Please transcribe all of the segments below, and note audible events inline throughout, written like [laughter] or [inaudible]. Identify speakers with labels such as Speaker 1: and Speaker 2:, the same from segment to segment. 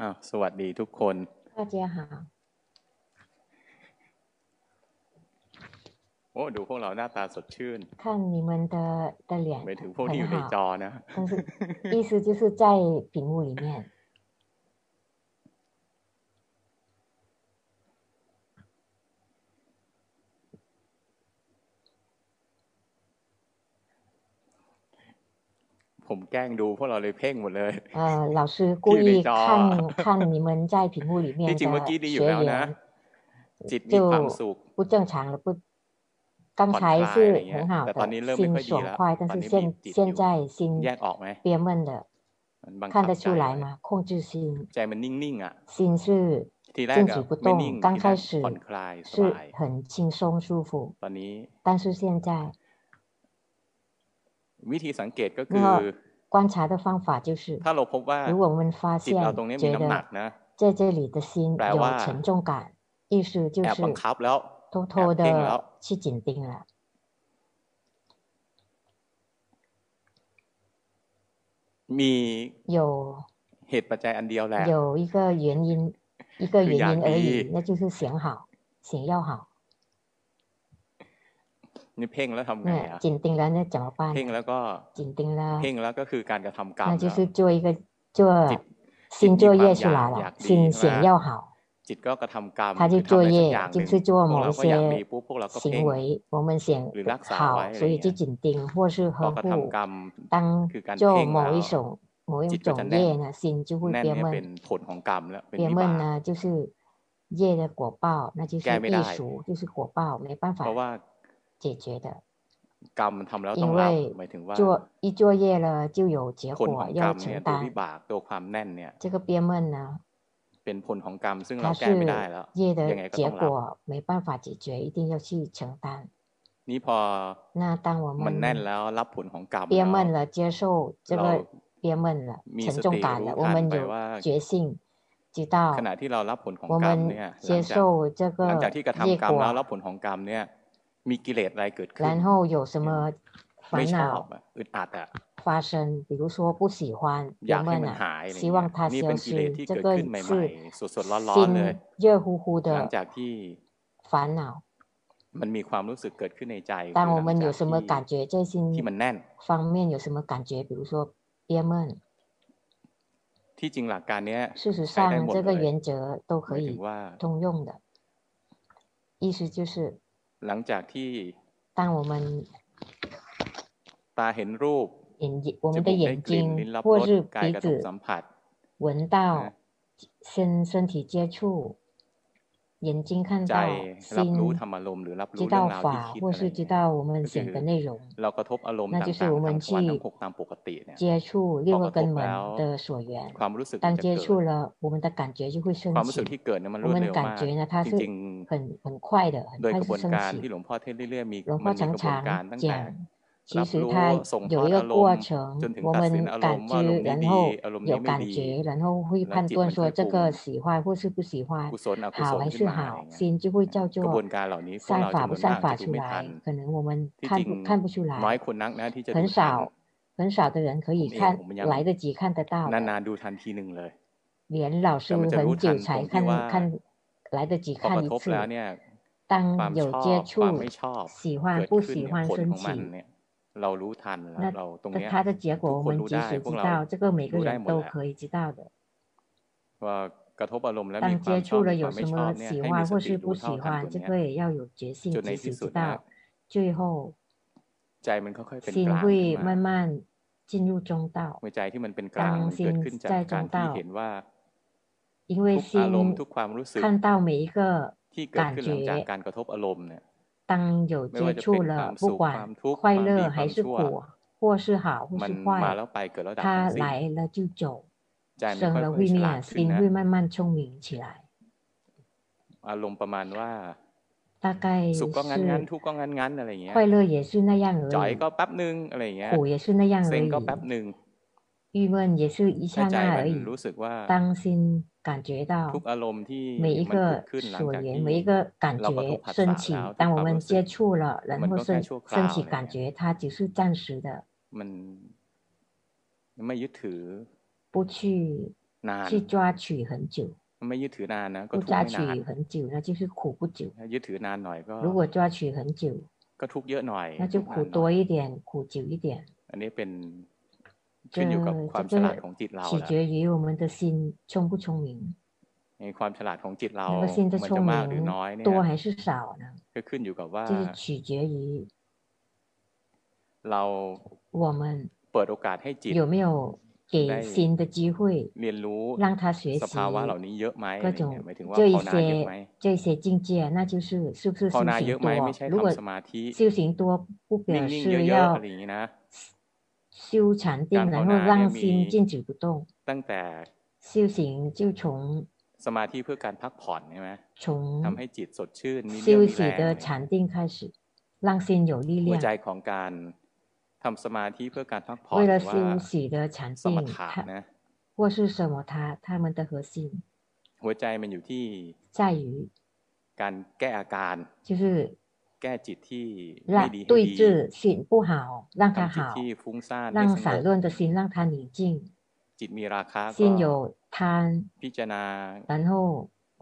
Speaker 1: อ้าวสวัสดีทุกคน
Speaker 2: 大家好，
Speaker 1: โอ้ดูพวกเราหน้าตาสดชื่น
Speaker 2: 看你们的的脸
Speaker 1: หมายถึงพวกที่อยู่ใน
Speaker 2: 很
Speaker 1: จ
Speaker 2: 好，
Speaker 1: อนะ
Speaker 2: 但是
Speaker 1: [laughs]
Speaker 2: 意思就是在屏幕里面。
Speaker 1: ผมแกล้งดูพวกเราเลยเพ่งหมดเลย [laughs]
Speaker 2: 呃，老师故
Speaker 1: 有点
Speaker 2: 意
Speaker 1: 骄傲啊
Speaker 2: 看看你们在屏幕里
Speaker 1: ที่
Speaker 2: 面
Speaker 1: จริงเมื่อ
Speaker 2: 的
Speaker 1: กี้ดีอยู่
Speaker 2: 学
Speaker 1: แล้วนะ
Speaker 2: 员
Speaker 1: จิตมีความสุ
Speaker 2: 就
Speaker 1: ข
Speaker 2: 不正常了，不，刚
Speaker 1: ผ่อน
Speaker 2: 才
Speaker 1: คลายอะไร
Speaker 2: 是
Speaker 1: เงี้ย
Speaker 2: 很好
Speaker 1: แต่ตอนนี้เริ่
Speaker 2: 的，
Speaker 1: มไม่ค่
Speaker 2: 心
Speaker 1: อยดี
Speaker 2: 爽
Speaker 1: ละ
Speaker 2: 快，但
Speaker 1: ตอน
Speaker 2: 是
Speaker 1: นี้
Speaker 2: 现
Speaker 1: มีจิต
Speaker 2: 现
Speaker 1: อยู่
Speaker 2: 在心
Speaker 1: แยกออกไหม
Speaker 2: 憋闷了，
Speaker 1: มันบังคั
Speaker 2: 看
Speaker 1: บ
Speaker 2: 得
Speaker 1: ใจ
Speaker 2: 出来
Speaker 1: ไว้
Speaker 2: 吗？控制心，
Speaker 1: ใจมันนิ่งๆอ่ะ
Speaker 2: 心是
Speaker 1: ทีแรก
Speaker 2: 静
Speaker 1: อะ
Speaker 2: 止不
Speaker 1: ไม่นิ่ง
Speaker 2: 动，刚
Speaker 1: ทีแร
Speaker 2: 开
Speaker 1: กผ่อน
Speaker 2: 始
Speaker 1: คลายส
Speaker 2: 是
Speaker 1: บาย
Speaker 2: 很轻松舒服，
Speaker 1: ตอนนี้
Speaker 2: 但是现在。
Speaker 1: วิธีสังเกตก็คือ
Speaker 2: 观察的方法就是，
Speaker 1: ถ้าเราพบว่า
Speaker 2: 如果我们发
Speaker 1: จิต
Speaker 2: 现
Speaker 1: เราตรงเนี้ยมี
Speaker 2: 觉
Speaker 1: น้ำหนัก
Speaker 2: 得
Speaker 1: นะ
Speaker 2: 在这里的心
Speaker 1: แปล
Speaker 2: 有
Speaker 1: ว่า
Speaker 2: 沉重感，意思就
Speaker 1: แอบ
Speaker 2: 是
Speaker 1: บังคับแล้ว
Speaker 2: 偷
Speaker 1: แอบ
Speaker 2: 偷
Speaker 1: เพ่งแล้ว
Speaker 2: 的去紧盯了。
Speaker 1: มี
Speaker 2: 有
Speaker 1: เหตุปัจจัยอันเดียวแหละ
Speaker 2: 有一个原因，一个
Speaker 1: 就哎
Speaker 2: 原
Speaker 1: 压
Speaker 2: 因而已
Speaker 1: 低，
Speaker 2: 那就是想好，想要好。
Speaker 1: นี่เพ่งแล้วทำไง
Speaker 2: 那
Speaker 1: อะ
Speaker 2: 紧盯了，那怎么办
Speaker 1: เพ่ง
Speaker 2: 呢？
Speaker 1: แล้วก็
Speaker 2: 紧盯了，
Speaker 1: เพ่งแล้วก็คือการกระทำกรรม
Speaker 2: 那
Speaker 1: แล้
Speaker 2: 就
Speaker 1: ว
Speaker 2: 是做一个做
Speaker 1: 紧
Speaker 2: 新
Speaker 1: 紧
Speaker 2: 作
Speaker 1: 密
Speaker 2: 业
Speaker 1: 放
Speaker 2: 出来
Speaker 1: 压压哎
Speaker 2: 了，
Speaker 1: 低
Speaker 2: 新
Speaker 1: 是
Speaker 2: 想
Speaker 1: 吧
Speaker 2: 要好，
Speaker 1: จิตก็กระทำกรรม
Speaker 2: 他
Speaker 1: คือทำ
Speaker 2: 就做
Speaker 1: อะไรสักอ
Speaker 2: 业，
Speaker 1: ย่างห
Speaker 2: 就
Speaker 1: นึ่ง
Speaker 2: 是做
Speaker 1: พวก
Speaker 2: 某
Speaker 1: เรา
Speaker 2: 一
Speaker 1: ก็อยากดี
Speaker 2: 些
Speaker 1: ปุ๊บพวกเราก็
Speaker 2: 行
Speaker 1: เพ่ง
Speaker 2: 为，我们想
Speaker 1: หรือรักษาไว้
Speaker 2: 好，
Speaker 1: อะไร
Speaker 2: 所以
Speaker 1: เงี้
Speaker 2: 就
Speaker 1: ย
Speaker 2: 紧盯或是
Speaker 1: พอ
Speaker 2: 呵
Speaker 1: กระทำ
Speaker 2: 护。
Speaker 1: กรรม
Speaker 2: 当
Speaker 1: คือการ
Speaker 2: 做
Speaker 1: เพ่งแล้
Speaker 2: 某
Speaker 1: ว
Speaker 2: 一种某
Speaker 1: จิ
Speaker 2: 一
Speaker 1: ตก็จะ
Speaker 2: 种
Speaker 1: แน่น
Speaker 2: 业呢，心就会
Speaker 1: แน่น
Speaker 2: 憋
Speaker 1: เนี่ยเป็น
Speaker 2: 闷，
Speaker 1: ผลของกรรมแล้วเป็น
Speaker 2: 憋
Speaker 1: วิบา
Speaker 2: 闷
Speaker 1: ก
Speaker 2: 呢就是业的果报，那就
Speaker 1: แก้
Speaker 2: 是
Speaker 1: ไม่
Speaker 2: 艺
Speaker 1: ได้
Speaker 2: 术，就是果报，没办
Speaker 1: เพราะ
Speaker 2: 法
Speaker 1: ว่า
Speaker 2: 解决的。
Speaker 1: กรรมมันทำแล้วต้อ
Speaker 2: 因
Speaker 1: งรับ
Speaker 2: 为
Speaker 1: หมายถึงว่า
Speaker 2: 做一作业了就有结
Speaker 1: ผลขอ
Speaker 2: 果，
Speaker 1: งกรร
Speaker 2: 要
Speaker 1: มเนี่ย
Speaker 2: 承
Speaker 1: ตัววิ
Speaker 2: 担。
Speaker 1: บากตัวความแน่นเนี่ย
Speaker 2: 这个憋闷呢，
Speaker 1: เป็นผลของกรรมซึ่งเรา
Speaker 2: 它
Speaker 1: แก้ไม่ได้
Speaker 2: 是
Speaker 1: แล้ว
Speaker 2: 业
Speaker 1: ยังไง
Speaker 2: 的
Speaker 1: ก็
Speaker 2: 结
Speaker 1: ต้องรับ
Speaker 2: 果，没办法解决，一定要去承担。
Speaker 1: นี่พอ
Speaker 2: 那当我
Speaker 1: มันแน่น
Speaker 2: 们
Speaker 1: แล้วรับผลของกรรม
Speaker 2: 憋
Speaker 1: แล้ว
Speaker 2: 闷了，接受这
Speaker 1: เรา
Speaker 2: 个憋闷了、
Speaker 1: มี
Speaker 2: 沉
Speaker 1: ส
Speaker 2: 重
Speaker 1: ติ
Speaker 2: 感
Speaker 1: รู้
Speaker 2: 了，我
Speaker 1: ทัน
Speaker 2: 们
Speaker 1: ไป
Speaker 2: 有
Speaker 1: ว่า
Speaker 2: 决心，知
Speaker 1: ข
Speaker 2: 道
Speaker 1: ณะที่เรารับผลของ
Speaker 2: 我
Speaker 1: กรรมเนี่ย
Speaker 2: 们
Speaker 1: หลัง
Speaker 2: 接
Speaker 1: จาก
Speaker 2: 受这
Speaker 1: หลังจาก
Speaker 2: 个
Speaker 1: ที่กระทำ
Speaker 2: 结
Speaker 1: กรรมแล้วรับ
Speaker 2: 果，
Speaker 1: ผลของกรรมเนี่ย มีกิเลสอะไรเกิดขึ้น
Speaker 2: 然后有什
Speaker 1: อืม
Speaker 2: 么
Speaker 1: ไม่
Speaker 2: 烦
Speaker 1: ชอบ
Speaker 2: 恼
Speaker 1: อะอึดอัดอะ
Speaker 2: 发生，比如说不喜欢、
Speaker 1: อ
Speaker 2: 憋
Speaker 1: ยากให้
Speaker 2: 闷
Speaker 1: มัน
Speaker 2: 啊，
Speaker 1: หายอะไร
Speaker 2: 希
Speaker 1: เงี้
Speaker 2: 望
Speaker 1: ย
Speaker 2: 它
Speaker 1: นี่เป็
Speaker 2: 消
Speaker 1: นกิเลส
Speaker 2: 失，
Speaker 1: ที่
Speaker 2: 这
Speaker 1: เกิด
Speaker 2: 个
Speaker 1: ขึ้นใหม่
Speaker 2: 是
Speaker 1: ๆ สดๆร้อนๆเลย
Speaker 2: 心热乎乎
Speaker 1: หลัง
Speaker 2: 的
Speaker 1: จากที่
Speaker 2: 烦恼。
Speaker 1: มันมีความรู้สึกเกิดขึ้นในใจคื
Speaker 2: 当
Speaker 1: อห
Speaker 2: 我
Speaker 1: ลัง
Speaker 2: 们
Speaker 1: จา
Speaker 2: 有
Speaker 1: ก
Speaker 2: 什么
Speaker 1: ที่
Speaker 2: 感觉，在
Speaker 1: ที่
Speaker 2: 心
Speaker 1: มันแน่น
Speaker 2: 方面有什么感觉，比如说憋闷，
Speaker 1: ที่จริงหลักการเนี้ย
Speaker 2: 事实
Speaker 1: ใช้ได้
Speaker 2: 上
Speaker 1: หมด
Speaker 2: 这
Speaker 1: เล
Speaker 2: 个
Speaker 1: ย
Speaker 2: 原则都
Speaker 1: ห
Speaker 2: 可
Speaker 1: มายถึง
Speaker 2: 以
Speaker 1: ว่า
Speaker 2: 通用的。意思就是，
Speaker 1: หลังจากที่
Speaker 2: 当我们
Speaker 1: ตาเห็นรูป
Speaker 2: 眼睛、我
Speaker 1: จมู
Speaker 2: 们的
Speaker 1: กได้
Speaker 2: 眼
Speaker 1: กลิ่นลิ้น
Speaker 2: 睛
Speaker 1: รับ
Speaker 2: 或
Speaker 1: รส
Speaker 2: 是
Speaker 1: กาย
Speaker 2: 鼻
Speaker 1: กระทบ
Speaker 2: 子
Speaker 1: สัมผัส
Speaker 2: 闻
Speaker 1: นะ
Speaker 2: 到身身体接触，眼睛看
Speaker 1: ใจ
Speaker 2: 到，
Speaker 1: รับรู้
Speaker 2: 心
Speaker 1: ธรรมารมณ์หรือรับ
Speaker 2: 知
Speaker 1: รู้เรื่อง
Speaker 2: 道
Speaker 1: ราวที่คิ
Speaker 2: 法，
Speaker 1: ด
Speaker 2: 或
Speaker 1: อะไร
Speaker 2: 是知
Speaker 1: เงี้ย
Speaker 2: 道我们
Speaker 1: ก็คื
Speaker 2: 想
Speaker 1: อ
Speaker 2: 的内容，
Speaker 1: เรากระทบอารมณ์
Speaker 2: 那就是
Speaker 1: ต่าง
Speaker 2: 我
Speaker 1: ๆ ทาง
Speaker 2: 们
Speaker 1: ทวารทั้ง
Speaker 2: 去
Speaker 1: หกตามปกติเนี่ย
Speaker 2: 接触
Speaker 1: พอ
Speaker 2: 六
Speaker 1: ก
Speaker 2: 个
Speaker 1: ระทบ
Speaker 2: 根
Speaker 1: แล้ว
Speaker 2: 门的所缘。
Speaker 1: ความรู้สึกมั
Speaker 2: 当
Speaker 1: นจะ
Speaker 2: 接
Speaker 1: เกิ
Speaker 2: 触
Speaker 1: ด
Speaker 2: 了，我们的感觉就会
Speaker 1: ค
Speaker 2: 升
Speaker 1: วามรู้สึก
Speaker 2: 起，
Speaker 1: ที่เกิดเนี่ยมัน
Speaker 2: 我
Speaker 1: รวด
Speaker 2: 们
Speaker 1: เร็ว
Speaker 2: 感
Speaker 1: มาก
Speaker 2: 觉呢，它
Speaker 1: จ
Speaker 2: 是
Speaker 1: ริง
Speaker 2: 很很快的，
Speaker 1: ๆ
Speaker 2: 很
Speaker 1: โดย
Speaker 2: 快
Speaker 1: ก
Speaker 2: 就
Speaker 1: ระบวน
Speaker 2: 升
Speaker 1: การ
Speaker 2: 起。
Speaker 1: ที่หลวงพ่อเทศน์เรื่อยๆมี
Speaker 2: 龙
Speaker 1: มั
Speaker 2: 婆
Speaker 1: นมีก
Speaker 2: 常
Speaker 1: ระบวนการ
Speaker 2: 常
Speaker 1: ตั้งแต่
Speaker 2: 讲，
Speaker 1: รั
Speaker 2: 其
Speaker 1: บ
Speaker 2: 实
Speaker 1: รู้
Speaker 2: 它
Speaker 1: ส่ง
Speaker 2: 有
Speaker 1: ผ่าน
Speaker 2: 一个
Speaker 1: อารม
Speaker 2: 过
Speaker 1: ณ์ จ
Speaker 2: 程，
Speaker 1: นถึง
Speaker 2: 我
Speaker 1: ตัดสิน
Speaker 2: 们
Speaker 1: อาร
Speaker 2: 感
Speaker 1: มณ์ว่าอารม
Speaker 2: 知，
Speaker 1: ณ์นี้
Speaker 2: 然
Speaker 1: ดี
Speaker 2: 后
Speaker 1: อารมณ์
Speaker 2: 有
Speaker 1: นี้ไม่
Speaker 2: 感
Speaker 1: ดี
Speaker 2: 觉，然后会
Speaker 1: แล้ว
Speaker 2: 判
Speaker 1: จิต
Speaker 2: 断
Speaker 1: มันค่อ
Speaker 2: 说
Speaker 1: ยป
Speaker 2: 这
Speaker 1: รุง
Speaker 2: 个喜欢或是不喜欢，
Speaker 1: กุศลอกุศ
Speaker 2: 好
Speaker 1: ล
Speaker 2: 还
Speaker 1: ขึ้น
Speaker 2: 是
Speaker 1: มาอะไร
Speaker 2: 好，
Speaker 1: เงี้ย
Speaker 2: 心就会
Speaker 1: นะ
Speaker 2: 叫
Speaker 1: กระบว
Speaker 2: 做
Speaker 1: นการเหล่านี้พวก
Speaker 2: 善
Speaker 1: เรา
Speaker 2: 法
Speaker 1: จำนวนมา
Speaker 2: 不善
Speaker 1: ก
Speaker 2: 法
Speaker 1: จะดู
Speaker 2: 出
Speaker 1: ไม่ทันที่
Speaker 2: 来，可能我们
Speaker 1: จ
Speaker 2: 看
Speaker 1: ริง
Speaker 2: 不看不出
Speaker 1: น้อย
Speaker 2: 来，
Speaker 1: คนนักนะที่จะดู
Speaker 2: 很
Speaker 1: ทัน
Speaker 2: 少很少的人可
Speaker 1: ผ
Speaker 2: 以
Speaker 1: มเอง
Speaker 2: 看
Speaker 1: ผมยัง
Speaker 2: 来得及看得到的。
Speaker 1: นานๆดูทันทีหนึ่งเลย
Speaker 2: 连老
Speaker 1: แต่มัน
Speaker 2: 师
Speaker 1: จะรู้
Speaker 2: 很
Speaker 1: ทันตร
Speaker 2: 久
Speaker 1: ง
Speaker 2: 才
Speaker 1: ที่ว่า
Speaker 2: 看看来得及
Speaker 1: พอก
Speaker 2: 看
Speaker 1: ระ
Speaker 2: 一
Speaker 1: ทบแล้ว
Speaker 2: 次。
Speaker 1: เนี่ย ความ
Speaker 2: 当
Speaker 1: ช
Speaker 2: 有
Speaker 1: อ
Speaker 2: 接
Speaker 1: บความ
Speaker 2: 触
Speaker 1: ไม่ชอบ
Speaker 2: 喜欢
Speaker 1: เกิด
Speaker 2: 不
Speaker 1: ขึ้น
Speaker 2: 喜
Speaker 1: เนี่ยผล
Speaker 2: 欢升
Speaker 1: ของมัน
Speaker 2: 起，
Speaker 1: เนี่ย เรารู้ทันแล้ว
Speaker 2: 那
Speaker 1: เราตรง
Speaker 2: 的
Speaker 1: เนี้ย
Speaker 2: 它的结
Speaker 1: ทุ
Speaker 2: 果
Speaker 1: ก
Speaker 2: 我
Speaker 1: คน
Speaker 2: 们
Speaker 1: รู้
Speaker 2: 及
Speaker 1: ได้
Speaker 2: 时
Speaker 1: พว
Speaker 2: 知
Speaker 1: กเรา
Speaker 2: 道，这个每个
Speaker 1: รู้ได้
Speaker 2: 人
Speaker 1: หมด
Speaker 2: 都
Speaker 1: แหละ
Speaker 2: 可以知道的。
Speaker 1: ว่ากระทบอารมณ์แล้วมี
Speaker 2: 当
Speaker 1: ความ
Speaker 2: 接
Speaker 1: ชอบ
Speaker 2: 触
Speaker 1: มีควา
Speaker 2: 了有
Speaker 1: มไม่
Speaker 2: 什
Speaker 1: ชอบ
Speaker 2: 么
Speaker 1: เนี่ย
Speaker 2: 喜
Speaker 1: ให้มี
Speaker 2: 欢
Speaker 1: ส
Speaker 2: 或
Speaker 1: ติ
Speaker 2: 是不
Speaker 1: รู้เท่า
Speaker 2: 喜
Speaker 1: ทันตัว
Speaker 2: 欢，这
Speaker 1: เนี้ย
Speaker 2: 个也要有决
Speaker 1: จ
Speaker 2: 心，
Speaker 1: นใน
Speaker 2: 及
Speaker 1: ที่
Speaker 2: 时
Speaker 1: สุ
Speaker 2: 知
Speaker 1: ดนะ
Speaker 2: 道。最后，
Speaker 1: ใจมันค่อยๆเป็นก
Speaker 2: 心
Speaker 1: ลางขึ้น
Speaker 2: 会
Speaker 1: มา
Speaker 2: 慢慢进入中道。
Speaker 1: เมื่อใจที่มันเป็นกลาง
Speaker 2: 当
Speaker 1: มันเกิด
Speaker 2: 心
Speaker 1: ขึ้นจาก
Speaker 2: 在
Speaker 1: การ
Speaker 2: 中
Speaker 1: ที่เห็
Speaker 2: 道，
Speaker 1: นว่า
Speaker 2: 因为
Speaker 1: ทุกอารมณ์
Speaker 2: 心
Speaker 1: ทุกความรู้สึก
Speaker 2: 看到每一个
Speaker 1: ที่เกิด
Speaker 2: 感
Speaker 1: ขึ้นหลังจาก
Speaker 2: 觉。
Speaker 1: การกระทบอารมณ์เนี่ย
Speaker 2: 当有
Speaker 1: ไม่
Speaker 2: 接
Speaker 1: ว่าจะเป็
Speaker 2: 触
Speaker 1: นความ
Speaker 2: 了，不
Speaker 1: สุขความ
Speaker 2: 管
Speaker 1: ทุกข์
Speaker 2: 快
Speaker 1: ความดี
Speaker 2: 乐
Speaker 1: ควา
Speaker 2: 还
Speaker 1: ม
Speaker 2: 是
Speaker 1: ชั่ว
Speaker 2: 苦，或是好或
Speaker 1: มัน
Speaker 2: 是
Speaker 1: มา
Speaker 2: 坏，
Speaker 1: แล้วไปเกิดแล้วดับทั้
Speaker 2: 它
Speaker 1: งสิ้น
Speaker 2: 来了就走，
Speaker 1: ใจมัน
Speaker 2: 生
Speaker 1: ค่
Speaker 2: 了
Speaker 1: อย
Speaker 2: 会
Speaker 1: ๆฉลา
Speaker 2: 灭，
Speaker 1: ดขึ้น
Speaker 2: 心
Speaker 1: นะ
Speaker 2: 会慢慢聪明起来。
Speaker 1: อารมณ์ประมาณว่า
Speaker 2: 大概
Speaker 1: สุขก็งั้นงั้น
Speaker 2: 是
Speaker 1: ทุกข์ก็งั้นงั้นอะไรเงี้ย
Speaker 2: 快乐也是那样而
Speaker 1: จ่อย
Speaker 2: 已，
Speaker 1: ก็แป๊บหนึ่งอะไรเงี้ย
Speaker 2: 苦也是那样
Speaker 1: เซ็
Speaker 2: 而
Speaker 1: งก็
Speaker 2: 已，
Speaker 1: แป๊บหนึ่ง
Speaker 2: 郁闷也是一
Speaker 1: ถ้า
Speaker 2: 刹
Speaker 1: ใจ
Speaker 2: 那
Speaker 1: มัน
Speaker 2: 而已。
Speaker 1: รู้สึกว่า
Speaker 2: 当心感觉
Speaker 1: 啊 ทุ
Speaker 2: 到
Speaker 1: กอารมณ์ที่
Speaker 2: 每一
Speaker 1: มันเกิด
Speaker 2: 个
Speaker 1: ขึ้นหลัง
Speaker 2: 所
Speaker 1: จาก
Speaker 2: 缘，
Speaker 1: ที่
Speaker 2: 每一个感
Speaker 1: เรากระทบ
Speaker 2: 觉
Speaker 1: ผัส
Speaker 2: 升
Speaker 1: สะแล้วทุ
Speaker 2: 起，
Speaker 1: ก
Speaker 2: 当
Speaker 1: ค
Speaker 2: 我
Speaker 1: วาม
Speaker 2: 们
Speaker 1: รู้สึก
Speaker 2: 接触了，然
Speaker 1: มัน
Speaker 2: 后
Speaker 1: ก็แค่
Speaker 2: 升
Speaker 1: ชั่วค
Speaker 2: 升
Speaker 1: ราว
Speaker 2: 起
Speaker 1: อะไร
Speaker 2: 感
Speaker 1: เงี้ย
Speaker 2: 觉，它只是暂时的，
Speaker 1: มันไม่ยึดถือ
Speaker 2: 不去。
Speaker 1: นาน
Speaker 2: 去抓取很久，
Speaker 1: มันไม่ยึดถือนานนะ 啊ก็
Speaker 2: 不
Speaker 1: ทุกข์哦
Speaker 2: 抓
Speaker 1: ไม่นาน
Speaker 2: 取很久，那就是苦不久；
Speaker 1: ถ้ายึดถือนานหน่อยก็
Speaker 2: 如果抓取很久，
Speaker 1: ก็ทุกข์เยอะหน่อย
Speaker 2: 那就
Speaker 1: ทุกข์
Speaker 2: 苦
Speaker 1: นานหน่อ
Speaker 2: 多
Speaker 1: ย
Speaker 2: 一点，苦久一点，
Speaker 1: อันนี้เป็นขึ้นอยู่กับ
Speaker 2: 这
Speaker 1: ความฉ
Speaker 2: 这
Speaker 1: ลาด
Speaker 2: 个
Speaker 1: ของจิตเรา
Speaker 2: 取
Speaker 1: แล้ว
Speaker 2: 决于我们的心聪不聪明，
Speaker 1: ในความฉลาดของจิตเรา
Speaker 2: 那个心的
Speaker 1: มันจะ
Speaker 2: 聪
Speaker 1: มากหรือ
Speaker 2: 明
Speaker 1: น้อยเนี่ย啊
Speaker 2: 多还是少呢？
Speaker 1: ก็ขึ้นอยู่กับว่า
Speaker 2: 就是取决于
Speaker 1: เรา
Speaker 2: 我们
Speaker 1: เปิดโอกาสให้จิต
Speaker 2: 有没有
Speaker 1: 来
Speaker 2: 给心的机会，
Speaker 1: เรียนรู้
Speaker 2: 让他学
Speaker 1: ส
Speaker 2: 习
Speaker 1: ภาวะเหล่านี้เยอะไหมอะไร
Speaker 2: 各
Speaker 1: เงี้ย
Speaker 2: 种
Speaker 1: หมายถึงว่า
Speaker 2: 这一
Speaker 1: ภาวนาเยอะไหม
Speaker 2: 些这些境界，那就是是不是
Speaker 1: ภาว
Speaker 2: 修
Speaker 1: นาเย
Speaker 2: 行
Speaker 1: อะไหมไม่ใช่
Speaker 2: 多？如果
Speaker 1: ทำสมาธิ
Speaker 2: 修行多不表
Speaker 1: นิ่งๆ
Speaker 2: 示
Speaker 1: เยอะๆ
Speaker 2: 要
Speaker 1: อะไรอย่างนี้นะ
Speaker 2: 修禅
Speaker 1: การ
Speaker 2: 定，
Speaker 1: ภาว
Speaker 2: 然后
Speaker 1: นาเนี่ย
Speaker 2: 让
Speaker 1: มี
Speaker 2: 心静止不动。
Speaker 1: ตั้งแต่
Speaker 2: 修行就从
Speaker 1: สมาธิเพื่อการพักผ่อนใช่ไหมทำ
Speaker 2: 从
Speaker 1: ให้จิตสดชื่นมีเรี่ยว
Speaker 2: 休
Speaker 1: มีแรง
Speaker 2: 息的禅定开始，让心有力
Speaker 1: หัวใจ
Speaker 2: 量。
Speaker 1: ของการทำสมาธิเพื่อการพักผ่อน
Speaker 2: 为
Speaker 1: หรือ
Speaker 2: 了
Speaker 1: ว่า
Speaker 2: 休息的禅
Speaker 1: สม
Speaker 2: 定，
Speaker 1: ถะ
Speaker 2: 它
Speaker 1: นะ
Speaker 2: 或是什么它，它们的核心
Speaker 1: หัวใจมันอยู่ที่
Speaker 2: 在于
Speaker 1: การแก้อาการ
Speaker 2: 就是
Speaker 1: แก้จิตที่ไม่
Speaker 2: 让
Speaker 1: ดีให้
Speaker 2: 对
Speaker 1: ดี
Speaker 2: 治心不好，让它
Speaker 1: ทำจิต
Speaker 2: 好，
Speaker 1: ที่ฟุ้งซ่านให้
Speaker 2: 让
Speaker 1: สง
Speaker 2: 散
Speaker 1: บ
Speaker 2: 乱的心让它宁静，
Speaker 1: จิตมีราคะก็
Speaker 2: 心有贪，
Speaker 1: พิจารณา
Speaker 2: 然后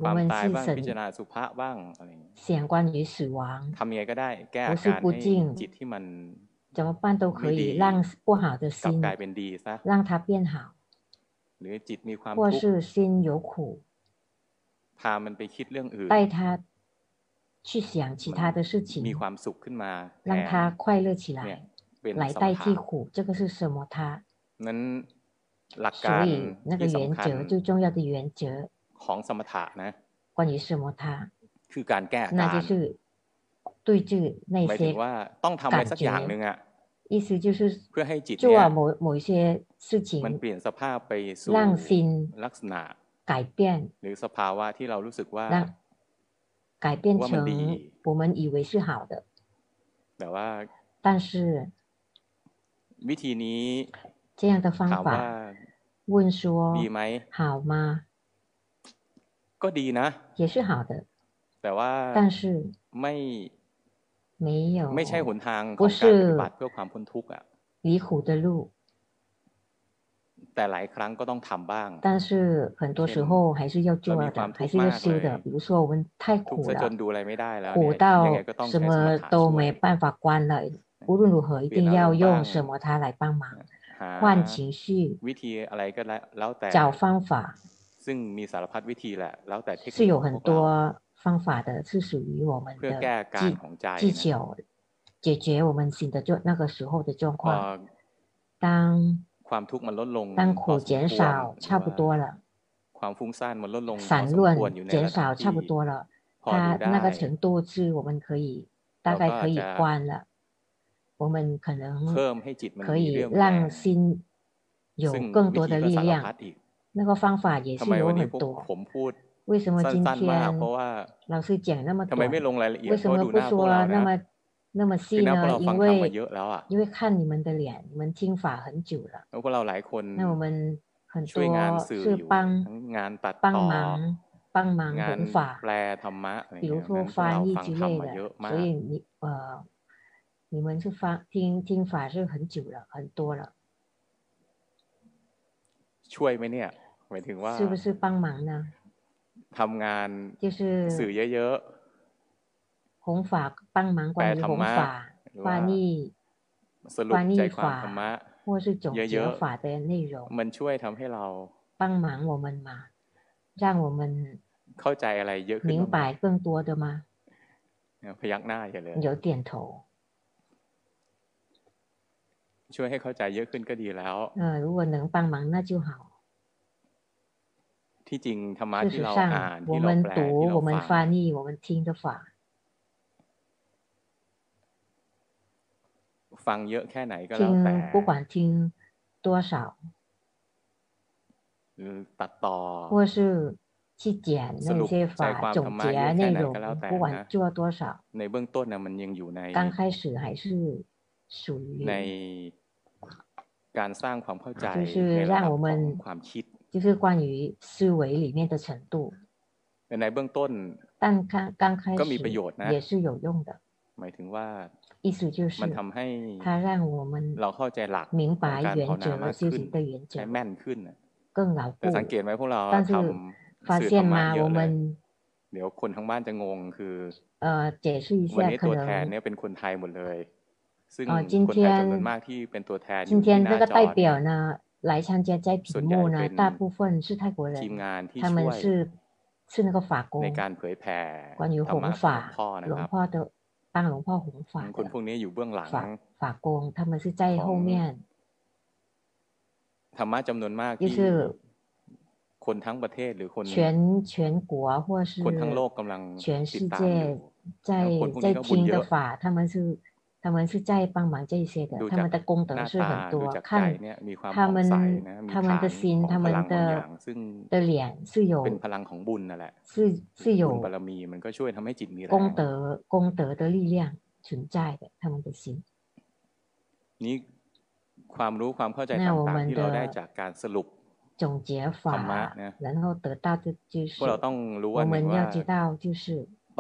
Speaker 1: ค
Speaker 2: 我
Speaker 1: วาม
Speaker 2: 们
Speaker 1: ตาย
Speaker 2: 是
Speaker 1: บ้างพิจาร
Speaker 2: 神
Speaker 1: ณาสุภาพบ้างอะไรอย่างเงี้ย
Speaker 2: 想关于死亡，
Speaker 1: ทำยังไงก็ได้ แก้
Speaker 2: โอ้
Speaker 1: อา
Speaker 2: สุ
Speaker 1: การ
Speaker 2: กุ
Speaker 1: ให้
Speaker 2: จริง
Speaker 1: จิตที่มัน
Speaker 2: 怎么办都
Speaker 1: ไม่
Speaker 2: 可以
Speaker 1: ดี
Speaker 2: 让不好
Speaker 1: ก
Speaker 2: 的
Speaker 1: ลับ
Speaker 2: 心
Speaker 1: กลายเป็นดีซะ
Speaker 2: 让它变好，
Speaker 1: หรือจิตมีความ
Speaker 2: 或
Speaker 1: ทุกข์
Speaker 2: 是心有苦，
Speaker 1: พามันไปคิดเรื่องอื่น
Speaker 2: 带它去想其他的事
Speaker 1: มี
Speaker 2: 情
Speaker 1: ค，วามสุขขึ้นมาแทน
Speaker 2: 让它快乐起
Speaker 1: เนี่ย
Speaker 2: 来，
Speaker 1: เป็น
Speaker 2: 来
Speaker 1: สม
Speaker 2: 代
Speaker 1: ถะ
Speaker 2: 替苦，这个是什么它？
Speaker 1: นั้นหลักการ
Speaker 2: 所以那个
Speaker 1: ที่
Speaker 2: 原
Speaker 1: สำคัญ
Speaker 2: 则最重要的原则，
Speaker 1: ของสมถะนะ
Speaker 2: 关于什么它，
Speaker 1: คือการแก้อา
Speaker 2: 那
Speaker 1: การ
Speaker 2: 就是对治那
Speaker 1: หมายถึ
Speaker 2: 些
Speaker 1: งว่าต้องทำอะไร
Speaker 2: 感
Speaker 1: สักอย่างหนึ่ง
Speaker 2: 觉，
Speaker 1: อะ
Speaker 2: 意思就是
Speaker 1: เพื่อให้จิตเนี่ย
Speaker 2: 做某某一些事情
Speaker 1: มัน，เปลี่ยนสภาพไปสู่
Speaker 2: 让心
Speaker 1: ลักษณะ
Speaker 2: 改变，
Speaker 1: หรือสภาวะที่เรารู้สึกว่า
Speaker 2: 让改变
Speaker 1: 啊我们
Speaker 2: 成
Speaker 1: 理
Speaker 2: 我们以为是好的，
Speaker 1: แต่ว่า
Speaker 2: 但是
Speaker 1: วิธีนี้
Speaker 2: 这样的
Speaker 1: ถาม
Speaker 2: 方
Speaker 1: ว่า
Speaker 2: 法，问说
Speaker 1: ดีไหม
Speaker 2: 好吗？
Speaker 1: ก็ดีนะ
Speaker 2: 也是好的，
Speaker 1: แต่ว่า
Speaker 2: 但是
Speaker 1: ไม่
Speaker 2: 没有
Speaker 1: ไม่ใช่หนทางของการปฏิบัติเพื่อความพ้นทุกข์อ่ะ
Speaker 2: 离苦的路，
Speaker 1: แต่หลายครั้งก็ต้องทำบ้าง
Speaker 2: 但是很多时候还是要做
Speaker 1: เรามีความ
Speaker 2: 的，
Speaker 1: ทุกข์
Speaker 2: 还是要
Speaker 1: มาก
Speaker 2: 修的。
Speaker 1: เลย
Speaker 2: 比如说我们太
Speaker 1: ทุกข์
Speaker 2: 苦
Speaker 1: ซะจน
Speaker 2: 了，
Speaker 1: ดูอะไรไม่ได้แล้ว
Speaker 2: 苦
Speaker 1: เนี่ยยังไง
Speaker 2: 到
Speaker 1: ก็ต้อง
Speaker 2: 什
Speaker 1: ใช้สม
Speaker 2: 么
Speaker 1: ถะ
Speaker 2: 都
Speaker 1: ช่วย
Speaker 2: 没办法关了，无论如何一
Speaker 1: เปลี่ยน
Speaker 2: 定
Speaker 1: อาร
Speaker 2: 要
Speaker 1: มณ์บ้าง
Speaker 2: 用什么它来帮忙，
Speaker 1: หา
Speaker 2: 换情绪，
Speaker 1: วิธีอะไรก็แล้วแต่
Speaker 2: 找方法。
Speaker 1: ซึ่งมีสารพัดวิธีแหละ แล้วแต่เทคนิค
Speaker 2: 是有
Speaker 1: ข
Speaker 2: 很
Speaker 1: องพวกเรา
Speaker 2: 多方法的，是属于我们
Speaker 1: เพื่อแก้
Speaker 2: 的
Speaker 1: อาการ
Speaker 2: 技
Speaker 1: ของใจ
Speaker 2: 技
Speaker 1: นะ
Speaker 2: 巧，解决我们心的状那个时候的状
Speaker 1: พอ
Speaker 2: 况。当
Speaker 1: ความทุกข์มันลดลง
Speaker 2: 当
Speaker 1: พอ
Speaker 2: 苦
Speaker 1: สมค
Speaker 2: 减
Speaker 1: วรห
Speaker 2: 少
Speaker 1: รือ
Speaker 2: 差不
Speaker 1: ว่า
Speaker 2: 多了，
Speaker 1: ความฟุ้งซ่านมันลดลงพอ
Speaker 2: 散
Speaker 1: สมควรอยู่
Speaker 2: 乱
Speaker 1: ใน
Speaker 2: 减
Speaker 1: ระดับ
Speaker 2: 少
Speaker 1: ที่
Speaker 2: 差不多了，
Speaker 1: พอดู
Speaker 2: 它
Speaker 1: ได้
Speaker 2: 那个程度是我们可以大
Speaker 1: เรา
Speaker 2: 概
Speaker 1: ก็
Speaker 2: 可以
Speaker 1: อาจจะ
Speaker 2: 关了。我们可能
Speaker 1: เพิ่มให้จิตมัน
Speaker 2: 可
Speaker 1: มี
Speaker 2: 以
Speaker 1: เรี่ยวมีแรง
Speaker 2: 让心有
Speaker 1: ซึ่ง
Speaker 2: 更多
Speaker 1: วิธี
Speaker 2: 的
Speaker 1: ก็
Speaker 2: 力
Speaker 1: สารพั
Speaker 2: 量
Speaker 1: ดอีก
Speaker 2: 那个方法也
Speaker 1: ทำ
Speaker 2: 是
Speaker 1: ไม
Speaker 2: 有
Speaker 1: วันนี้
Speaker 2: 很
Speaker 1: พวก
Speaker 2: 多。
Speaker 1: ผมพูด
Speaker 2: 为什么今
Speaker 1: สั้นๆมาก
Speaker 2: 天
Speaker 1: เพราะว่า
Speaker 2: 老师讲那么
Speaker 1: ทำไม
Speaker 2: 短
Speaker 1: ไม่ลงรายละเอียด
Speaker 2: 为
Speaker 1: เพ
Speaker 2: 什
Speaker 1: ราะ
Speaker 2: 么
Speaker 1: ดูห
Speaker 2: 不
Speaker 1: น้าพว
Speaker 2: 说
Speaker 1: กเรา
Speaker 2: 那
Speaker 1: นะ
Speaker 2: 么那么
Speaker 1: คือ
Speaker 2: 细
Speaker 1: หน้าพวกเรา
Speaker 2: 呢？
Speaker 1: ฟั
Speaker 2: 因
Speaker 1: งทำมาเย
Speaker 2: 为
Speaker 1: อะแล้วอ่ะ
Speaker 2: 因为看你们的脸，你们听法很久了，
Speaker 1: แล้วพวกเราหลายคน
Speaker 2: 那我们很
Speaker 1: ช่วยงาน
Speaker 2: 多
Speaker 1: สื่อ
Speaker 2: 是
Speaker 1: อยู่
Speaker 2: 帮
Speaker 1: ทั้งงานตัด
Speaker 2: 帮
Speaker 1: ต่อ
Speaker 2: 忙帮忙
Speaker 1: งาน
Speaker 2: 弘法
Speaker 1: แปล，ธรรมะอะไร
Speaker 2: 比
Speaker 1: เงี้
Speaker 2: 如
Speaker 1: ยเพราะฉะ
Speaker 2: 说
Speaker 1: นั้นพวกเราฟังทำ
Speaker 2: 翻译之类
Speaker 1: มาเยอะ
Speaker 2: 的，
Speaker 1: มา
Speaker 2: 所
Speaker 1: ก
Speaker 2: 以你呃你们是发听听法是很久了，很多了，
Speaker 1: ช่วยไหมเนี่ยหมายถึงว่า
Speaker 2: 是不是帮忙呢？
Speaker 1: ทำงาน
Speaker 2: 就
Speaker 1: สื่อ
Speaker 2: 是
Speaker 1: เยอะ
Speaker 2: 弘法帮忙
Speaker 1: ๆ แปล
Speaker 2: 关于
Speaker 1: ธรร
Speaker 2: 弘
Speaker 1: มะ
Speaker 2: 法、
Speaker 1: หรือว่า
Speaker 2: 翻译
Speaker 1: สรุป
Speaker 2: 翻
Speaker 1: ใจ
Speaker 2: 译
Speaker 1: ความธรรมะ
Speaker 2: 法或是总
Speaker 1: เย
Speaker 2: 结
Speaker 1: อะ
Speaker 2: 法的内容。
Speaker 1: ๆ มันช่วยทำให้เรา
Speaker 2: 帮忙我们嘛，让我们
Speaker 1: เข้าใจอะไรเยอะขึ้น
Speaker 2: 明
Speaker 1: บ้างไหม
Speaker 2: 白更多的吗？
Speaker 1: เนี่ยพยักหน้าอย่าเลย
Speaker 2: 有点头。
Speaker 1: ช่วยให้เข้าใจเยอะขึ้นก็ดีแล้ว
Speaker 2: 呃，如果能帮忙那就好。
Speaker 1: ที่จริงธรรมะ
Speaker 2: 事
Speaker 1: ที่
Speaker 2: 实
Speaker 1: เราอ่าน
Speaker 2: 上，我
Speaker 1: ที่เรา
Speaker 2: 们
Speaker 1: แปลที่
Speaker 2: 读、
Speaker 1: เรา
Speaker 2: 我们
Speaker 1: ฟัง
Speaker 2: 翻译、我们听的法，
Speaker 1: ฟังเยอะแค่ไหนก็แล้วแต่
Speaker 2: 听不管听多少，
Speaker 1: หรือตัดต่อ
Speaker 2: 或是去剪
Speaker 1: สรุ
Speaker 2: 那
Speaker 1: ป
Speaker 2: 些
Speaker 1: ใจความ
Speaker 2: 法，
Speaker 1: ธรร
Speaker 2: 总
Speaker 1: มะ
Speaker 2: 结
Speaker 1: เยอะแค่
Speaker 2: 内
Speaker 1: ไหน
Speaker 2: 容
Speaker 1: ก็แล้วแต่，
Speaker 2: 不
Speaker 1: นะ
Speaker 2: 管做多少，
Speaker 1: ในเบื้องต้นนะมันยังอยู่ใน
Speaker 2: 刚开始还是属于
Speaker 1: ในการสร้างความเข้าใจ
Speaker 2: 就是
Speaker 1: ในระดับ
Speaker 2: 让我
Speaker 1: ของ
Speaker 2: 们
Speaker 1: ความคิด
Speaker 2: 就是关于思维里面的程度，
Speaker 1: แต่ในเบื้องต้น
Speaker 2: 但刚刚开
Speaker 1: ก็มีประโย
Speaker 2: 始
Speaker 1: ชน์นะ
Speaker 2: 也是有用的。
Speaker 1: หมายถึงว่า
Speaker 2: 意思就是
Speaker 1: มันทำให้
Speaker 2: 它让我们
Speaker 1: เราเข้าใจหลัก
Speaker 2: 明
Speaker 1: ของ
Speaker 2: 白
Speaker 1: การภาว
Speaker 2: 原
Speaker 1: นามาก
Speaker 2: 则、修
Speaker 1: ขึ้น
Speaker 2: 行的原则
Speaker 1: ใช้，แม่นขึ้นน่ะ
Speaker 2: 更牢固
Speaker 1: แต่。 สังเกตไหมพวกเรา
Speaker 2: ตั้งชื่
Speaker 1: ท
Speaker 2: อ
Speaker 1: ำสื่อธรรมะเยอะ
Speaker 2: ฟาเซียนมาโอ
Speaker 1: เล
Speaker 2: มั
Speaker 1: ย
Speaker 2: น
Speaker 1: เดี๋ยวคนทั้งบ้านจะงงคือ
Speaker 2: 呃，解释一
Speaker 1: วัน
Speaker 2: 下，
Speaker 1: นี้
Speaker 2: 可
Speaker 1: ตัวแทน
Speaker 2: 能
Speaker 1: เนี่ยเป็นคนไทยหมดเลย ซึ่งค
Speaker 2: 呃，
Speaker 1: น
Speaker 2: 今
Speaker 1: ไทยจำนวน
Speaker 2: 天
Speaker 1: มากที่เป็นตัวแทนอยู่
Speaker 2: 今
Speaker 1: ที่
Speaker 2: 天
Speaker 1: ห
Speaker 2: 这
Speaker 1: น้า
Speaker 2: 个
Speaker 1: จอ
Speaker 2: 代
Speaker 1: เนี่ย
Speaker 2: 表呢来参加摘
Speaker 1: ส่
Speaker 2: 屏
Speaker 1: วนใหญ่
Speaker 2: 幕呢，
Speaker 1: เป็น
Speaker 2: 大部分是泰国
Speaker 1: ทีม
Speaker 2: 人，
Speaker 1: งานที่
Speaker 2: 他
Speaker 1: ช่
Speaker 2: 们
Speaker 1: วย
Speaker 2: 是是那个法
Speaker 1: ใน
Speaker 2: 工，
Speaker 1: การเผยแผ่
Speaker 2: 关于
Speaker 1: ธรรมะของหลว
Speaker 2: 弘
Speaker 1: ง
Speaker 2: 法，
Speaker 1: พ่อนะค
Speaker 2: 龙
Speaker 1: รับ
Speaker 2: 婆的帮龙婆弘
Speaker 1: อื
Speaker 2: 法
Speaker 1: มคนพ
Speaker 2: 的
Speaker 1: วกนี้อยู่เบื้องหลัง
Speaker 2: 法法工，他们是
Speaker 1: ข
Speaker 2: 在
Speaker 1: อง
Speaker 2: 后面，
Speaker 1: ธรรมะจำนวนมาก
Speaker 2: 就
Speaker 1: ที่
Speaker 2: 是
Speaker 1: คนทั้งประเทศหรือคน
Speaker 2: 全全国或
Speaker 1: คนทั้งโล
Speaker 2: 是
Speaker 1: กกำลัง
Speaker 2: 全
Speaker 1: ติด
Speaker 2: 世
Speaker 1: ตามอยู่
Speaker 2: 界在
Speaker 1: คนพวก
Speaker 2: 在
Speaker 1: นี้ก็บุญ
Speaker 2: 听
Speaker 1: เย
Speaker 2: 的
Speaker 1: อะ
Speaker 2: 法，他们是他们是在帮忙这些的，
Speaker 1: ดู
Speaker 2: 他
Speaker 1: จาก
Speaker 2: 们的功
Speaker 1: ห
Speaker 2: 德
Speaker 1: น้า
Speaker 2: 是
Speaker 1: ตา
Speaker 2: 很
Speaker 1: ดู
Speaker 2: 多，
Speaker 1: จากใจ
Speaker 2: 看
Speaker 1: เนี่ยมีความ
Speaker 2: 他
Speaker 1: ผ่องใส
Speaker 2: 们
Speaker 1: นะมี
Speaker 2: 他们
Speaker 1: ฐา
Speaker 2: 的
Speaker 1: น
Speaker 2: 心，
Speaker 1: ของ
Speaker 2: 他
Speaker 1: พลัง
Speaker 2: 们
Speaker 1: บางอย่าง
Speaker 2: 的
Speaker 1: ซึ่ง
Speaker 2: 的脸是
Speaker 1: เป็น
Speaker 2: 有
Speaker 1: พลังของบุญนั่นแหละ
Speaker 2: 是是
Speaker 1: บุญบาร
Speaker 2: 有
Speaker 1: มีมันก็ช่วยทำให้จิตมีแร
Speaker 2: 功
Speaker 1: ง
Speaker 2: 德功德的力量存在的，他们的心。
Speaker 1: นี่ความรู้ความเข้าใจ
Speaker 2: 那我
Speaker 1: ต่างๆ
Speaker 2: 们
Speaker 1: ที่เราได้
Speaker 2: 的
Speaker 1: จากการสรุป
Speaker 2: 总结
Speaker 1: ธรรมะ
Speaker 2: 法，
Speaker 1: นะ
Speaker 2: 然后得到的就
Speaker 1: พวกเรา
Speaker 2: 是
Speaker 1: ต้องรู้
Speaker 2: 我
Speaker 1: ว่าหนึ่ง
Speaker 2: 们
Speaker 1: ว่า
Speaker 2: 要知道，就是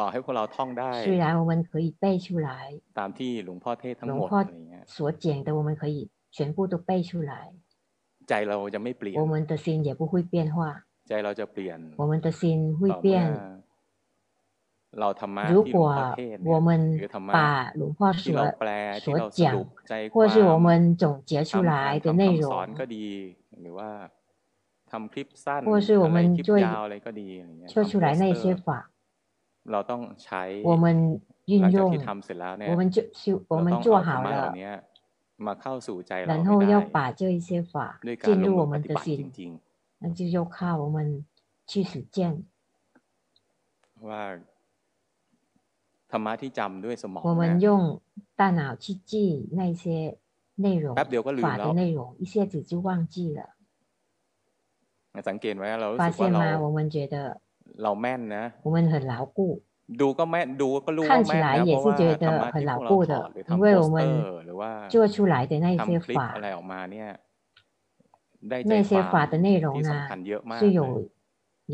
Speaker 1: ต่อให้พวกเราท่องได้
Speaker 2: 虽然我们可以背出来。
Speaker 1: ตามที่หลวงพ่อเทศทั้ง
Speaker 2: 龙
Speaker 1: หมด
Speaker 2: 婆
Speaker 1: อะไรเงี้ย
Speaker 2: 所讲的，我们可以全部都背出来，
Speaker 1: ใจเราจะไม่เปลี่ยน
Speaker 2: 我们的心也不会变化，
Speaker 1: ใจเราจะเปลี่ยน
Speaker 2: 我们的心会
Speaker 1: ต่อเมื่อ
Speaker 2: 变。
Speaker 1: เราธรรมะ
Speaker 2: 如
Speaker 1: ที่หลวงพ่อ
Speaker 2: 果
Speaker 1: เทศเนี่
Speaker 2: 我
Speaker 1: ยหรือ
Speaker 2: 们
Speaker 1: ธรรมะ
Speaker 2: 把龙婆
Speaker 1: ที่เรา
Speaker 2: 所
Speaker 1: แปลที่
Speaker 2: 所
Speaker 1: เราสรุป
Speaker 2: 讲，
Speaker 1: ใจค
Speaker 2: 或
Speaker 1: วา
Speaker 2: 是我
Speaker 1: ม
Speaker 2: 们总结出
Speaker 1: ทำการ
Speaker 2: 来的
Speaker 1: ทำ
Speaker 2: 内
Speaker 1: คำสอนก็
Speaker 2: 容，
Speaker 1: ดี หรือว่าทำคลิปสั้น
Speaker 2: 或是我
Speaker 1: อะไรค
Speaker 2: 们
Speaker 1: ลิป
Speaker 2: 做
Speaker 1: ยาวอะไรก็ดีอย่างเงี้ย
Speaker 2: 做
Speaker 1: ทำ
Speaker 2: 出
Speaker 1: โป
Speaker 2: 来
Speaker 1: ส
Speaker 2: 那
Speaker 1: เตอ
Speaker 2: 些
Speaker 1: ร์
Speaker 2: 法，
Speaker 1: เราต้องใช้
Speaker 2: 我们
Speaker 1: หลั
Speaker 2: 运
Speaker 1: งจากที่
Speaker 2: 用，
Speaker 1: ทำเสร็จแล้วเนี่
Speaker 2: 我
Speaker 1: ย
Speaker 2: 们就修，我
Speaker 1: เรา
Speaker 2: 们
Speaker 1: ต้องเอา
Speaker 2: 做
Speaker 1: ธรร
Speaker 2: 好
Speaker 1: มะเหล่า
Speaker 2: 了，
Speaker 1: นี้มาเข้าสู่ใจเรา
Speaker 2: 然
Speaker 1: ให้
Speaker 2: 后
Speaker 1: ได้
Speaker 2: 要把这一些法
Speaker 1: ด้วยการ
Speaker 2: 进
Speaker 1: ลง
Speaker 2: 入
Speaker 1: มื
Speaker 2: 我
Speaker 1: อป
Speaker 2: 们
Speaker 1: ฏิ
Speaker 2: 的
Speaker 1: บัติจ
Speaker 2: 心，
Speaker 1: ริง
Speaker 2: 那就要靠我们去实践。
Speaker 1: ๆ ว่าธรรมะที่จำด้วยสมอง
Speaker 2: 我
Speaker 1: เนี่ย
Speaker 2: 们用大脑去记那些内
Speaker 1: แป๊บ
Speaker 2: 容，
Speaker 1: เดียวก็ลืม
Speaker 2: 法
Speaker 1: แล้
Speaker 2: 的
Speaker 1: ว
Speaker 2: 内容，一下子就忘记了。
Speaker 1: สังเกตไว้เรารู้
Speaker 2: 发
Speaker 1: สึกว่า
Speaker 2: 现
Speaker 1: เรา
Speaker 2: 吗？我们觉得
Speaker 1: เราแม่นนะ
Speaker 2: 我们很牢固，
Speaker 1: ดูก็แม่นดูก็รู้ว่า
Speaker 2: 看起
Speaker 1: แม่น
Speaker 2: 来
Speaker 1: นะเพราะ
Speaker 2: 也是
Speaker 1: ว่า
Speaker 2: 觉
Speaker 1: ธรร
Speaker 2: 得
Speaker 1: มะ
Speaker 2: 很
Speaker 1: ที่พ
Speaker 2: 牢
Speaker 1: วกเราถอด
Speaker 2: 固的，
Speaker 1: หรือ
Speaker 2: 因
Speaker 1: ทำโป
Speaker 2: 为我
Speaker 1: สเตอ
Speaker 2: 们
Speaker 1: ร์ หรือว่า
Speaker 2: 做出来的那些
Speaker 1: ทำคลิปอะไร
Speaker 2: 法，
Speaker 1: ออกมาเนี่ย ได้ใจ
Speaker 2: 那
Speaker 1: ค
Speaker 2: 些
Speaker 1: วาม
Speaker 2: 法的内
Speaker 1: ที่
Speaker 2: 容
Speaker 1: สำคั
Speaker 2: 呢，
Speaker 1: ญเยอะมาก
Speaker 2: 是
Speaker 1: เลย
Speaker 2: 有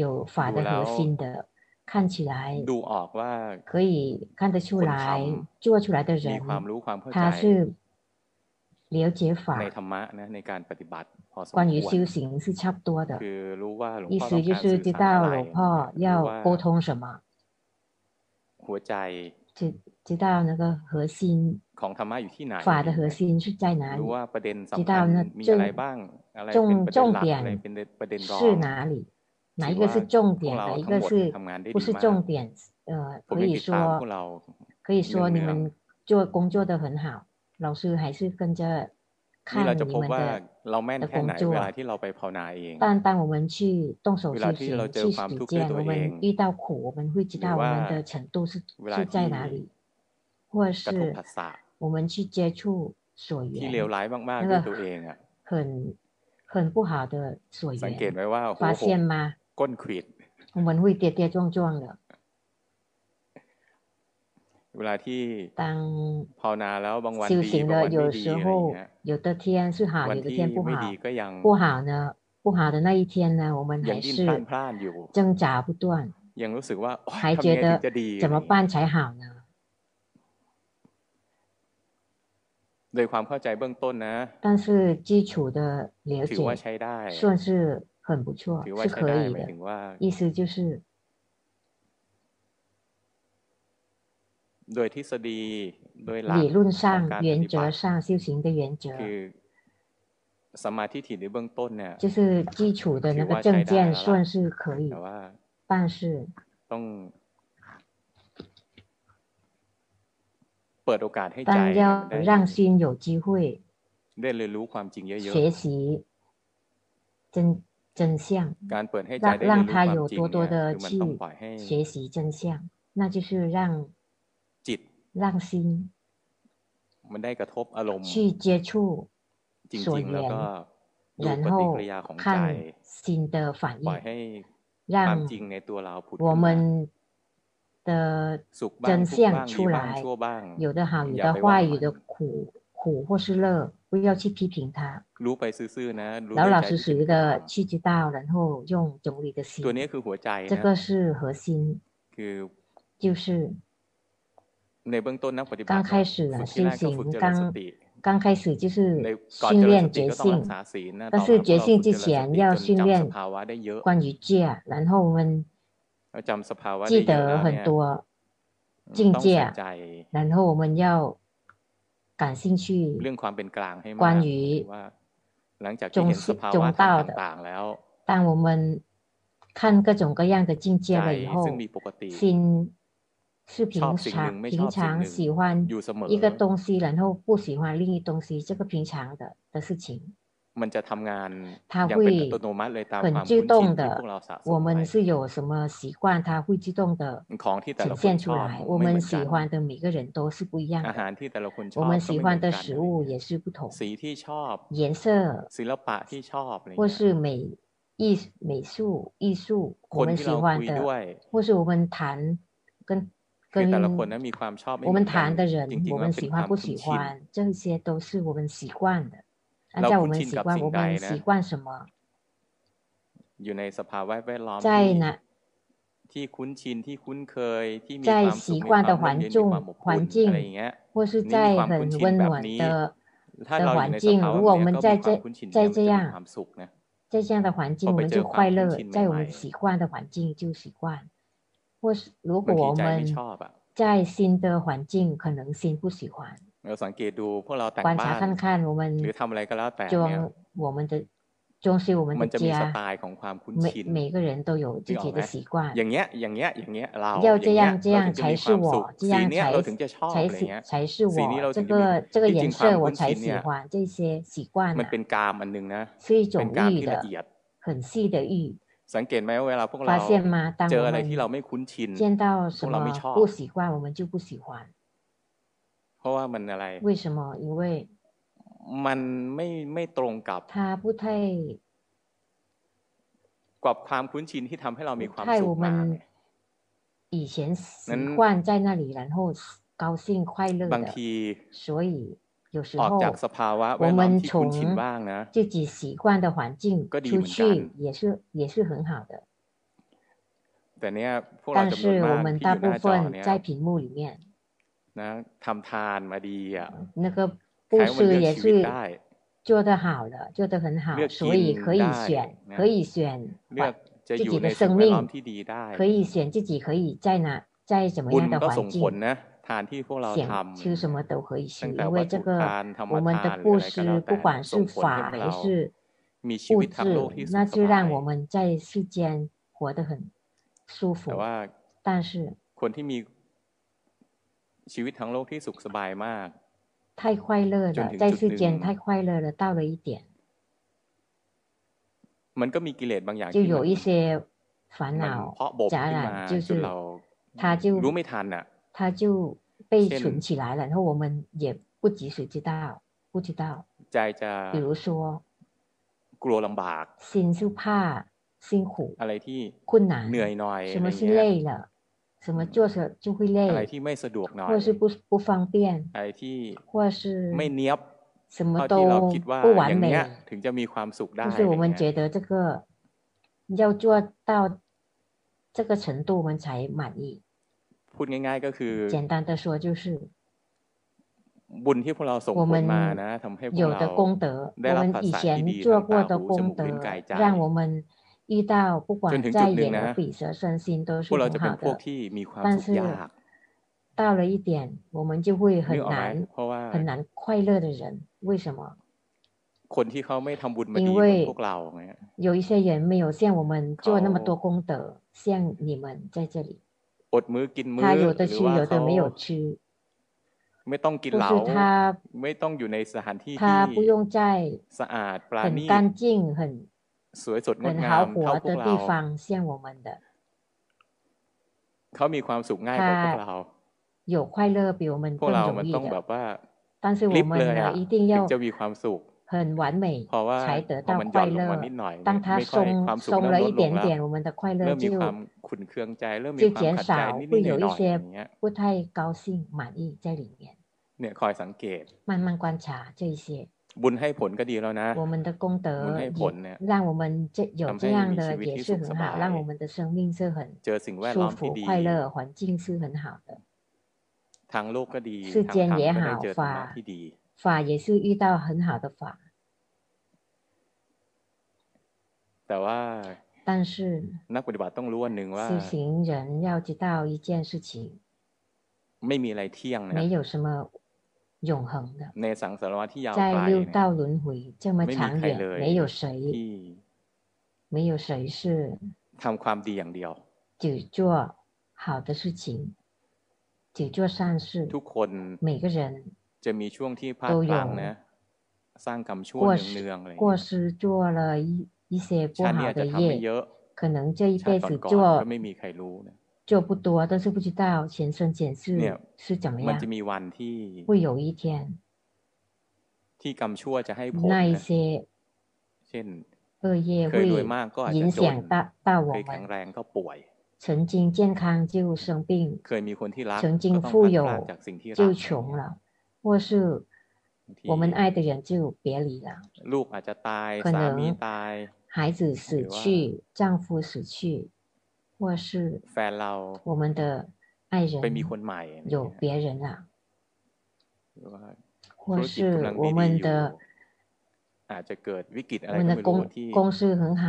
Speaker 2: 有哦法
Speaker 1: ดู
Speaker 2: 的
Speaker 1: แล้
Speaker 2: 核
Speaker 1: ว
Speaker 2: 心的，看起来
Speaker 1: ดูออกว่า
Speaker 2: 可以看得出
Speaker 1: คนท
Speaker 2: 来，做出来的
Speaker 1: ำมีความ
Speaker 2: 人
Speaker 1: รู้ความเข้าใจ
Speaker 2: 他是了解
Speaker 1: ใน
Speaker 2: 法，
Speaker 1: ธรรมะนะในการปฏิบัติพอสม
Speaker 2: 关于
Speaker 1: ควร
Speaker 2: 修行是差不多的。
Speaker 1: คือรู้ว่าหลวง
Speaker 2: 意
Speaker 1: พ่อต้อ
Speaker 2: 思
Speaker 1: ง
Speaker 2: 就
Speaker 1: การ
Speaker 2: 是
Speaker 1: สื่อ
Speaker 2: 知
Speaker 1: สารอะ
Speaker 2: 道
Speaker 1: ไร
Speaker 2: 老
Speaker 1: อย่างเงี้ย
Speaker 2: 婆
Speaker 1: รู้
Speaker 2: 要
Speaker 1: ว่า
Speaker 2: 沟通什么，
Speaker 1: หัวใจ
Speaker 2: 知知道那个核心
Speaker 1: ของธรรมะอยู่ที่ไหน
Speaker 2: 法
Speaker 1: อะไรอ
Speaker 2: 的
Speaker 1: ย่าง
Speaker 2: 核
Speaker 1: เงี้ย
Speaker 2: 心是在哪啊
Speaker 1: รู้
Speaker 2: 里，
Speaker 1: ว่าประเด็น
Speaker 2: 知
Speaker 1: สำคัญ
Speaker 2: 道那
Speaker 1: มีอะไร
Speaker 2: 重
Speaker 1: บ้าง อะไรเป็น
Speaker 2: 重
Speaker 1: ประเด็นหลักอะ
Speaker 2: 重
Speaker 1: ไร
Speaker 2: 点
Speaker 1: เป็นประเด็นรอง
Speaker 2: 是哪里，哪
Speaker 1: ถือ
Speaker 2: 一个
Speaker 1: ว่า
Speaker 2: 是重
Speaker 1: พวก
Speaker 2: 点
Speaker 1: เรา
Speaker 2: 的，一
Speaker 1: ทั้ง
Speaker 2: 个
Speaker 1: หมด
Speaker 2: 是
Speaker 1: ทำงานได้
Speaker 2: 不
Speaker 1: ดี
Speaker 2: 是
Speaker 1: มาก
Speaker 2: 重点？呃，
Speaker 1: ผม
Speaker 2: 可
Speaker 1: ยัง
Speaker 2: 以
Speaker 1: ติดตามพวก
Speaker 2: 说
Speaker 1: เรา
Speaker 2: 可以
Speaker 1: เนือง
Speaker 2: 说你
Speaker 1: เนือง
Speaker 2: 们做工作的很好，老师还是跟着
Speaker 1: ๆนี่เราจะพ
Speaker 2: 看你
Speaker 1: บ
Speaker 2: 们
Speaker 1: ว่า
Speaker 2: 的
Speaker 1: เราแม่น
Speaker 2: 的
Speaker 1: แค่ไหน
Speaker 2: 工
Speaker 1: เวลา
Speaker 2: 作。
Speaker 1: ที่เราไปภาวนาเอง
Speaker 2: 但当我们去动手
Speaker 1: เวลา
Speaker 2: 修
Speaker 1: ที่เรา
Speaker 2: 行、
Speaker 1: เจอ
Speaker 2: 去
Speaker 1: ความ
Speaker 2: 实
Speaker 1: ทุกข์ด้วย
Speaker 2: 践，
Speaker 1: ตัว
Speaker 2: 我
Speaker 1: เอง
Speaker 2: 们遇到苦，我们会
Speaker 1: ห
Speaker 2: 知
Speaker 1: รือ
Speaker 2: 道我
Speaker 1: ว่า
Speaker 2: 们的程度是
Speaker 1: เวลา
Speaker 2: 是在
Speaker 1: ที่
Speaker 2: 哪里，或
Speaker 1: กระทบ
Speaker 2: 是
Speaker 1: ผัสสะ
Speaker 2: 我们去接触所
Speaker 1: ที่เลว
Speaker 2: 缘，
Speaker 1: ร้ายมากๆ
Speaker 2: 那
Speaker 1: ด้วย
Speaker 2: 个
Speaker 1: ตัวเองอ่ะ
Speaker 2: 很很不好的所
Speaker 1: สังเกต
Speaker 2: 缘，
Speaker 1: ไว้ว่าหัว
Speaker 2: 发
Speaker 1: หก
Speaker 2: 现吗？
Speaker 1: ก้นขวิด
Speaker 2: 我们会跌跌撞撞的。
Speaker 1: เวลาที่
Speaker 2: 当
Speaker 1: ภาวนาแล้วบางวัน
Speaker 2: 修
Speaker 1: ดี
Speaker 2: 行
Speaker 1: บาง
Speaker 2: 了，
Speaker 1: วันไม่
Speaker 2: 有
Speaker 1: ดีอะไรอ
Speaker 2: 时
Speaker 1: ย่าง
Speaker 2: 候
Speaker 1: เงี้ย
Speaker 2: 有的天是好，
Speaker 1: วัน
Speaker 2: 有的
Speaker 1: ที่
Speaker 2: 天不
Speaker 1: ไม่ดี
Speaker 2: 好，
Speaker 1: ก็ยัง
Speaker 2: 不好呢，不好的那一天呢，我们
Speaker 1: ยัง
Speaker 2: 还
Speaker 1: ดิ้นพล่าน
Speaker 2: 是
Speaker 1: พล่านอยู่
Speaker 2: 挣扎不断，
Speaker 1: ยังรู้สึกว่าโอ๊ย
Speaker 2: 还
Speaker 1: ทำยั
Speaker 2: 觉
Speaker 1: งไงถึง
Speaker 2: 得
Speaker 1: จะดีอะ
Speaker 2: 怎
Speaker 1: ไร
Speaker 2: 么
Speaker 1: เงี้ย
Speaker 2: 办才好呢？
Speaker 1: โดยความเข้าใจเบื้องต้นนะ
Speaker 2: 但是基础的了
Speaker 1: ถือว่า
Speaker 2: 解
Speaker 1: ใช้ได้
Speaker 2: 算是很不错，
Speaker 1: ถือว่า
Speaker 2: 是
Speaker 1: ใช้
Speaker 2: 可
Speaker 1: ได้
Speaker 2: 以
Speaker 1: หมาย
Speaker 2: 的。
Speaker 1: ถึงว่า
Speaker 2: 意思就是
Speaker 1: โดยทฤษฎีโดยหลัก
Speaker 2: 理论
Speaker 1: ของ
Speaker 2: 上、
Speaker 1: การป
Speaker 2: 原
Speaker 1: ฏิ
Speaker 2: 则
Speaker 1: บัติ
Speaker 2: 上修行的原
Speaker 1: คื
Speaker 2: 则，
Speaker 1: อสมมาธิถี่ในเบื้องต้นเนี่ย
Speaker 2: 就是基础的
Speaker 1: ถื
Speaker 2: 那
Speaker 1: อ
Speaker 2: 个
Speaker 1: ว่าใช้
Speaker 2: 证
Speaker 1: ได้
Speaker 2: 件
Speaker 1: แล้วล่ะ
Speaker 2: 算是可
Speaker 1: แต่
Speaker 2: 以，
Speaker 1: ว่า
Speaker 2: 但是
Speaker 1: ต้องเปิดโอกาสให้ใจ
Speaker 2: 但
Speaker 1: เนี่ยมัน
Speaker 2: 要
Speaker 1: ได้
Speaker 2: 让心有机会
Speaker 1: ได้เรียนรู้ความจริงเยอะ
Speaker 2: 学习真真相，
Speaker 1: ๆ การเปิดให้ใจ
Speaker 2: 让
Speaker 1: ได้เรีย
Speaker 2: 让
Speaker 1: นรู้
Speaker 2: 他
Speaker 1: ความ
Speaker 2: 有
Speaker 1: จริง
Speaker 2: 多多
Speaker 1: เนี่ย
Speaker 2: 的
Speaker 1: คือมันต้อง
Speaker 2: 去
Speaker 1: ปล่อยให้
Speaker 2: 学习真相，那就是让
Speaker 1: จิต
Speaker 2: 让心
Speaker 1: มันได้กระทบอารมณ์
Speaker 2: 去接触
Speaker 1: จ
Speaker 2: 所
Speaker 1: ริง ๆ แล้วก็
Speaker 2: 缘。
Speaker 1: ดูป
Speaker 2: 然
Speaker 1: ฏิกิริ
Speaker 2: 后
Speaker 1: ยาของใจ
Speaker 2: 看心的反
Speaker 1: ปล่อย
Speaker 2: 应，
Speaker 1: ให้ความ
Speaker 2: 让
Speaker 1: จริงในตัวเราผุด
Speaker 2: 我
Speaker 1: ขึ้นมา
Speaker 2: 们的
Speaker 1: สุขบ้าง
Speaker 2: 真
Speaker 1: ทุกข์บ้าง
Speaker 2: 相
Speaker 1: ดีบ้าง
Speaker 2: 出来，
Speaker 1: ชั่วบ้าง
Speaker 2: 有的好，有
Speaker 1: อย่า
Speaker 2: 的
Speaker 1: ไปว่า
Speaker 2: 坏，有
Speaker 1: มัน
Speaker 2: 的苦苦或是乐，不要去批评它，
Speaker 1: รู้ไปซื่อๆนะ รู้
Speaker 2: 老
Speaker 1: ด้วย
Speaker 2: 老
Speaker 1: ใจ
Speaker 2: 实
Speaker 1: ที่เป็น
Speaker 2: 实
Speaker 1: กลาง
Speaker 2: 的去知道，然后用整理的
Speaker 1: ตัวนี้
Speaker 2: 心，
Speaker 1: คือหัวใจ
Speaker 2: 这
Speaker 1: นะ
Speaker 2: 个是核心，
Speaker 1: คือ
Speaker 2: 就是
Speaker 1: ในเบื้องต้นนักปฏิบั
Speaker 2: 刚
Speaker 1: ติ
Speaker 2: 开
Speaker 1: เนี่ย
Speaker 2: 始
Speaker 1: ฝึ
Speaker 2: 啊
Speaker 1: กที่
Speaker 2: 修
Speaker 1: แรกก็ฝึก
Speaker 2: 行，
Speaker 1: เจริญส
Speaker 2: 刚
Speaker 1: ติ
Speaker 2: 刚开始就
Speaker 1: ใน
Speaker 2: 是
Speaker 1: ก่อนเจริญส
Speaker 2: 训练
Speaker 1: ติ
Speaker 2: 决
Speaker 1: ก็ต้องรัก
Speaker 2: 心
Speaker 1: ษา，ศีลนะ
Speaker 2: 但是决心之前要训
Speaker 1: ส
Speaker 2: 练
Speaker 1: ภาวะได้เยอะ
Speaker 2: 关于戒，啊然后我们
Speaker 1: เราจำสภาวะได้
Speaker 2: 记
Speaker 1: เยอะแล้
Speaker 2: 得
Speaker 1: ว
Speaker 2: 很
Speaker 1: เนี่ย
Speaker 2: 多
Speaker 1: อืม
Speaker 2: 境
Speaker 1: ต้องใส่
Speaker 2: 界，
Speaker 1: ใจ
Speaker 2: 然后我们要感兴趣
Speaker 1: เรื่องความเป็นกลางให้มาก
Speaker 2: 关
Speaker 1: หรื
Speaker 2: 于
Speaker 1: อว่า หลังจากที่
Speaker 2: 中
Speaker 1: เห็นส
Speaker 2: 心
Speaker 1: ภาวะ
Speaker 2: 中
Speaker 1: ธรรม
Speaker 2: 道的。
Speaker 1: ต่าง ๆ แล้ว
Speaker 2: 当我们看各种各样的境
Speaker 1: ใจ
Speaker 2: 界了以
Speaker 1: ซึ่ง
Speaker 2: 后
Speaker 1: มี，ปกติ
Speaker 2: 心是
Speaker 1: ชอบ
Speaker 2: 平
Speaker 1: สิ่งหนึ่ง
Speaker 2: 常
Speaker 1: ไม่ช
Speaker 2: 平
Speaker 1: อบสิ่งห
Speaker 2: 常
Speaker 1: นึ่ง
Speaker 2: 喜欢
Speaker 1: อยู่เสมอ
Speaker 2: 一个东西，然后不喜欢另一东西，这个平常的的事情。
Speaker 1: มันจะทำงาน
Speaker 2: 它
Speaker 1: อย่างเป็น
Speaker 2: 会
Speaker 1: อัตโนมัติเลยตาม
Speaker 2: 很
Speaker 1: ความ
Speaker 2: 自
Speaker 1: คุ้นชิน
Speaker 2: 动
Speaker 1: ที่
Speaker 2: 的
Speaker 1: พวกเราสะสม
Speaker 2: 我
Speaker 1: ไว้
Speaker 2: 们是有什么习惯，它会自动的
Speaker 1: ของที่แต่
Speaker 2: 呈
Speaker 1: ละคน
Speaker 2: 现
Speaker 1: ช
Speaker 2: 出
Speaker 1: อบ
Speaker 2: 来。我
Speaker 1: ไม่เหมื
Speaker 2: 们
Speaker 1: อนกั
Speaker 2: 喜
Speaker 1: น
Speaker 2: 欢的每个人都是不一样
Speaker 1: อาหาร
Speaker 2: 的，
Speaker 1: ที่แต่ละคนช
Speaker 2: 我
Speaker 1: อบ
Speaker 2: 们
Speaker 1: ก็
Speaker 2: 喜
Speaker 1: ไม่เหมือ
Speaker 2: 欢
Speaker 1: น
Speaker 2: 的
Speaker 1: กันอะ
Speaker 2: 食
Speaker 1: ไร
Speaker 2: 物
Speaker 1: เงี้
Speaker 2: 也
Speaker 1: ย
Speaker 2: 是不同，
Speaker 1: สีที่ชอบ
Speaker 2: 颜色
Speaker 1: ศิลปะที่ชอบอะไร
Speaker 2: 或
Speaker 1: เงี้ย
Speaker 2: 是美艺美术艺术，
Speaker 1: ค
Speaker 2: 我
Speaker 1: น
Speaker 2: 们
Speaker 1: ที่
Speaker 2: 喜
Speaker 1: เราคุ
Speaker 2: 欢
Speaker 1: ยด้
Speaker 2: 的，
Speaker 1: วย
Speaker 2: 或是我们谈跟
Speaker 1: คือแต่ละคนนั้
Speaker 2: 跟
Speaker 1: นมีความชอบไม่
Speaker 2: 我
Speaker 1: เหมื
Speaker 2: 们
Speaker 1: อนกัน
Speaker 2: 谈的
Speaker 1: จ
Speaker 2: 人，
Speaker 1: ริง
Speaker 2: 我
Speaker 1: ๆแล้ว
Speaker 2: 们
Speaker 1: เป็น
Speaker 2: 喜
Speaker 1: ควา
Speaker 2: 欢
Speaker 1: ม
Speaker 2: 不
Speaker 1: คุ้น
Speaker 2: 喜
Speaker 1: ชิน
Speaker 2: 欢，这些都是我们习惯的。按
Speaker 1: เรา
Speaker 2: 照我
Speaker 1: คุ้น
Speaker 2: 们
Speaker 1: ชิน
Speaker 2: 习
Speaker 1: กับ
Speaker 2: 惯，
Speaker 1: สิ่ง
Speaker 2: 我
Speaker 1: ใด
Speaker 2: 们
Speaker 1: นะ
Speaker 2: 习惯什么，
Speaker 1: อยู่ในสภาวะแวดล้อมที่
Speaker 2: 在哪
Speaker 1: ที่คุ้นชินที่คุ้นเคยที่มีค
Speaker 2: 在
Speaker 1: วามสุข
Speaker 2: 习
Speaker 1: มีค
Speaker 2: 惯
Speaker 1: วาม
Speaker 2: 的
Speaker 1: ร่มเย็
Speaker 2: 环
Speaker 1: นมีความ
Speaker 2: 境
Speaker 1: อบอุ่น
Speaker 2: 环
Speaker 1: อะไรอย่า
Speaker 2: 境，
Speaker 1: งเงี้ย
Speaker 2: 或是
Speaker 1: นี่มี
Speaker 2: 在
Speaker 1: ความคุ้น
Speaker 2: 很
Speaker 1: ชิน
Speaker 2: 温
Speaker 1: แบบ
Speaker 2: 暖
Speaker 1: นี้
Speaker 2: 的
Speaker 1: ถ้า
Speaker 2: 的
Speaker 1: เราอยู่
Speaker 2: 环
Speaker 1: ในส
Speaker 2: 境，
Speaker 1: ภาวะ
Speaker 2: 如
Speaker 1: แบบ
Speaker 2: 果我
Speaker 1: เนี้ยก็มี
Speaker 2: 们在
Speaker 1: ความ
Speaker 2: 这
Speaker 1: คุ้นชิน
Speaker 2: 在
Speaker 1: เนี่ยมันจะมีค
Speaker 2: 这样
Speaker 1: วามสุขนะ
Speaker 2: 在这样的环
Speaker 1: พอ
Speaker 2: 境，我
Speaker 1: ไป
Speaker 2: 们
Speaker 1: เจ
Speaker 2: 就
Speaker 1: อความ
Speaker 2: 快
Speaker 1: คุ้น
Speaker 2: 乐；
Speaker 1: ชิน
Speaker 2: 在我
Speaker 1: ใหม่
Speaker 2: 们习惯的环境就习惯，或是如
Speaker 1: ๆบา
Speaker 2: 果
Speaker 1: งที
Speaker 2: 我
Speaker 1: ใจไม่ช
Speaker 2: 们
Speaker 1: อบอ่ะ
Speaker 2: 在新的环境，可能新不喜欢。
Speaker 1: เราสังเกตดูพวกเราแต่ง
Speaker 2: 观
Speaker 1: บ้า
Speaker 2: 察
Speaker 1: น
Speaker 2: 看看我
Speaker 1: หรือ
Speaker 2: 们
Speaker 1: ทำอะไรก็แล้วแต่เนี่ย
Speaker 2: 装我们的装修我们
Speaker 1: มั
Speaker 2: 的
Speaker 1: นจะมีสไต
Speaker 2: 家，
Speaker 1: ล์ของความคุ้น
Speaker 2: 每
Speaker 1: ชิน
Speaker 2: 每个人都有
Speaker 1: นึ
Speaker 2: 自
Speaker 1: กออ
Speaker 2: 己
Speaker 1: กไหม
Speaker 2: 的习惯
Speaker 1: อย่าง，เงี้ย อย่างเงี้ย อย่างเงี้ย เราอ
Speaker 2: 要
Speaker 1: ย่า
Speaker 2: 这
Speaker 1: งเงี้ย
Speaker 2: 样这
Speaker 1: เราถึงจะ
Speaker 2: 样才
Speaker 1: มีค
Speaker 2: 是
Speaker 1: วามสุข
Speaker 2: 我，这
Speaker 1: สี
Speaker 2: 样
Speaker 1: เนี้ยเรา
Speaker 2: 才
Speaker 1: ถึงจะชอบ
Speaker 2: 才
Speaker 1: อะไร
Speaker 2: 是
Speaker 1: เงี้ย
Speaker 2: 才是
Speaker 1: สีนี้
Speaker 2: 我
Speaker 1: เราถึ
Speaker 2: 这
Speaker 1: งจะมี
Speaker 2: 个这个
Speaker 1: ที่จริ
Speaker 2: 颜
Speaker 1: งความ
Speaker 2: 色我
Speaker 1: คุ้น
Speaker 2: 才
Speaker 1: ชิน
Speaker 2: 喜
Speaker 1: เนี่ย
Speaker 2: 欢，这些习惯
Speaker 1: มัน
Speaker 2: 呐、
Speaker 1: เป็นกามอันหนึ่งนะ
Speaker 2: 是一
Speaker 1: เป็น
Speaker 2: 种
Speaker 1: กาม
Speaker 2: 欲
Speaker 1: ที่ละ
Speaker 2: 的
Speaker 1: เอียด
Speaker 2: 很细的欲，
Speaker 1: สังเกตไหมว่าเวลาพวก
Speaker 2: 发
Speaker 1: เรา
Speaker 2: 现吗？当
Speaker 1: เจอ
Speaker 2: 我
Speaker 1: อะไรที่เรา
Speaker 2: 们
Speaker 1: ไม่คุ้นชิน
Speaker 2: 见到
Speaker 1: พ
Speaker 2: 什
Speaker 1: วกเราไม่ช
Speaker 2: 么
Speaker 1: อบ
Speaker 2: 不喜欢，我们就不喜欢，
Speaker 1: เพราะว่ามันอะไร
Speaker 2: 为什么？因为
Speaker 1: มันไม่ไม่ตรงกับ
Speaker 2: 它不太
Speaker 1: กับความคุ้นชินที่ทำให้เรามี
Speaker 2: 不
Speaker 1: ความ
Speaker 2: 太
Speaker 1: สุ
Speaker 2: 我
Speaker 1: ขมาไง
Speaker 2: 们以前
Speaker 1: นั้น
Speaker 2: 习惯在那里，然后高兴快乐
Speaker 1: บาง
Speaker 2: 的，
Speaker 1: ที
Speaker 2: 所以有时
Speaker 1: ออกจาก
Speaker 2: 候
Speaker 1: สภาวะแว
Speaker 2: 我
Speaker 1: ดล้อม
Speaker 2: 们
Speaker 1: ที่คุ้นชินบ้าง
Speaker 2: 从
Speaker 1: นะ
Speaker 2: 自己习惯的环境
Speaker 1: ก็ดี
Speaker 2: 出
Speaker 1: เหมือนกัน
Speaker 2: 去也是也是很好的，
Speaker 1: แต่เนี้ยพวกเรา
Speaker 2: 但
Speaker 1: จำนวน
Speaker 2: 是我
Speaker 1: มาก
Speaker 2: 们
Speaker 1: ที่
Speaker 2: 大
Speaker 1: อยู่ห
Speaker 2: 部
Speaker 1: น้าจอ
Speaker 2: 分
Speaker 1: เนี้ย
Speaker 2: 在屏幕里面
Speaker 1: นะทำทานมาดีอ่ะ
Speaker 2: 那个
Speaker 1: ใคร
Speaker 2: 布
Speaker 1: ว่ามัน
Speaker 2: 施
Speaker 1: เลือก
Speaker 2: 也
Speaker 1: ชีวิต
Speaker 2: 是
Speaker 1: ได้
Speaker 2: 做得好了，做得很
Speaker 1: เลื
Speaker 2: 好，
Speaker 1: อก
Speaker 2: 所
Speaker 1: กิน
Speaker 2: 以可以
Speaker 1: ได้
Speaker 2: 选
Speaker 1: นะ
Speaker 2: 可以选
Speaker 1: เลือก
Speaker 2: 环
Speaker 1: จะ
Speaker 2: 自
Speaker 1: อยู่
Speaker 2: 己
Speaker 1: ใน
Speaker 2: 的
Speaker 1: สิ่ง
Speaker 2: 生
Speaker 1: แวดล้อม
Speaker 2: 命，
Speaker 1: ที่ดีได้
Speaker 2: 可以选自己可以在哪在怎么
Speaker 1: บุญ
Speaker 2: 样的
Speaker 1: ก็ส่
Speaker 2: 环
Speaker 1: งผล
Speaker 2: 境。
Speaker 1: นะ ทานที่พวกเรา
Speaker 2: 想
Speaker 1: ทำอะไร
Speaker 2: 修什
Speaker 1: เงี้
Speaker 2: 么
Speaker 1: ย
Speaker 2: 都可以
Speaker 1: ตั้
Speaker 2: 修，
Speaker 1: งแต่
Speaker 2: 因
Speaker 1: วัต
Speaker 2: 为这
Speaker 1: ถุ
Speaker 2: 个
Speaker 1: ทานธรรม
Speaker 2: 我们
Speaker 1: ทา
Speaker 2: 的
Speaker 1: นหรืออะไรก็
Speaker 2: 布
Speaker 1: แล้ว
Speaker 2: 施，不
Speaker 1: แต่
Speaker 2: 管
Speaker 1: ส่
Speaker 2: 是
Speaker 1: งผลให้พวก
Speaker 2: 法还
Speaker 1: เรา
Speaker 2: 是
Speaker 1: มีชี
Speaker 2: 物
Speaker 1: วิตทางโลก
Speaker 2: 质，
Speaker 1: ที่สุ
Speaker 2: 那
Speaker 1: ขส
Speaker 2: 是
Speaker 1: บา
Speaker 2: 让
Speaker 1: ย
Speaker 2: 我们在世间活得很舒
Speaker 1: แต่
Speaker 2: 服。
Speaker 1: ว่า
Speaker 2: 但是
Speaker 1: คนที่มีชีวิตทางโลกที่สุขสบายมาก
Speaker 2: 太快乐
Speaker 1: จน
Speaker 2: 了，
Speaker 1: ถึง
Speaker 2: 在
Speaker 1: จุดห
Speaker 2: 世
Speaker 1: นึ่ง
Speaker 2: 间太快乐了，到了一点
Speaker 1: มันก็มีกิเลสบางอย่าง
Speaker 2: 就
Speaker 1: ที่มั
Speaker 2: 有
Speaker 1: น
Speaker 2: 一些烦
Speaker 1: มัน
Speaker 2: 恼
Speaker 1: เพาะบ่ม
Speaker 2: 杂
Speaker 1: ขึ้นมา
Speaker 2: 染，就
Speaker 1: จน
Speaker 2: 是
Speaker 1: เรา
Speaker 2: 它
Speaker 1: รู้
Speaker 2: 就
Speaker 1: ไม่ทันอ่ะ
Speaker 2: 它就被
Speaker 1: เช่น
Speaker 2: 存起来了，然后我们也不及时知道，不知道。
Speaker 1: ใจจะ
Speaker 2: 比如说，
Speaker 1: กลัวลำบาก
Speaker 2: 心是怕辛苦。
Speaker 1: อะไรที่
Speaker 2: 困
Speaker 1: เหนื่อย
Speaker 2: 难，
Speaker 1: หน่อย
Speaker 2: 什
Speaker 1: อะไร
Speaker 2: 么是
Speaker 1: เงี้ย
Speaker 2: 累了，什
Speaker 1: อื
Speaker 2: 么
Speaker 1: ม
Speaker 2: 做着就会
Speaker 1: อะไร
Speaker 2: 累，
Speaker 1: ที่ไม่สะดวกหน่อย
Speaker 2: 或是不不方便，
Speaker 1: อะไรที่
Speaker 2: 或
Speaker 1: ไม่
Speaker 2: 是
Speaker 1: เนี้ยบ
Speaker 2: 什么
Speaker 1: เท่าที่เราคิด
Speaker 2: 都
Speaker 1: ว่า
Speaker 2: 不
Speaker 1: อ
Speaker 2: 完
Speaker 1: ย่างเงี้ย
Speaker 2: 美，
Speaker 1: ถึงจะมีความสุขได้
Speaker 2: 就
Speaker 1: อะ
Speaker 2: 是
Speaker 1: ไร
Speaker 2: 我们
Speaker 1: เงี้ย
Speaker 2: 觉得这个要做到这个程度，我们才满意。
Speaker 1: พูดง่าย ๆ ก็คือ
Speaker 2: 简单的说，就是
Speaker 1: บุญที่พวกเราส่ง
Speaker 2: 我
Speaker 1: ผลมา
Speaker 2: 们
Speaker 1: นะทำให้พวก
Speaker 2: 有
Speaker 1: เรา
Speaker 2: 的功德，
Speaker 1: ได้
Speaker 2: 我
Speaker 1: รับ
Speaker 2: 们
Speaker 1: ภา
Speaker 2: 以
Speaker 1: ษาที่
Speaker 2: 前
Speaker 1: ดี
Speaker 2: 做
Speaker 1: ทาง
Speaker 2: 过
Speaker 1: ตา
Speaker 2: 的
Speaker 1: หูจ
Speaker 2: 功
Speaker 1: มูกลิ้นกาย
Speaker 2: 德，
Speaker 1: ใจ
Speaker 2: 让我们遇到不
Speaker 1: จน
Speaker 2: 管
Speaker 1: ถึงจุ
Speaker 2: 在
Speaker 1: ดหนึ่ง
Speaker 2: 眼、
Speaker 1: นะ
Speaker 2: 耳、鼻、舌、身、心都
Speaker 1: พ
Speaker 2: 是
Speaker 1: วกเรา
Speaker 2: 很
Speaker 1: จะเป็น
Speaker 2: 好
Speaker 1: พวก
Speaker 2: 的。
Speaker 1: ที่มีความ
Speaker 2: 但
Speaker 1: สุข
Speaker 2: 是
Speaker 1: ยาก
Speaker 2: 到了一点，我们就会
Speaker 1: นึก
Speaker 2: 很
Speaker 1: ออกไหม
Speaker 2: 难
Speaker 1: เพราะว่า
Speaker 2: 很难快乐的人。为什么？
Speaker 1: คนที่เขาไม่ทำบุญมา
Speaker 2: 因
Speaker 1: ดีเหมือนพว
Speaker 2: 为
Speaker 1: กเราเงี้ย
Speaker 2: 有一些人没有像我们
Speaker 1: เขา
Speaker 2: 做那么多功德，像你们在这里，
Speaker 1: อดมื้อกินมื้
Speaker 2: 他
Speaker 1: อ
Speaker 2: 有的
Speaker 1: หรือ
Speaker 2: 吃，
Speaker 1: ว่า
Speaker 2: 有的
Speaker 1: เขา
Speaker 2: 没有吃，
Speaker 1: ไม่ต้องกิน
Speaker 2: 或
Speaker 1: เหล้า
Speaker 2: 是他
Speaker 1: ไม่ต้องอยู่ในสถานที่ที่
Speaker 2: 他不用在
Speaker 1: สะอาดปรา
Speaker 2: 很
Speaker 1: ณีต
Speaker 2: 干净、很
Speaker 1: สวยสดงด
Speaker 2: 很
Speaker 1: งาม
Speaker 2: 豪
Speaker 1: เท่า
Speaker 2: 华
Speaker 1: พวก
Speaker 2: 的
Speaker 1: เรา
Speaker 2: 地方，像我们的，
Speaker 1: เขามีความสุขง่ายกว่าพวก
Speaker 2: 他
Speaker 1: เรา
Speaker 2: 有快乐比我们
Speaker 1: พวก
Speaker 2: 更
Speaker 1: เรา
Speaker 2: 容
Speaker 1: มัน
Speaker 2: 易
Speaker 1: ต้องแบ
Speaker 2: 的。
Speaker 1: บว่า
Speaker 2: 但是
Speaker 1: พ
Speaker 2: 我
Speaker 1: ลิบเล
Speaker 2: 们
Speaker 1: ย
Speaker 2: 呢，
Speaker 1: อ่ะ
Speaker 2: 一定
Speaker 1: ถึงจะ
Speaker 2: 要
Speaker 1: มีความสุข
Speaker 2: 很完美
Speaker 1: เพราะว่า
Speaker 2: 才得
Speaker 1: พอ
Speaker 2: 到
Speaker 1: มันหย่อ
Speaker 2: 快
Speaker 1: นลงมานิ
Speaker 2: 乐。
Speaker 1: ดหน่อยเนี่ย
Speaker 2: 当它
Speaker 1: ไม่ค่อยค
Speaker 2: 松
Speaker 1: วามสุข
Speaker 2: 松
Speaker 1: เริ่ม
Speaker 2: 了
Speaker 1: ล
Speaker 2: 一
Speaker 1: ดลง
Speaker 2: 点
Speaker 1: แล้ว
Speaker 2: 点，我们的快乐
Speaker 1: เริ่มมีความ
Speaker 2: 就
Speaker 1: ขุ่นเคืองใจ เริ่มมี
Speaker 2: 就
Speaker 1: ความ
Speaker 2: 减
Speaker 1: ขัดใจ
Speaker 2: 少，
Speaker 1: นิ
Speaker 2: 会
Speaker 1: ดๆหน่
Speaker 2: 有一
Speaker 1: อยๆอ
Speaker 2: 些
Speaker 1: ย่างเงี้ย
Speaker 2: 不太高兴、满意在里面。
Speaker 1: เนี่ยคอยสังเกต
Speaker 2: 慢慢观察这一些，
Speaker 1: บุญให้ผลก็ดีแล้วนะ
Speaker 2: [laughs] 我们的功
Speaker 1: บุญ
Speaker 2: 德
Speaker 1: ให้ผล
Speaker 2: 也
Speaker 1: เนี่ย
Speaker 2: 让我们这有
Speaker 1: ทำ
Speaker 2: 这
Speaker 1: ให้
Speaker 2: 样
Speaker 1: มีชี
Speaker 2: 的
Speaker 1: วิต
Speaker 2: 也
Speaker 1: ที่
Speaker 2: 是
Speaker 1: สุขส
Speaker 2: 很好，
Speaker 1: บาย
Speaker 2: 让我们的生命是哎很
Speaker 1: เจอสิ่งแวดล้
Speaker 2: 舒
Speaker 1: อมที่
Speaker 2: 服、
Speaker 1: ดี
Speaker 2: 快乐，环境是很好的，
Speaker 1: ทางโลกก็ดี
Speaker 2: 世
Speaker 1: ทางธร
Speaker 2: 间
Speaker 1: รม
Speaker 2: 也
Speaker 1: ก็ได้
Speaker 2: 好，
Speaker 1: เจอธรรมะ
Speaker 2: 法
Speaker 1: ที่ดี
Speaker 2: 法也是遇到很好的法，
Speaker 1: แต่ว่า
Speaker 2: 但是
Speaker 1: นักปฏิบัติต้องรู้วันหนึ่งว่า
Speaker 2: 修行人要知道一件事情，
Speaker 1: ไม่มีอะไรเที่ยงนะ
Speaker 2: 没有什么永恒的，
Speaker 1: ในสังสารวัฏที่ยาวไกล
Speaker 2: 在
Speaker 1: เนี่
Speaker 2: 六
Speaker 1: ย
Speaker 2: 道轮回这么哎
Speaker 1: 没有
Speaker 2: 长
Speaker 1: ใคร
Speaker 2: 远
Speaker 1: เลย ，
Speaker 2: 没有
Speaker 1: ที่
Speaker 2: 谁，没有谁是
Speaker 1: ทำความดีอย่างเดียว
Speaker 2: 只做好的事情，只做善事，
Speaker 1: ทุกคน
Speaker 2: 每个人
Speaker 1: จะมีช่วงที่พลาดพลั้งนะ สร้างกรรมชั่ว
Speaker 2: 过
Speaker 1: เนื
Speaker 2: 失
Speaker 1: องๆอะไรอย่าง
Speaker 2: 过
Speaker 1: เงี้ย
Speaker 2: 失做了一一些不
Speaker 1: ชาตินี้
Speaker 2: 好
Speaker 1: อาจจะ
Speaker 2: 的
Speaker 1: ทำไม่
Speaker 2: 业
Speaker 1: เย，อะ
Speaker 2: 可能这一
Speaker 1: ชาติ
Speaker 2: 辈
Speaker 1: ก่อนๆ
Speaker 2: 子做
Speaker 1: ก็ไม่มีใครรู้นะ
Speaker 2: 做不多，但是不知道前生前
Speaker 1: เนี่
Speaker 2: 世
Speaker 1: ย
Speaker 2: 是怎么
Speaker 1: มัน
Speaker 2: 样
Speaker 1: จะ。มีวันที่
Speaker 2: 会有一天，
Speaker 1: ที่กรรมชั่วจะให้ผล
Speaker 2: 那一
Speaker 1: นะ
Speaker 2: 些
Speaker 1: เช่น
Speaker 2: 恶业
Speaker 1: เคยรวยมากก็อา
Speaker 2: 会
Speaker 1: จ
Speaker 2: 影
Speaker 1: จะจน
Speaker 2: 响到到我
Speaker 1: เคยแข็ง
Speaker 2: 们
Speaker 1: แรงก็ป่วย
Speaker 2: 曾经健康就生病，
Speaker 1: เคยมีคนที่รัก
Speaker 2: 曾
Speaker 1: ก็
Speaker 2: 经
Speaker 1: ต้อง
Speaker 2: 富
Speaker 1: พลัดพราก
Speaker 2: 有
Speaker 1: จากสิ่งที่รั
Speaker 2: 就
Speaker 1: ก
Speaker 2: 穷了，或是我们爱的人就别离了，
Speaker 1: ลูกอาจจะตาย
Speaker 2: 可
Speaker 1: สามี
Speaker 2: 能
Speaker 1: ตาย
Speaker 2: 孩子
Speaker 1: 比
Speaker 2: 死
Speaker 1: 如啊
Speaker 2: 去，丈夫死去，或是
Speaker 1: แฟนเรา
Speaker 2: 我们的爱
Speaker 1: ไปมี
Speaker 2: 人
Speaker 1: คนใหม่อะไร
Speaker 2: 有
Speaker 1: เงี้ย
Speaker 2: 别人了，
Speaker 1: หรือว่าธุ
Speaker 2: 或
Speaker 1: รกิจกำลั
Speaker 2: 是
Speaker 1: ง
Speaker 2: 我
Speaker 1: ดีๆ
Speaker 2: 们
Speaker 1: อยู่
Speaker 2: 的
Speaker 1: อาจจะเกิดวิกฤต
Speaker 2: 我
Speaker 1: อะไร
Speaker 2: 们
Speaker 1: ก็
Speaker 2: 的
Speaker 1: ไม่รู้
Speaker 2: 公
Speaker 1: ที่
Speaker 2: 公司很好，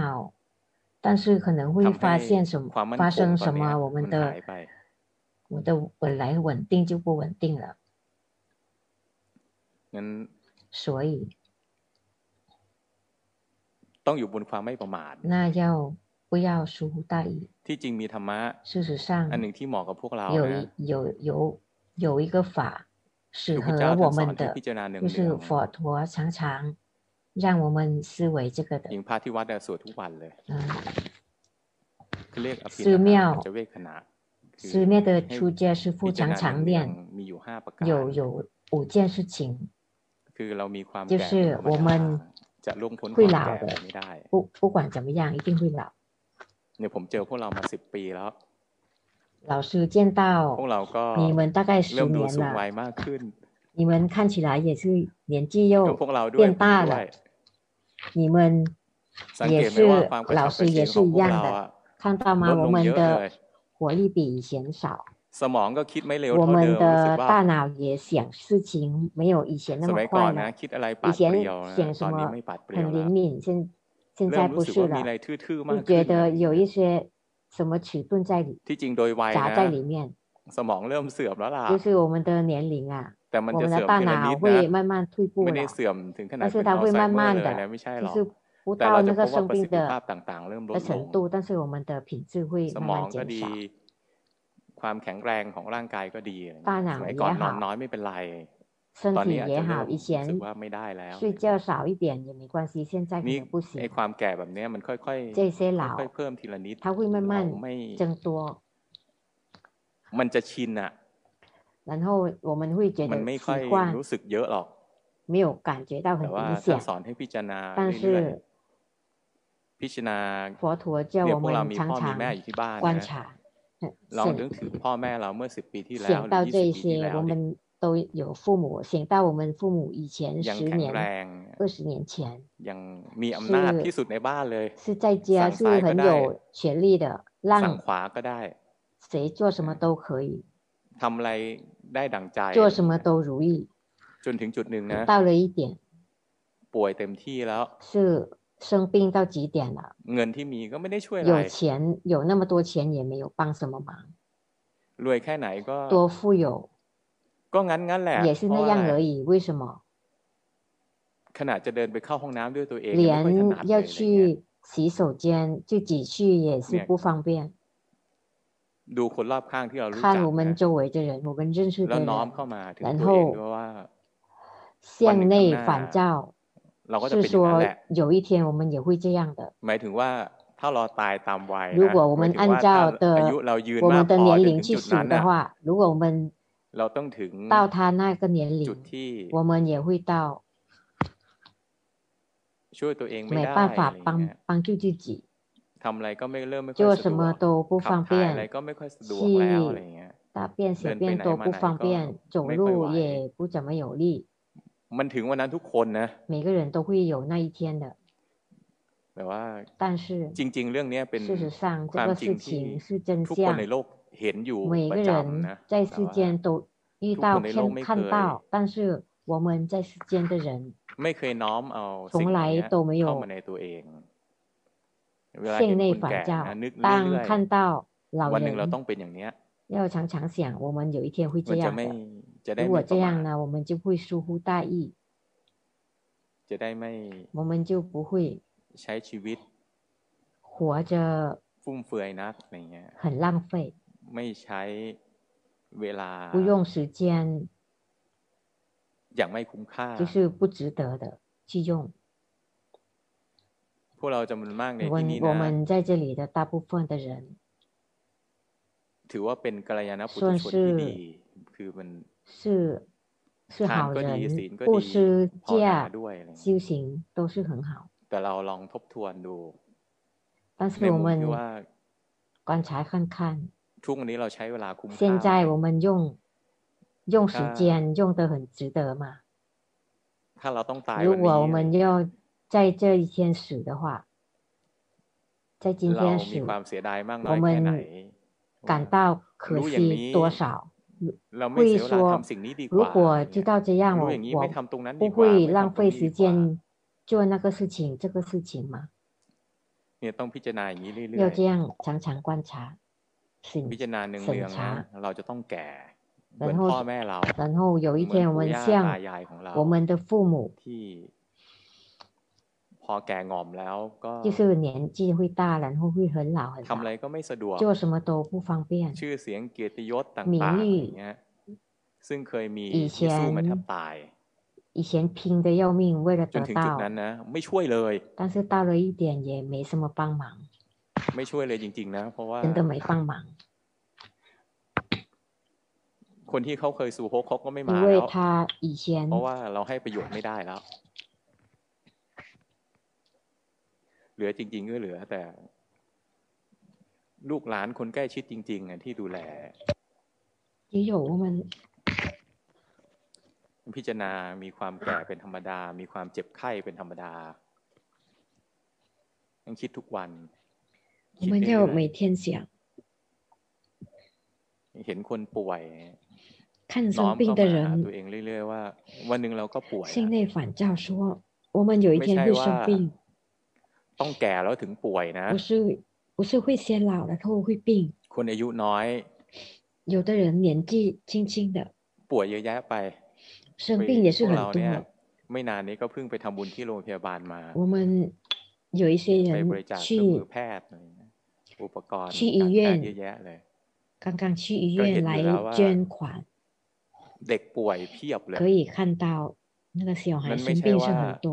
Speaker 2: 但是可能会
Speaker 1: ทำให้
Speaker 2: 发现什么
Speaker 1: ความมั่น
Speaker 2: 发
Speaker 1: คง
Speaker 2: 生
Speaker 1: ตอน
Speaker 2: 什
Speaker 1: เนี้ย
Speaker 2: 么，我们
Speaker 1: มันหา
Speaker 2: 的
Speaker 1: ยไป
Speaker 2: 我的本来稳定就不稳定了，
Speaker 1: งั้น
Speaker 2: 所以
Speaker 1: ต้องอยู่บนความไม่ประมาท
Speaker 2: 那要不要疏忽大意？
Speaker 1: ที่จริงมีธรรมะ
Speaker 2: 事实
Speaker 1: อันหนึ่
Speaker 2: 上
Speaker 1: งที่เหมาะกับพวกเรา
Speaker 2: 有
Speaker 1: นะ
Speaker 2: 一有有有一个法适
Speaker 1: คือพระเจ้า
Speaker 2: 合
Speaker 1: ท่า
Speaker 2: 我
Speaker 1: นสอน
Speaker 2: 们
Speaker 1: ให้พิ
Speaker 2: 的，
Speaker 1: จารณาเนือง
Speaker 2: 就
Speaker 1: เนื
Speaker 2: 是
Speaker 1: อง
Speaker 2: 佛陀常常让我们思维这个的
Speaker 1: ยิ，งพระที่วัดเนี่ยสวดทุกวันเลย
Speaker 2: 嗯，
Speaker 1: คือเรียกอภิ
Speaker 2: 寺
Speaker 1: นา
Speaker 2: 庙
Speaker 1: ปัจเวกขณะคือ
Speaker 2: 寺庙的
Speaker 1: ให้
Speaker 2: 出家师
Speaker 1: พิ
Speaker 2: 父
Speaker 1: จาร
Speaker 2: 常
Speaker 1: ณา
Speaker 2: 常
Speaker 1: เนือง
Speaker 2: 念
Speaker 1: ๆมีอยู่ห้าประการ
Speaker 2: 有有五件事情
Speaker 1: คือเรามีความ
Speaker 2: 就
Speaker 1: แก่
Speaker 2: 是
Speaker 1: ธรรมดา
Speaker 2: 我们
Speaker 1: จะล่วงพ้นค
Speaker 2: 会
Speaker 1: วาม
Speaker 2: 老
Speaker 1: แก่
Speaker 2: 的
Speaker 1: ไปไม่ได้
Speaker 2: 不不管怎么样一定会老。
Speaker 1: เนี่ยผมเจอพวกเรามาสิบปีแล้ว
Speaker 2: 老师见
Speaker 1: พวก
Speaker 2: 到
Speaker 1: เราก็
Speaker 2: 你们大概十
Speaker 1: เริ่มดู
Speaker 2: 年
Speaker 1: สูงวั
Speaker 2: 了，
Speaker 1: ยมากขึ้น
Speaker 2: 你们看起来也是年纪
Speaker 1: กับ
Speaker 2: 又
Speaker 1: พวกเราด้วย
Speaker 2: 变
Speaker 1: ผม
Speaker 2: 大
Speaker 1: ด้ว
Speaker 2: 了
Speaker 1: ย ，
Speaker 2: 你们
Speaker 1: สังเก
Speaker 2: 也
Speaker 1: ตไหมว่า
Speaker 2: 是
Speaker 1: ความกระ
Speaker 2: 老
Speaker 1: ฉับก
Speaker 2: 师
Speaker 1: ระเฉ
Speaker 2: 也
Speaker 1: งข
Speaker 2: 是
Speaker 1: องพวก
Speaker 2: 一样
Speaker 1: เรา
Speaker 2: 的，
Speaker 1: อะ
Speaker 2: 看到
Speaker 1: ล
Speaker 2: 吗？
Speaker 1: ด
Speaker 2: 我
Speaker 1: ลงเย
Speaker 2: 们
Speaker 1: อะเลย
Speaker 2: 的活力比以前少，
Speaker 1: สมองก็คิดไม่เร็ว
Speaker 2: 我
Speaker 1: เท่า
Speaker 2: 们
Speaker 1: เดิมรู้สึก
Speaker 2: 的
Speaker 1: ว่า
Speaker 2: 大脑也想事情没有以前那
Speaker 1: ส
Speaker 2: 么
Speaker 1: มัยก่อ
Speaker 2: 快
Speaker 1: นนะ
Speaker 2: 了，
Speaker 1: คิดอะไร
Speaker 2: 以
Speaker 1: ปาดเปรี
Speaker 2: 前
Speaker 1: ยวนะ
Speaker 2: 想
Speaker 1: ต
Speaker 2: 什
Speaker 1: อนนี้
Speaker 2: 么
Speaker 1: ไม่ปาดเปรียว
Speaker 2: 很
Speaker 1: แล้
Speaker 2: 灵
Speaker 1: ว
Speaker 2: 敏，现现
Speaker 1: เริ่
Speaker 2: 在
Speaker 1: ม
Speaker 2: 不
Speaker 1: รู้สึกว่า
Speaker 2: 是
Speaker 1: มี
Speaker 2: 了
Speaker 1: อะไร，ทื่อๆมาก
Speaker 2: 就
Speaker 1: ขึ้
Speaker 2: 觉
Speaker 1: นนะ
Speaker 2: 得有一些什么迟钝在里
Speaker 1: ที่จริงโดยวัย
Speaker 2: 夹
Speaker 1: นะ
Speaker 2: 在里面，
Speaker 1: สมองเริ่มเสื่อมแล้วล่ะ
Speaker 2: 就是我们的年龄啊。
Speaker 1: แต่มัน
Speaker 2: 我
Speaker 1: จะ
Speaker 2: 们
Speaker 1: เสื่
Speaker 2: 的
Speaker 1: อม
Speaker 2: 大
Speaker 1: ทีละนิ
Speaker 2: 脑
Speaker 1: ดนะ
Speaker 2: 会慢慢退步
Speaker 1: ไม่ได้
Speaker 2: 了，
Speaker 1: เสื่อมถึงขนาด
Speaker 2: แต่
Speaker 1: เป็น
Speaker 2: 它
Speaker 1: อัล
Speaker 2: 会
Speaker 1: ไซ
Speaker 2: 慢
Speaker 1: เมอ
Speaker 2: 慢
Speaker 1: ร์เลย
Speaker 2: 的
Speaker 1: นะไม่ใช่
Speaker 2: 就
Speaker 1: หรอก
Speaker 2: 是不
Speaker 1: แต่เรา
Speaker 2: 到
Speaker 1: จะ
Speaker 2: 那
Speaker 1: พบ
Speaker 2: 个
Speaker 1: ว่าประ
Speaker 2: 生
Speaker 1: สิ
Speaker 2: 病
Speaker 1: ทธิภาพ
Speaker 2: 的
Speaker 1: ต่างๆ เริ่มล
Speaker 2: 的
Speaker 1: ดลง
Speaker 2: 程度，但是我们的品质会
Speaker 1: ส
Speaker 2: 慢
Speaker 1: มอง
Speaker 2: 慢
Speaker 1: ก็
Speaker 2: 减
Speaker 1: ดี
Speaker 2: 少，
Speaker 1: ความแข็งแรงของร่างกายก็ดีอะไร
Speaker 2: 大
Speaker 1: เงี้ยส
Speaker 2: 脑
Speaker 1: มัยก่อน
Speaker 2: 也
Speaker 1: นอนน้
Speaker 2: 好，
Speaker 1: อยไม่เป็นไร
Speaker 2: 身
Speaker 1: ตอนนี้
Speaker 2: 体
Speaker 1: อาจ
Speaker 2: 也
Speaker 1: จะเริ่
Speaker 2: 好，
Speaker 1: ม
Speaker 2: 以
Speaker 1: รู้สึก
Speaker 2: 前
Speaker 1: ว่าไม่ได้แล้ว
Speaker 2: 睡觉少一点也没关系，现在可
Speaker 1: นี่
Speaker 2: 能不
Speaker 1: ไอ้
Speaker 2: 行
Speaker 1: ควา
Speaker 2: 了。
Speaker 1: มแก่แบบเนี้ยมันค่อยค่อย
Speaker 2: 这些
Speaker 1: ค่อยค่อย
Speaker 2: 老，
Speaker 1: ๆเพิ่มทีละนิด
Speaker 2: 它会慢
Speaker 1: เรา
Speaker 2: 慢
Speaker 1: ไม่
Speaker 2: 增多，
Speaker 1: มันจะชินอะ
Speaker 2: 然后我们会觉
Speaker 1: มัน
Speaker 2: 得
Speaker 1: ไม่ค่อ
Speaker 2: 习
Speaker 1: ย
Speaker 2: 惯，
Speaker 1: รู้สึกเยอะหรอก
Speaker 2: 没有啊感觉到
Speaker 1: แต่
Speaker 2: 很
Speaker 1: ว่า
Speaker 2: 明
Speaker 1: ท่าน
Speaker 2: 显。
Speaker 1: สอนให้พิจารณา
Speaker 2: 但
Speaker 1: เรื่อย
Speaker 2: 是
Speaker 1: ๆ พิจารณา
Speaker 2: 佛陀叫
Speaker 1: เนี่ย
Speaker 2: 我
Speaker 1: พวกเรา
Speaker 2: 们
Speaker 1: มี
Speaker 2: 常
Speaker 1: พ่อมีแม่
Speaker 2: 常
Speaker 1: อยู่ที่บ้าน
Speaker 2: 观
Speaker 1: นะ
Speaker 2: 察，
Speaker 1: ลอง
Speaker 2: 现
Speaker 1: นึกถึงพ่อแม่เราเมื่อสิบปีที่แล้ว
Speaker 2: 想
Speaker 1: หรือ
Speaker 2: 到
Speaker 1: ยี่
Speaker 2: 这
Speaker 1: สิบปี
Speaker 2: 一
Speaker 1: ที่
Speaker 2: 些，
Speaker 1: แล้ว
Speaker 2: 我
Speaker 1: เนี่ย
Speaker 2: 们都有父母，想到我们父母以前
Speaker 1: ยัง
Speaker 2: 十
Speaker 1: แข็งแร
Speaker 2: 年、
Speaker 1: ง
Speaker 2: 二十年前
Speaker 1: ยังมีอำนาจที่
Speaker 2: 是
Speaker 1: สุดในบ้านเลย
Speaker 2: 是在家
Speaker 1: สั่งซ้าย
Speaker 2: 是
Speaker 1: ก็
Speaker 2: 很
Speaker 1: ได้
Speaker 2: 有权利的，
Speaker 1: สั่ง
Speaker 2: 让
Speaker 1: ขวาก็ได้
Speaker 2: 谁做什么都可以，
Speaker 1: ทำอะไรได้ดั่งใจอะ
Speaker 2: 做
Speaker 1: ไร
Speaker 2: 什么
Speaker 1: เงี้ย
Speaker 2: 都如意。
Speaker 1: จนถึงจุดหนึ่งนะ
Speaker 2: 到了一点
Speaker 1: ป่วยเต็มที่แล้ว
Speaker 2: 是生病到极点了，
Speaker 1: เงินที่มีก็ไม่ได้ช่วยอะไร
Speaker 2: 有钱有那么多钱也没有帮什么忙，
Speaker 1: รวยแค่ไหนก็
Speaker 2: 多富有
Speaker 1: ก็งั้นงั้นแหละ
Speaker 2: 也是
Speaker 1: เพ
Speaker 2: 那
Speaker 1: ราะว่าอะ
Speaker 2: 样
Speaker 1: ไร
Speaker 2: 而已。为什么？
Speaker 1: ขนาดจะเดินไปเข้าห้องน้ำด้วยตัวเองยังไม่ค่อยถนัดเลย
Speaker 2: 连要
Speaker 1: อะไรเงี้ย
Speaker 2: 去洗手间自己去也是
Speaker 1: เนี่ย
Speaker 2: 不方便。
Speaker 1: ดูคนรอบข้างที่เรารู้
Speaker 2: 看
Speaker 1: จัก
Speaker 2: 我们
Speaker 1: นะ
Speaker 2: 周围的人，我们认识
Speaker 1: แล้ว
Speaker 2: 的
Speaker 1: น้อม
Speaker 2: 人，
Speaker 1: เข้ามาถึง
Speaker 2: 然
Speaker 1: ตัวเอง
Speaker 2: 后
Speaker 1: ด้วยว่าวันหนึ่ง
Speaker 2: 向
Speaker 1: ข้างห
Speaker 2: 内
Speaker 1: น้า
Speaker 2: 反照，
Speaker 1: เราก็จะ
Speaker 2: 是
Speaker 1: เป็นอย่างนั้น
Speaker 2: 说
Speaker 1: แหละ
Speaker 2: 有一天我们也会这样的。
Speaker 1: หมายถึงว่าถ้าเราตายตามวัย
Speaker 2: 如
Speaker 1: นะ
Speaker 2: 果我
Speaker 1: หมาย
Speaker 2: 们
Speaker 1: ถึง
Speaker 2: 按
Speaker 1: ว่าถ้า
Speaker 2: 照
Speaker 1: อายุ
Speaker 2: 的
Speaker 1: เรายืน
Speaker 2: 我
Speaker 1: มาก
Speaker 2: 们
Speaker 1: พ
Speaker 2: 的
Speaker 1: อจน
Speaker 2: 年龄
Speaker 1: ถึง
Speaker 2: 去
Speaker 1: จุด
Speaker 2: 数
Speaker 1: นั้น
Speaker 2: 的
Speaker 1: น่ะ
Speaker 2: 话，如果我们
Speaker 1: เราต้องถึง
Speaker 2: 到他那个年
Speaker 1: จุด
Speaker 2: 龄，
Speaker 1: ที่
Speaker 2: 我们也会到
Speaker 1: ช่วยตัวเองไม่
Speaker 2: 没
Speaker 1: ได้
Speaker 2: 办
Speaker 1: อะ
Speaker 2: 法
Speaker 1: ไรอย่าง
Speaker 2: 帮
Speaker 1: เงี้ย
Speaker 2: 帮助自己，
Speaker 1: ทำอะไรก็ไม่เริ่มไม่ค่อย
Speaker 2: 做
Speaker 1: สะด
Speaker 2: 什
Speaker 1: ว
Speaker 2: 么
Speaker 1: ก
Speaker 2: 都不
Speaker 1: ขับ
Speaker 2: 方
Speaker 1: ถ่ายอะไร
Speaker 2: 便，
Speaker 1: ก็ไม่ค่อยสะดวกแล้วอะไร
Speaker 2: 去
Speaker 1: อย่างเงี้ย
Speaker 2: 大便小
Speaker 1: เดินไป
Speaker 2: 便
Speaker 1: ไหน
Speaker 2: 都
Speaker 1: มา
Speaker 2: 不
Speaker 1: ไหน
Speaker 2: 方
Speaker 1: ก็
Speaker 2: 便，走
Speaker 1: ไม่ค่อยไห
Speaker 2: 路
Speaker 1: ว
Speaker 2: 也不怎么有力。
Speaker 1: มันถึงวันนั้นทุกคนนะ
Speaker 2: 每个人都会有那一天的，
Speaker 1: แต่ว่า
Speaker 2: 但是。
Speaker 1: จริง ๆ เรื่องเนี้ยเป็น
Speaker 2: 事实上，
Speaker 1: ค
Speaker 2: 这
Speaker 1: วาม
Speaker 2: 个
Speaker 1: จริง
Speaker 2: 事
Speaker 1: ที่
Speaker 2: 情是真
Speaker 1: ทุกคนใน
Speaker 2: 相，
Speaker 1: โลกเห็นอยู่
Speaker 2: 每
Speaker 1: ป
Speaker 2: 个
Speaker 1: ระจำ
Speaker 2: 人
Speaker 1: นะ
Speaker 2: 在
Speaker 1: แต่
Speaker 2: 世
Speaker 1: ว่า
Speaker 2: 间都遇
Speaker 1: ทุกค
Speaker 2: 到
Speaker 1: นในโลก
Speaker 2: 看
Speaker 1: ไม่เคย
Speaker 2: 看到，但是我们在世间的人
Speaker 1: ไม่เคยน้อมเอาสิ่งเหล่า
Speaker 2: สงไห
Speaker 1: นี้
Speaker 2: ลโตมโย
Speaker 1: เข้ามาในตัวเอง เวลาเห็
Speaker 2: 向
Speaker 1: น
Speaker 2: 内
Speaker 1: คนแก่
Speaker 2: 反照
Speaker 1: นะนึก，เรื่
Speaker 2: 当
Speaker 1: อย
Speaker 2: 看到
Speaker 1: ๆ
Speaker 2: 老
Speaker 1: วันหนึ่งเราต้อง
Speaker 2: 人，
Speaker 1: เป็นอย่างเนี้ย
Speaker 2: 要常常想，我们有一天会
Speaker 1: มั
Speaker 2: 这
Speaker 1: นจะ
Speaker 2: 样
Speaker 1: ไม่
Speaker 2: 的。
Speaker 1: จะได้
Speaker 2: 如
Speaker 1: ไม่
Speaker 2: 果
Speaker 1: ประมา
Speaker 2: 这
Speaker 1: ท
Speaker 2: 样呢，我们就会疏忽大意，
Speaker 1: จะได้ไม่
Speaker 2: 我们就不会
Speaker 1: ใช้ชีวิต
Speaker 2: 活着
Speaker 1: ฟุ่มเฟือยนักอะไรเงี้ย
Speaker 2: 很浪费，
Speaker 1: ไม่ใช้เวลา
Speaker 2: 不用时间
Speaker 1: อย่างไม่คุ้มค่า
Speaker 2: 就是不值得的去用。
Speaker 1: พวกเราจำนวนมากใน
Speaker 2: 我
Speaker 1: ที่
Speaker 2: 们
Speaker 1: นี้
Speaker 2: 我
Speaker 1: นะ
Speaker 2: 们在这里的大部分的人
Speaker 1: ถือว่าเป็นกัลยาณปุ
Speaker 2: ส่
Speaker 1: ถุ
Speaker 2: วน
Speaker 1: ชน
Speaker 2: ชื่อ
Speaker 1: ที่ดี คือมัน
Speaker 2: 是是
Speaker 1: ทาน
Speaker 2: 好
Speaker 1: ก็ดีศีล
Speaker 2: 人
Speaker 1: ก็，
Speaker 2: 布
Speaker 1: ดี
Speaker 2: 施、
Speaker 1: ภาวนา
Speaker 2: 戒、
Speaker 1: ด้วยอะไรอย่างเงี้ย
Speaker 2: 修行都是很好，
Speaker 1: แต่เราลองทบทวนดู
Speaker 2: 但
Speaker 1: ใน
Speaker 2: 是我
Speaker 1: มุมที่ว่า
Speaker 2: 们观察看看。
Speaker 1: ช่วงนี้เราใช้เวลาคุ้มค่า
Speaker 2: 现在
Speaker 1: ไหม
Speaker 2: 我们用用时间用得很值得嘛？
Speaker 1: ถ้าเราต้องตาย
Speaker 2: 如
Speaker 1: วันนี้
Speaker 2: 果我们要在这一天死的话，在今
Speaker 1: เรา
Speaker 2: 天
Speaker 1: มี
Speaker 2: 死，
Speaker 1: ความเสียดายมากน้
Speaker 2: 我
Speaker 1: อย
Speaker 2: 们
Speaker 1: แค่ไหน
Speaker 2: 感到可
Speaker 1: รู้อย่างนี้
Speaker 2: 惜多少？
Speaker 1: เราไม่
Speaker 2: 会
Speaker 1: เสียเวลา
Speaker 2: 说
Speaker 1: ทำสิ่งนี้ดีก
Speaker 2: 如
Speaker 1: ว่า
Speaker 2: 果知道这样，
Speaker 1: รู้
Speaker 2: 我
Speaker 1: อย่างนี้ไม่
Speaker 2: 我
Speaker 1: ทำตรงนั้นดี
Speaker 2: 不
Speaker 1: กว่า
Speaker 2: 会
Speaker 1: ไม่
Speaker 2: 浪
Speaker 1: ทำตรง
Speaker 2: 费
Speaker 1: นี้ดี
Speaker 2: 时
Speaker 1: กว่า
Speaker 2: 间做那个事情，这个事情嘛，
Speaker 1: เนี่ยต้องพิจารณาอย่างนี้เรื่
Speaker 2: 要
Speaker 1: อย
Speaker 2: 这样常常观察，
Speaker 1: ๆพิ
Speaker 2: 醒
Speaker 1: จารณาเนืองๆนะเราจะต้องแก่เหมือนพ่อแม่เรา
Speaker 2: 然后有一
Speaker 1: เหมือน
Speaker 2: 天我
Speaker 1: ปู่
Speaker 2: 们
Speaker 1: ย่าตา
Speaker 2: 像
Speaker 1: ยายของเรา
Speaker 2: 我们的父母，
Speaker 1: ที่ พอแก่งอมแล้วก็
Speaker 2: 就是年纪会大，然后会很老很
Speaker 1: ทำอะไร
Speaker 2: 老，
Speaker 1: ก็ไม่สะดวก
Speaker 2: 做什么都不方便。
Speaker 1: ชื่อเสียงเกียรติยศต่า
Speaker 2: หมิ่น
Speaker 1: งๆ
Speaker 2: ลี่
Speaker 1: อย่างเงี้ยซึ่งเคยมี
Speaker 2: อีเชี
Speaker 1: ที่
Speaker 2: ยน
Speaker 1: สู้มาแทบตาย
Speaker 2: 以前拼的要命，为了
Speaker 1: จน
Speaker 2: 得
Speaker 1: ถึงจุดนั้น
Speaker 2: 到，
Speaker 1: นะ ไม่ช่วยเลย
Speaker 2: 但是到了一点也没什么帮忙，
Speaker 1: ไม่ช่วยเลยจริง ๆ นะ เพราะว่า
Speaker 2: 真的没帮忙，
Speaker 1: คนที่เขาเคยสู่ฮกเขาก็ไม่มา
Speaker 2: 因
Speaker 1: แล้
Speaker 2: 为
Speaker 1: ว
Speaker 2: 他以前
Speaker 1: เพราะว่าเราให้ประโยชน์ไม่ได้แล้ว เหลือจริง ๆ ก็เหลือ แต่ ลูกหลานคนใกล้ชิดจริงๆอะที่ดูแล
Speaker 2: 也有我们
Speaker 1: พิจารณา มีความแก่เป็นธรรมดา มีความเจ็บไข้เป็นธรรมดา ต้องคิดทุกวัน
Speaker 2: 我
Speaker 1: คิด
Speaker 2: 们
Speaker 1: เรื่
Speaker 2: 要
Speaker 1: อย
Speaker 2: 每天想
Speaker 1: ๆเห็นคนป่วย
Speaker 2: 看
Speaker 1: น้อม
Speaker 2: 生
Speaker 1: เข้า
Speaker 2: 病
Speaker 1: มา
Speaker 2: 的
Speaker 1: หาตัว
Speaker 2: 人，
Speaker 1: เองเรื่อย ๆ ว่า วันหนึ่งเราก็ป่วย
Speaker 2: 向
Speaker 1: นะ
Speaker 2: 内反照说，我们有一
Speaker 1: ไม่
Speaker 2: 天
Speaker 1: ใช่
Speaker 2: 会
Speaker 1: ว่า
Speaker 2: 生病，
Speaker 1: ต้องแก่แล้วถึงป่วยนะ
Speaker 2: 不是不是会先老，然后会病。
Speaker 1: คนอายุน้อย
Speaker 2: 有的人年纪轻轻的
Speaker 1: ป่วยเยอะแยะไป
Speaker 2: 生病也
Speaker 1: พ
Speaker 2: 是
Speaker 1: วก
Speaker 2: 很
Speaker 1: เรา
Speaker 2: 多
Speaker 1: เนี่ย
Speaker 2: 的。
Speaker 1: ไม่นานนี้ก็เพิ่งไปทำบุญที่โรงพยาบาลมา
Speaker 2: 我们有一些
Speaker 1: ไป
Speaker 2: 人
Speaker 1: บริจาคเค
Speaker 2: 去
Speaker 1: รื่องมือแพทย์อะไรอย่างเงี้ยอุปกรณ์
Speaker 2: 去医
Speaker 1: การแพทย์
Speaker 2: 院
Speaker 1: เยอะแยะเลย
Speaker 2: 刚刚去医
Speaker 1: ก็เห็
Speaker 2: 院
Speaker 1: นอยู่แล้ว
Speaker 2: 来
Speaker 1: ว่า
Speaker 2: 捐款，
Speaker 1: เด็กป่วยเพียบเลย
Speaker 2: 可以看到那个小
Speaker 1: 那
Speaker 2: 孩
Speaker 1: 没啊
Speaker 2: 生
Speaker 1: 事
Speaker 2: 病
Speaker 1: 哇
Speaker 2: 是很多，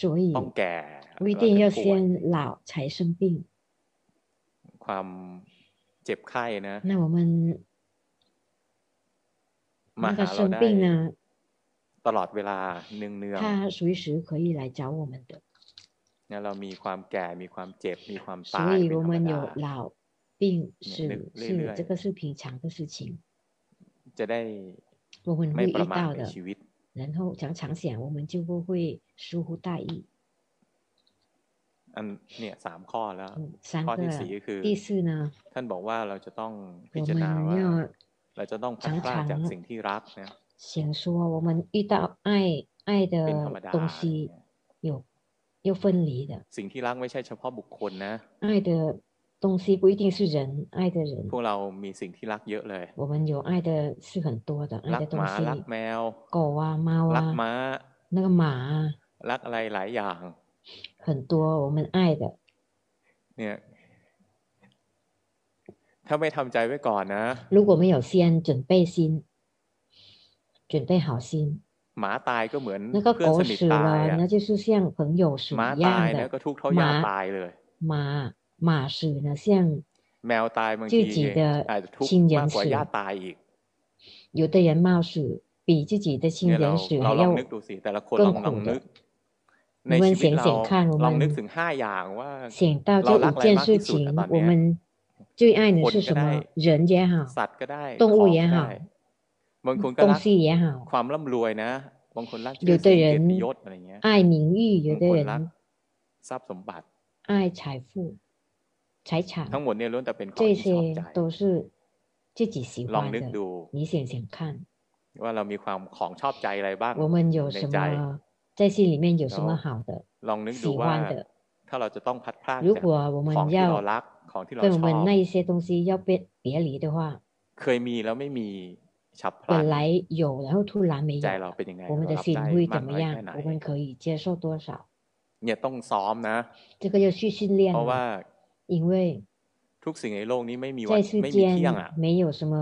Speaker 2: 所以
Speaker 1: ต้องแก่
Speaker 2: 不一
Speaker 1: แล้วถึ
Speaker 2: 定
Speaker 1: ง
Speaker 2: 要
Speaker 1: ป่วย
Speaker 2: 先老才生病。
Speaker 1: ความเจ็บไข้นะ
Speaker 2: 那我们
Speaker 1: มา
Speaker 2: 那个
Speaker 1: หาเรา
Speaker 2: 生
Speaker 1: ได้
Speaker 2: 病呢，
Speaker 1: ตลอดเวลาเนือง
Speaker 2: 他随时可以来找我们的，
Speaker 1: ๆนะเรามีความแก่มีความเจ็บมีความตา
Speaker 2: 所
Speaker 1: ยเป็น
Speaker 2: 以我
Speaker 1: ธรรม
Speaker 2: 们
Speaker 1: ดา
Speaker 2: 有老病
Speaker 1: 那
Speaker 2: 是
Speaker 1: 那
Speaker 2: 是
Speaker 1: 那
Speaker 2: 这个是平常的事情，
Speaker 1: จะได้
Speaker 2: 我们
Speaker 1: ไม่
Speaker 2: 会遇
Speaker 1: ประมาท
Speaker 2: 到
Speaker 1: ใน
Speaker 2: 的。
Speaker 1: ชีวิต
Speaker 2: 然后常常想，我们就不会疏忽大意。
Speaker 1: อันเนี่ยสามข้อแล้ว
Speaker 2: 嗯，三
Speaker 1: ข้อ
Speaker 2: 个
Speaker 1: ที่
Speaker 2: 了
Speaker 1: สี่ก็คือ
Speaker 2: 第四呢，
Speaker 1: ท่านบอกว่าเราจะต้องพิ
Speaker 2: 我
Speaker 1: จารณา
Speaker 2: 们
Speaker 1: ว่า
Speaker 2: 要
Speaker 1: เราจะต้องพลัดพรากจากสิ่งที่รักนะ
Speaker 2: 想说，我们遇到爱爱
Speaker 1: เป็นธรรม
Speaker 2: 的
Speaker 1: ดา
Speaker 2: 东西有有分离的，
Speaker 1: สิ่งที่รักไม่ใช่เฉพาะบุคคลนะ
Speaker 2: 爱的东西不一定是人，爱的人
Speaker 1: พว，กเรามีสิ่งที่รักเยอะเลย
Speaker 2: 我们有爱的是很多的，
Speaker 1: รั
Speaker 2: 爱
Speaker 1: กห
Speaker 2: 的东
Speaker 1: มา
Speaker 2: 西，
Speaker 1: รักแมว
Speaker 2: 狗啊、猫
Speaker 1: รัก
Speaker 2: 啊、
Speaker 1: ม้า
Speaker 2: 那个马啊，
Speaker 1: รักอะไรหลายอย่าง
Speaker 2: 很多我们爱的。
Speaker 1: เนี่ย ถ้าไม่ทำใจไว้ก่อนนะ
Speaker 2: 如果没有先准备心，准备好心，
Speaker 1: หมาตายก็เหมือน
Speaker 2: 那个
Speaker 1: เพื่อนส
Speaker 2: 狗
Speaker 1: นิท
Speaker 2: 死
Speaker 1: ตาย
Speaker 2: 了，
Speaker 1: อ่ะ
Speaker 2: 那就是像朋友死
Speaker 1: หมา
Speaker 2: 一
Speaker 1: ตาย
Speaker 2: 样
Speaker 1: นะ
Speaker 2: 的。
Speaker 1: ก็ทุกข์เท่า
Speaker 2: ห
Speaker 1: ยา
Speaker 2: มา
Speaker 1: ตายเลย
Speaker 2: 马马死呢，像
Speaker 1: แมวตายบาง
Speaker 2: 自
Speaker 1: ที
Speaker 2: 己的
Speaker 1: อาจจะทุกข์
Speaker 2: 亲
Speaker 1: มาก
Speaker 2: 人
Speaker 1: กว่า
Speaker 2: 死，
Speaker 1: ญาติตายอีก
Speaker 2: 有的人冒死比自己的亲
Speaker 1: เนี่ยเรา
Speaker 2: 人死
Speaker 1: เรา
Speaker 2: 还
Speaker 1: ลอง
Speaker 2: 要
Speaker 1: นึกดูสิแต่ละคนล
Speaker 2: 更
Speaker 1: องลอง
Speaker 2: 苦
Speaker 1: นึก
Speaker 2: 的。
Speaker 1: ใน
Speaker 2: 我们
Speaker 1: ชีวิต
Speaker 2: 想
Speaker 1: เรา
Speaker 2: 想看，我
Speaker 1: ลองนึกถึ
Speaker 2: 们
Speaker 1: งห้าอย่างว่า
Speaker 2: 想到
Speaker 1: เรา
Speaker 2: 这
Speaker 1: รัก
Speaker 2: 五
Speaker 1: อะไร
Speaker 2: 件
Speaker 1: มากที่
Speaker 2: 事
Speaker 1: สุดอะตอน
Speaker 2: 情，我
Speaker 1: เนี้ย
Speaker 2: 们最爱
Speaker 1: ค
Speaker 2: 的
Speaker 1: น
Speaker 2: 是
Speaker 1: ก็
Speaker 2: 什
Speaker 1: ได้
Speaker 2: 么？人也好，
Speaker 1: สัตว์ก็ได้
Speaker 2: ต้นอู่
Speaker 1: ของ
Speaker 2: 也
Speaker 1: ก็
Speaker 2: 好
Speaker 1: ได้บางคนก็
Speaker 2: 东
Speaker 1: รัก
Speaker 2: 西也好
Speaker 1: ความร่ำรวยนะบางคนรัก
Speaker 2: 有
Speaker 1: ชื่อ
Speaker 2: 的
Speaker 1: เสียงเกียร
Speaker 2: 人
Speaker 1: ติยศอะไรเงี้ย
Speaker 2: 爱名誉，有
Speaker 1: บาง
Speaker 2: 的
Speaker 1: คนรัก
Speaker 2: 人
Speaker 1: ทรัพย์สมบัติ
Speaker 2: 爱财富、财产，
Speaker 1: ทั้งหมดเนี่ยล้วนแต่เป็นของ
Speaker 2: 这
Speaker 1: ที่ชอบ
Speaker 2: 些
Speaker 1: ใจ
Speaker 2: 都是自己喜
Speaker 1: ลอง
Speaker 2: 欢
Speaker 1: นึก
Speaker 2: 的。
Speaker 1: ดู
Speaker 2: 你想想看，
Speaker 1: ว่าเรามีความของชอบใจอะไรบ้าง
Speaker 2: 我们有
Speaker 1: ใน
Speaker 2: 什
Speaker 1: ใจ
Speaker 2: 么在心里面有什么好的
Speaker 1: ลองนึกดู
Speaker 2: 喜
Speaker 1: ว่า
Speaker 2: 欢的？
Speaker 1: ถ้าเราจะต้องพัดพราก
Speaker 2: 如
Speaker 1: จาก
Speaker 2: 果我们
Speaker 1: ของที่
Speaker 2: 要
Speaker 1: เรารักของที่เรา
Speaker 2: 跟
Speaker 1: ช
Speaker 2: 我
Speaker 1: อบ
Speaker 2: 们那一些东西要别别离的话，
Speaker 1: เคยมีแล้วไม่มีฉับพลัน
Speaker 2: 本来有，然后突然没有
Speaker 1: ใจเรา
Speaker 2: 了，
Speaker 1: เป็นยังไง
Speaker 2: 我们的
Speaker 1: เรารับ
Speaker 2: 心
Speaker 1: ได้
Speaker 2: 会
Speaker 1: มา
Speaker 2: 怎
Speaker 1: ก
Speaker 2: 么
Speaker 1: น้อยแค่
Speaker 2: 样
Speaker 1: ไหน？
Speaker 2: 我们可以接受多少？
Speaker 1: เนี่ยต้องซ้อมนะ
Speaker 2: 这个要去训练
Speaker 1: เพราะว่า
Speaker 2: 了，因为
Speaker 1: ทุกสิ่งในโลกนี้ไม่มีวัน
Speaker 2: 在世
Speaker 1: ไม่มีเที่ยงอ่ะ
Speaker 2: 间没啊有什么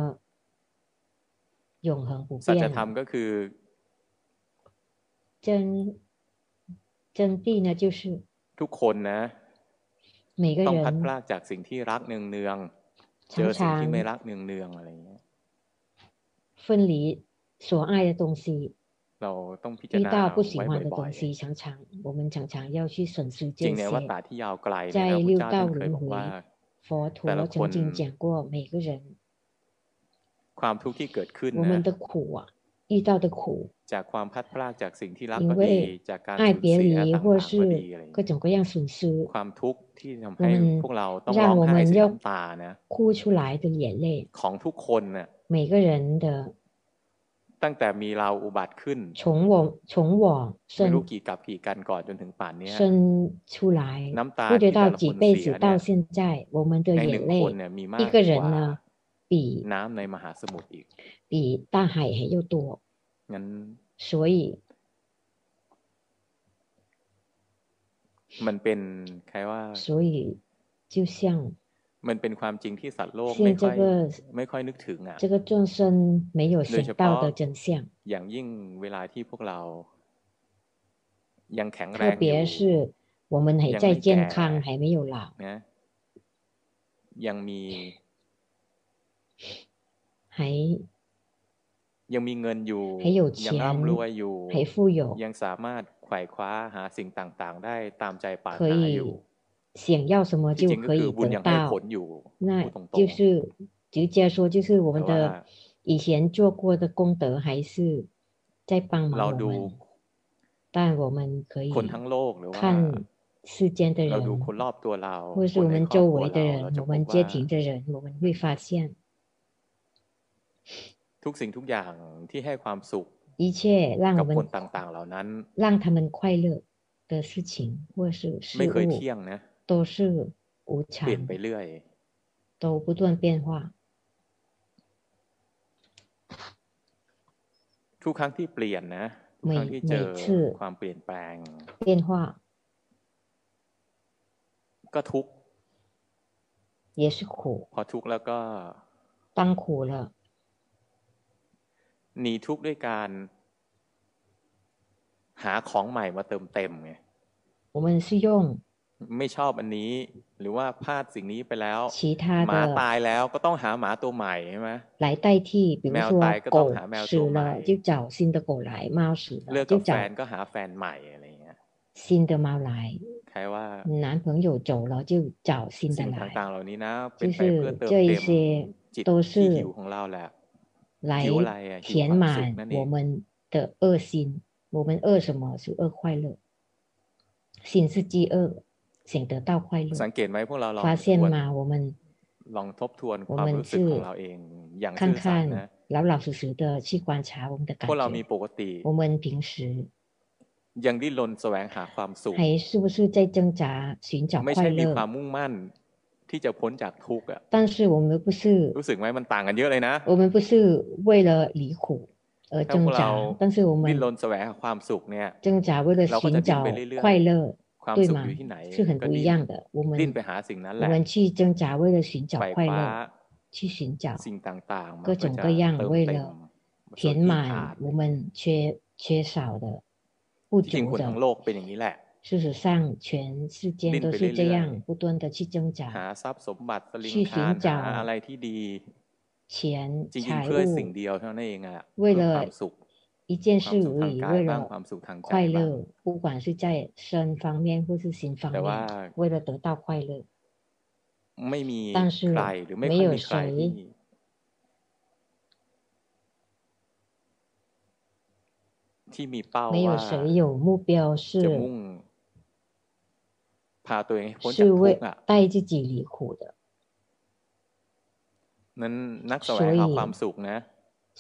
Speaker 2: 永恒不
Speaker 1: สัจ
Speaker 2: 变
Speaker 1: ธรรม
Speaker 2: 的。
Speaker 1: ก็คือ
Speaker 2: 真真谛呢，就是
Speaker 1: ทุกคนนะ
Speaker 2: 每个
Speaker 1: ต้องพัดพ
Speaker 2: 人
Speaker 1: รากจากสิ่งที่รักเนืองๆเจอ
Speaker 2: 常
Speaker 1: สิ่งที่
Speaker 2: 常
Speaker 1: ไม่รักเนืองๆอะไรอย่างเงี้ย
Speaker 2: 分离所爱的东西，
Speaker 1: เราต้องพิจาร
Speaker 2: 遇
Speaker 1: ณา
Speaker 2: 到不喜
Speaker 1: ไว้
Speaker 2: 欢的
Speaker 1: บ่อ
Speaker 2: 东
Speaker 1: ย
Speaker 2: 西，常常我们常常要去审视
Speaker 1: ๆจริ
Speaker 2: 这
Speaker 1: งในวัฏฏะ
Speaker 2: 些。
Speaker 1: ที่ยาวไกลเนี่ยนะพระ
Speaker 2: 在六
Speaker 1: เจ้าท่า
Speaker 2: 道
Speaker 1: นเคย
Speaker 2: 轮
Speaker 1: บอกว่า
Speaker 2: 回，佛
Speaker 1: แต่ละ
Speaker 2: 陀
Speaker 1: ค
Speaker 2: 曾
Speaker 1: น
Speaker 2: 经讲过，每个人
Speaker 1: ความทุกข์ที่เกิดขึ้น
Speaker 2: 我
Speaker 1: นะ
Speaker 2: 们的苦啊，遇到的苦，
Speaker 1: จากความพลัดพรากจากสิ่งที่รัก
Speaker 2: 因
Speaker 1: ก็ดี
Speaker 2: 为
Speaker 1: จากการ
Speaker 2: 爱
Speaker 1: สูญ
Speaker 2: 别
Speaker 1: เสีย
Speaker 2: 离
Speaker 1: ต่าง
Speaker 2: 或
Speaker 1: ๆก็ดีอะไรอ
Speaker 2: 是
Speaker 1: ย่าง
Speaker 2: 各
Speaker 1: เงี้ย
Speaker 2: 种各样损失，
Speaker 1: ความทุกข์ที่ทำ
Speaker 2: 我
Speaker 1: ให้
Speaker 2: 们
Speaker 1: พวกเราต้องร้อ
Speaker 2: 让
Speaker 1: ง
Speaker 2: 我
Speaker 1: ไห้
Speaker 2: 们
Speaker 1: เสีย
Speaker 2: 要
Speaker 1: น้ำตานะ
Speaker 2: 哭出来的眼泪，
Speaker 1: ของทุกคนน่ะ
Speaker 2: 每个人的
Speaker 1: ตั้งแต่มีเราอุบัติขึ้น
Speaker 2: 从我从我
Speaker 1: ไม่รู้
Speaker 2: 生
Speaker 1: กี่กับกี่กันก่อนจนถึงป่านเนี้ย
Speaker 2: 生出来
Speaker 1: น้ำตา，
Speaker 2: 不
Speaker 1: ที่
Speaker 2: 知
Speaker 1: แต่
Speaker 2: 道
Speaker 1: ละ
Speaker 2: 几
Speaker 1: คน
Speaker 2: 辈
Speaker 1: เสีย
Speaker 2: 子
Speaker 1: เนี่
Speaker 2: 到
Speaker 1: ย
Speaker 2: 现在，我们的
Speaker 1: ในหนึ่
Speaker 2: 眼
Speaker 1: ง
Speaker 2: 泪
Speaker 1: คนเนี่ยมีมา
Speaker 2: 一
Speaker 1: ก
Speaker 2: 个
Speaker 1: ก
Speaker 2: 人
Speaker 1: ว่า
Speaker 2: 呢，比
Speaker 1: น้ำในมหาสมุทรอีก
Speaker 2: 比大海还要多，
Speaker 1: งั้น
Speaker 2: 所以
Speaker 1: มันเป็นใครว่า
Speaker 2: 所以就像
Speaker 1: มันเป็นความจริงที่สัตว์โลกไม่
Speaker 2: 现
Speaker 1: ค่อ
Speaker 2: 这
Speaker 1: ย
Speaker 2: 个
Speaker 1: ไม่ค่อยนึกถึงอ่ะ
Speaker 2: 这个众生没有
Speaker 1: โดยเฉ
Speaker 2: 想到
Speaker 1: พาะ
Speaker 2: 的真相，
Speaker 1: อย่างยิ่งเวลาที่พวกเรา ยังแข็งแร
Speaker 2: 特
Speaker 1: งอยู่
Speaker 2: 别是我们还
Speaker 1: ยังไม่
Speaker 2: 在
Speaker 1: แก่
Speaker 2: 健康，还没有老，
Speaker 1: นะ ยัง
Speaker 2: [laughs]
Speaker 1: มี
Speaker 2: 还
Speaker 1: ยังมีเงินอยู่
Speaker 2: 还有
Speaker 1: ยังร่ำรวย
Speaker 2: 钱，
Speaker 1: อยู่
Speaker 2: 还富有，
Speaker 1: ยังสามารถไขว่คว้าหาสิ่งต่างๆ ได้ตามใจปรารถ
Speaker 2: 可
Speaker 1: นาอยู่
Speaker 2: 以想要什么
Speaker 1: ที่
Speaker 2: 就
Speaker 1: จริงก็
Speaker 2: 可
Speaker 1: คือ
Speaker 2: 以
Speaker 1: บุญ
Speaker 2: 得
Speaker 1: ยังให้ผ
Speaker 2: 到
Speaker 1: ล。อยู่
Speaker 2: 那
Speaker 1: พูดตรง
Speaker 2: 就
Speaker 1: ๆ
Speaker 2: 是直接说，就是我们
Speaker 1: แต่ว่า
Speaker 2: 的以前做过的功德，还是在帮
Speaker 1: เรา
Speaker 2: 忙我
Speaker 1: ดู
Speaker 2: 们。但我们可以
Speaker 1: คนทั้งโลกหรือว่า
Speaker 2: 看世间的
Speaker 1: เราดูคน
Speaker 2: 人，
Speaker 1: รอบตัวเราค
Speaker 2: 或是
Speaker 1: น
Speaker 2: 我
Speaker 1: ใน
Speaker 2: 们
Speaker 1: ครอบค
Speaker 2: 周
Speaker 1: รัว
Speaker 2: 围的
Speaker 1: เราเราจะ
Speaker 2: 人，啊我
Speaker 1: พบ
Speaker 2: 们街
Speaker 1: ว่า
Speaker 2: 亭的人，我们会发现
Speaker 1: ทุกสิ่งทุกอย่างที่ให้ความสุข
Speaker 2: 一切让
Speaker 1: กั
Speaker 2: 我
Speaker 1: บคน
Speaker 2: 们
Speaker 1: ต่างๆ เหล่านั้น
Speaker 2: 让他们快乐的事情或是事
Speaker 1: ไม่เคย
Speaker 2: 物
Speaker 1: เที่ยงนะ
Speaker 2: 都是无
Speaker 1: เปลี่ยน
Speaker 2: 常
Speaker 1: ไป，เรื่อย
Speaker 2: 都不断变化。
Speaker 1: ทุกครั้งที่เปลี่ยนนะ ทุกครั้ง
Speaker 2: 每
Speaker 1: ที่เจ
Speaker 2: 每
Speaker 1: อ
Speaker 2: 次
Speaker 1: ความเปลี่ยนแปลง
Speaker 2: 变化
Speaker 1: ก็ทุกข์
Speaker 2: 也是苦，
Speaker 1: พอทุกข์แล้วก็
Speaker 2: 当苦了
Speaker 1: หนีทุกข์ด้วยการ หาของใหม่มาเติมเต็มไง
Speaker 2: 我们是用
Speaker 1: ไม่ชอบอันนี้ หรือว่าพลาดสิ่งนี้ไปแล้ว
Speaker 2: 其他
Speaker 1: หมาตา
Speaker 2: 的
Speaker 1: ยแล้วก็ต้องหาหมาตัวใหม่ใช่ไหม
Speaker 2: 来代替，比如
Speaker 1: 喵
Speaker 2: 说
Speaker 1: 呆ก็ต้อง
Speaker 2: 狗
Speaker 1: หาแมวตั
Speaker 2: 死
Speaker 1: วใหม่
Speaker 2: 了就找新的狗来，猫死
Speaker 1: เลิ
Speaker 2: 了
Speaker 1: ก
Speaker 2: 就
Speaker 1: กับแฟน
Speaker 2: 找
Speaker 1: ก็หาแฟนใหม่อะไรเงี้ย
Speaker 2: 新的猫来，
Speaker 1: ใครว่า
Speaker 2: 男朋友走了就找新的
Speaker 1: สิ่ง
Speaker 2: 来，
Speaker 1: ต่างๆ เหล่านี้นะ เป็
Speaker 2: 就
Speaker 1: นไปเพื่อ
Speaker 2: 是
Speaker 1: เติม
Speaker 2: 这一
Speaker 1: เต็ม
Speaker 2: 些
Speaker 1: จิต
Speaker 2: 都
Speaker 1: ที่หิว
Speaker 2: 是
Speaker 1: ของเราแหละ
Speaker 2: 来
Speaker 1: หิวอะไรอ่ะหิว
Speaker 2: 填
Speaker 1: ความสุข
Speaker 2: 满
Speaker 1: นั่นเอ
Speaker 2: 我
Speaker 1: ง
Speaker 2: 们的恶心。我们饿什么是饿快乐，心是饥饿，想得到快
Speaker 1: สั
Speaker 2: 乐。
Speaker 1: งเกตไหมพวกเราลอง
Speaker 2: 发
Speaker 1: ทบท
Speaker 2: 现
Speaker 1: วน
Speaker 2: 吗？我们
Speaker 1: ลองทบทวน
Speaker 2: 我
Speaker 1: ความ
Speaker 2: 们
Speaker 1: รู้สึกของ
Speaker 2: 是
Speaker 1: เราเอง อย่าง
Speaker 2: 看
Speaker 1: ซื่อสัตย์
Speaker 2: 看
Speaker 1: นะ
Speaker 2: 老老实实的去观察我们的
Speaker 1: พว
Speaker 2: 感
Speaker 1: กเรามี
Speaker 2: 觉，
Speaker 1: ปกติ
Speaker 2: 我们平时
Speaker 1: ยังดิ้นรนแสวงหาความสุข
Speaker 2: 还是不是在挣扎寻找
Speaker 1: ไม่
Speaker 2: 快
Speaker 1: ใช่มีควา
Speaker 2: 乐？
Speaker 1: มมุ่งมั่น ที่จะพ้นจากทุกข์อ่ะ
Speaker 2: 但是我们不是
Speaker 1: รู้สึกไหมมันต่างกันเยอะเลยนะ
Speaker 2: 我们不是为了离苦而
Speaker 1: ถ้าพ
Speaker 2: 挣
Speaker 1: วกเรา
Speaker 2: 扎，但是我
Speaker 1: ดิ้นรน
Speaker 2: 们
Speaker 1: แสวงหาความสุขเนี่ย
Speaker 2: 挣扎为了
Speaker 1: เราก็จะ
Speaker 2: 寻
Speaker 1: ดิ้นไป
Speaker 2: 找
Speaker 1: เรื่อย
Speaker 2: 快乐，
Speaker 1: ๆ ความ
Speaker 2: 对
Speaker 1: สุขอยู่
Speaker 2: 吗？
Speaker 1: ที่ไหน
Speaker 2: 是很
Speaker 1: ก็
Speaker 2: 不一
Speaker 1: ดิ้น
Speaker 2: 样的。我
Speaker 1: ดิ้น
Speaker 2: 们
Speaker 1: ไปหาสิ่งนั้นแห
Speaker 2: 我
Speaker 1: ละ
Speaker 2: 们去挣扎，为了寻找
Speaker 1: ไขว่
Speaker 2: 快
Speaker 1: คว้า
Speaker 2: 乐，去寻找
Speaker 1: สิ่งต่างๆ มัน
Speaker 2: 各
Speaker 1: ก็
Speaker 2: 种
Speaker 1: จะ
Speaker 2: 各样，
Speaker 1: เติม
Speaker 2: 为
Speaker 1: เต็มส่วน
Speaker 2: 了填
Speaker 1: ที่ขา
Speaker 2: 满
Speaker 1: ด
Speaker 2: 我们缺缺少的、不
Speaker 1: ที่จริง
Speaker 2: 足
Speaker 1: คนทั้ง
Speaker 2: 的。
Speaker 1: โลกเป็นอย่างนี้แหละ
Speaker 2: 事实上，全世间
Speaker 1: ดิ้น
Speaker 2: 都
Speaker 1: ไป
Speaker 2: 是这
Speaker 1: เรื่อย
Speaker 2: 样，不断的去挣
Speaker 1: ๆ หา
Speaker 2: 扎，
Speaker 1: ทรัพย์สมบัติสลิง
Speaker 2: 去
Speaker 1: คาน
Speaker 2: 寻
Speaker 1: หาอะไร
Speaker 2: 找
Speaker 1: ที่ดี
Speaker 2: 钱
Speaker 1: จริงๆ
Speaker 2: 财
Speaker 1: เพื่อสิ่ง
Speaker 2: 物，
Speaker 1: เดียวเท่านั้นเองอะ
Speaker 2: 为
Speaker 1: เพื่อความ
Speaker 2: 了
Speaker 1: สุข
Speaker 2: 一件
Speaker 1: ความ
Speaker 2: 事
Speaker 1: สุขทางกาย
Speaker 2: 而已，为
Speaker 1: บ้างค
Speaker 2: 了
Speaker 1: วามสุขทางใจ
Speaker 2: 快
Speaker 1: บ้าง
Speaker 2: 乐，不管是在身方面或是心方
Speaker 1: แต่ว่า
Speaker 2: 面，为了得到快乐，
Speaker 1: ไม่มี
Speaker 2: 但
Speaker 1: ใคร
Speaker 2: 是
Speaker 1: หรือไม่
Speaker 2: 没
Speaker 1: ค่อย
Speaker 2: 有
Speaker 1: มีใครที่
Speaker 2: 谁
Speaker 1: ที่มีเป้า
Speaker 2: 没有
Speaker 1: ว่า
Speaker 2: 谁有目标
Speaker 1: จะ
Speaker 2: 是
Speaker 1: มุ่ง พาตัวเองให้พ้นจาก
Speaker 2: 是
Speaker 1: ทุก
Speaker 2: 为
Speaker 1: ข์อ่ะ
Speaker 2: 带自己离苦的，
Speaker 1: นั้นนักแสว
Speaker 2: 所
Speaker 1: งหาความ
Speaker 2: 以
Speaker 1: สุขนะ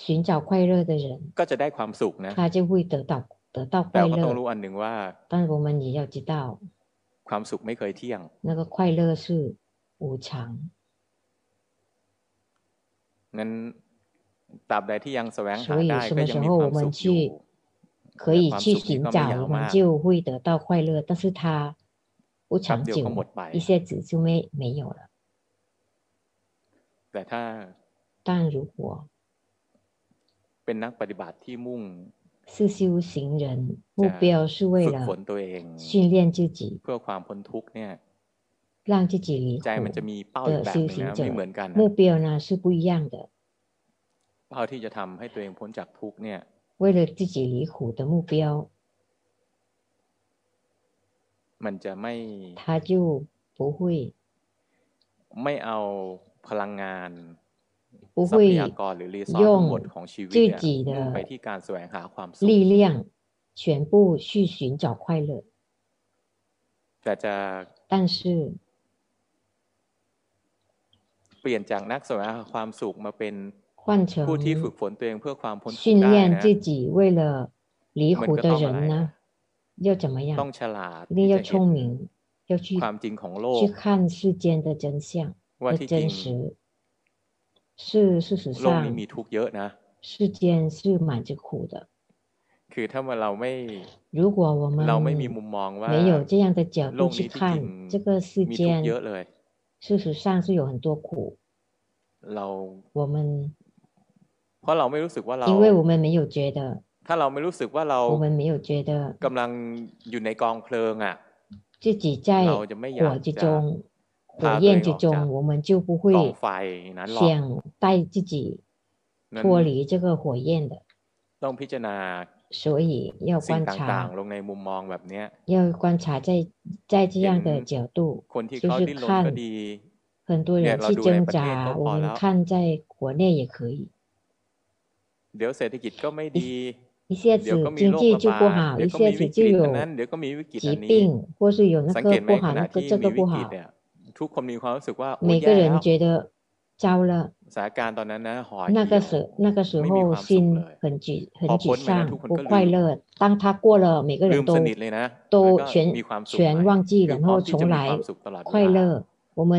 Speaker 2: 寻找快乐的人，
Speaker 1: ก็จะได้ความสุขนะ
Speaker 2: 他就会得到得到
Speaker 1: แต่
Speaker 2: 快
Speaker 1: ก็ต้องรู้
Speaker 2: 乐。
Speaker 1: อันหนึ่งว่า
Speaker 2: 但我们也要知道，
Speaker 1: ความสุขไม่เคยเที่ยง
Speaker 2: 那个快乐是无常，
Speaker 1: นั้นตราบใดที่ยังแสวงหา
Speaker 2: 所以
Speaker 1: ได้
Speaker 2: 什
Speaker 1: ก็
Speaker 2: 么
Speaker 1: ยั
Speaker 2: 时
Speaker 1: งมี
Speaker 2: 候
Speaker 1: ค
Speaker 2: 我
Speaker 1: วามสุขอ
Speaker 2: 们
Speaker 1: ยู่
Speaker 2: 去可以
Speaker 1: ความ
Speaker 2: 去
Speaker 1: สุขนี้
Speaker 2: 寻
Speaker 1: ก็ไม่ยา
Speaker 2: 找，
Speaker 1: ว
Speaker 2: 我
Speaker 1: มา
Speaker 2: 们
Speaker 1: ก
Speaker 2: 就会得到快乐。但是它无
Speaker 1: 差不
Speaker 2: 长
Speaker 1: 多
Speaker 2: 久
Speaker 1: 跟我
Speaker 2: 嘛
Speaker 1: 掰，
Speaker 2: 一下子就没没有了。
Speaker 1: แต่ถ้า
Speaker 2: 但如果
Speaker 1: เป็นนักปฏิบัติที่มุ่ง
Speaker 2: 是修行人，目
Speaker 1: 在
Speaker 2: 标是为
Speaker 1: ฝึก
Speaker 2: 了
Speaker 1: ฝนตัวเอง
Speaker 2: 训练自己，
Speaker 1: เพื่อความพ้นทุกข์เนี่ย
Speaker 2: 让自己离
Speaker 1: ใจมันจะ
Speaker 2: 苦。
Speaker 1: มีเป้าอีกแบบหนึงนะ
Speaker 2: เออซิวซิวเจอ
Speaker 1: ไม่เหมือนกันนะ
Speaker 2: 目标呢是不一样的，
Speaker 1: เป้าที่จะทำให้ตัวเองพ้นจากทุกข์เนี่ย
Speaker 2: 为了自己离苦的目标，
Speaker 1: มันจะไม่
Speaker 2: 他就不会
Speaker 1: ไม่เอาพลังงาน
Speaker 2: 不
Speaker 1: ทรัพ
Speaker 2: 会
Speaker 1: ยากรหรือรีซอสทั้งหมดของชีวิตเนี่ยมุ่งไปที่การแสวงหาความสุข
Speaker 2: 力量全部去寻找快乐，
Speaker 1: แต่จะ
Speaker 2: 但是
Speaker 1: เปลี่ยนจากนักแสวงหาความสุขมาเป็น
Speaker 2: 换成
Speaker 1: ผู้ที่ฝึกฝนตัวเองเพื่อความพ้นทุกข์
Speaker 2: 训
Speaker 1: ได้
Speaker 2: 练
Speaker 1: นะ
Speaker 2: 自己为了离
Speaker 1: มัน
Speaker 2: 苦
Speaker 1: ก็
Speaker 2: 的
Speaker 1: ต้องอะไร
Speaker 2: 人
Speaker 1: นะ
Speaker 2: 呢，要怎么
Speaker 1: ต้อง
Speaker 2: 样？
Speaker 1: ฉลาด
Speaker 2: 一
Speaker 1: ที่
Speaker 2: 定要
Speaker 1: จะเห็น
Speaker 2: 聪明，要去
Speaker 1: ความจริงของโลก
Speaker 2: 去看世间的真相
Speaker 1: ว่า
Speaker 2: 和
Speaker 1: ที่จริ
Speaker 2: 真
Speaker 1: ง
Speaker 2: 实。是事实
Speaker 1: โลกนี้
Speaker 2: 上
Speaker 1: มี，ทุกข์เยอะนะ
Speaker 2: 世间是满着苦的。
Speaker 1: คือถ้าว่าเราไม่
Speaker 2: 如果我们
Speaker 1: เราไม่มีมุมมองว่า
Speaker 2: 没有这样的角
Speaker 1: โล
Speaker 2: 度
Speaker 1: ก
Speaker 2: 去
Speaker 1: นี้ที่จริง
Speaker 2: 看这个世
Speaker 1: มีทุกข์
Speaker 2: 间
Speaker 1: เย，อะเลย
Speaker 2: 事实上是有很多苦。
Speaker 1: เรา
Speaker 2: 我们
Speaker 1: เพราะเราไม่รู้สึกว่าเรา
Speaker 2: 因为我们没有觉得，
Speaker 1: ถ้าเราไม่รู้สึกว่าเรา
Speaker 2: 我们没有觉得
Speaker 1: กำลังอยู่ในกองเพลิงอ่ะ
Speaker 2: 自己在
Speaker 1: เราจะไม่อยาก
Speaker 2: 火之
Speaker 1: จะ
Speaker 2: 中、
Speaker 1: พา
Speaker 2: 火
Speaker 1: ตัวเอง
Speaker 2: 焰
Speaker 1: อ
Speaker 2: 之
Speaker 1: อกจาก
Speaker 2: 中，我们就不会
Speaker 1: กองไฟนั้นหรอก
Speaker 2: 想带自己
Speaker 1: นั้น
Speaker 2: 脱离这个火焰的，
Speaker 1: ต้องพิจารณา
Speaker 2: 所以要
Speaker 1: สิ่ง
Speaker 2: 观
Speaker 1: ต่าง
Speaker 2: 察
Speaker 1: ๆ ลงในมุมมองแบบเนี้ย
Speaker 2: 要观察在在这样的
Speaker 1: 人
Speaker 2: 角度，
Speaker 1: คนที่
Speaker 2: 就
Speaker 1: เขา
Speaker 2: 是
Speaker 1: ดิ้นรนก็
Speaker 2: 看
Speaker 1: ดี
Speaker 2: 很多
Speaker 1: เนี่ย
Speaker 2: 人
Speaker 1: เรา
Speaker 2: 去
Speaker 1: ดูใน
Speaker 2: 挣
Speaker 1: ประเทศก็
Speaker 2: 扎，
Speaker 1: พ
Speaker 2: 我
Speaker 1: อแล้ว
Speaker 2: 们看在国内也可以，
Speaker 1: เดี๋ยวเศรษฐกิจก็ไม่ดี
Speaker 2: 一下
Speaker 1: เดี๋ยว
Speaker 2: 子
Speaker 1: ก็มี
Speaker 2: 经
Speaker 1: โรค
Speaker 2: 济
Speaker 1: ระ
Speaker 2: 就
Speaker 1: บา
Speaker 2: 不
Speaker 1: ด
Speaker 2: 好，
Speaker 1: เดี๋ย
Speaker 2: 一
Speaker 1: วก็
Speaker 2: 下
Speaker 1: มี
Speaker 2: 子
Speaker 1: วิ
Speaker 2: 就
Speaker 1: กฤตอันนั้น
Speaker 2: 有
Speaker 1: เดี๋ยวก็มีวิกฤต
Speaker 2: 疾
Speaker 1: อันนี้
Speaker 2: 病，或是有
Speaker 1: สั
Speaker 2: 那
Speaker 1: งเก
Speaker 2: 个
Speaker 1: ตไหม
Speaker 2: 不
Speaker 1: ข
Speaker 2: 好，
Speaker 1: ณะ
Speaker 2: 那个
Speaker 1: ที่
Speaker 2: 这
Speaker 1: มี
Speaker 2: 个
Speaker 1: วิ
Speaker 2: 不
Speaker 1: กฤต
Speaker 2: 好，
Speaker 1: เนี่ย ทุกคนมีความรู้สึกว่าโอ้
Speaker 2: 每
Speaker 1: แย่
Speaker 2: 个
Speaker 1: แล้
Speaker 2: 人
Speaker 1: ว
Speaker 2: 觉得糟了。
Speaker 1: สถานการณ์ตอนนั้นนะหอย
Speaker 2: 那
Speaker 1: เหี่
Speaker 2: 个
Speaker 1: ยว
Speaker 2: 时那个时
Speaker 1: ไม่มี
Speaker 2: 候
Speaker 1: ความสุข
Speaker 2: 心
Speaker 1: เลย
Speaker 2: 很沮很
Speaker 1: พอพ้น
Speaker 2: 沮
Speaker 1: ไปนะ
Speaker 2: 丧
Speaker 1: ทุกคน
Speaker 2: 不
Speaker 1: ก็ลืม
Speaker 2: 快乐。当他过了，每个
Speaker 1: ลื
Speaker 2: 人
Speaker 1: ม
Speaker 2: 都
Speaker 1: สนิทเลยนะแล้ว
Speaker 2: 都
Speaker 1: ก็
Speaker 2: 全
Speaker 1: มีความสุข
Speaker 2: 全
Speaker 1: ใหม่
Speaker 2: 忘记，
Speaker 1: คือ
Speaker 2: 然
Speaker 1: พร้อม
Speaker 2: 后
Speaker 1: ที่จะ
Speaker 2: 重
Speaker 1: มีความ
Speaker 2: 来
Speaker 1: สุขตลอดเว
Speaker 2: 快
Speaker 1: ลา
Speaker 2: 乐。我们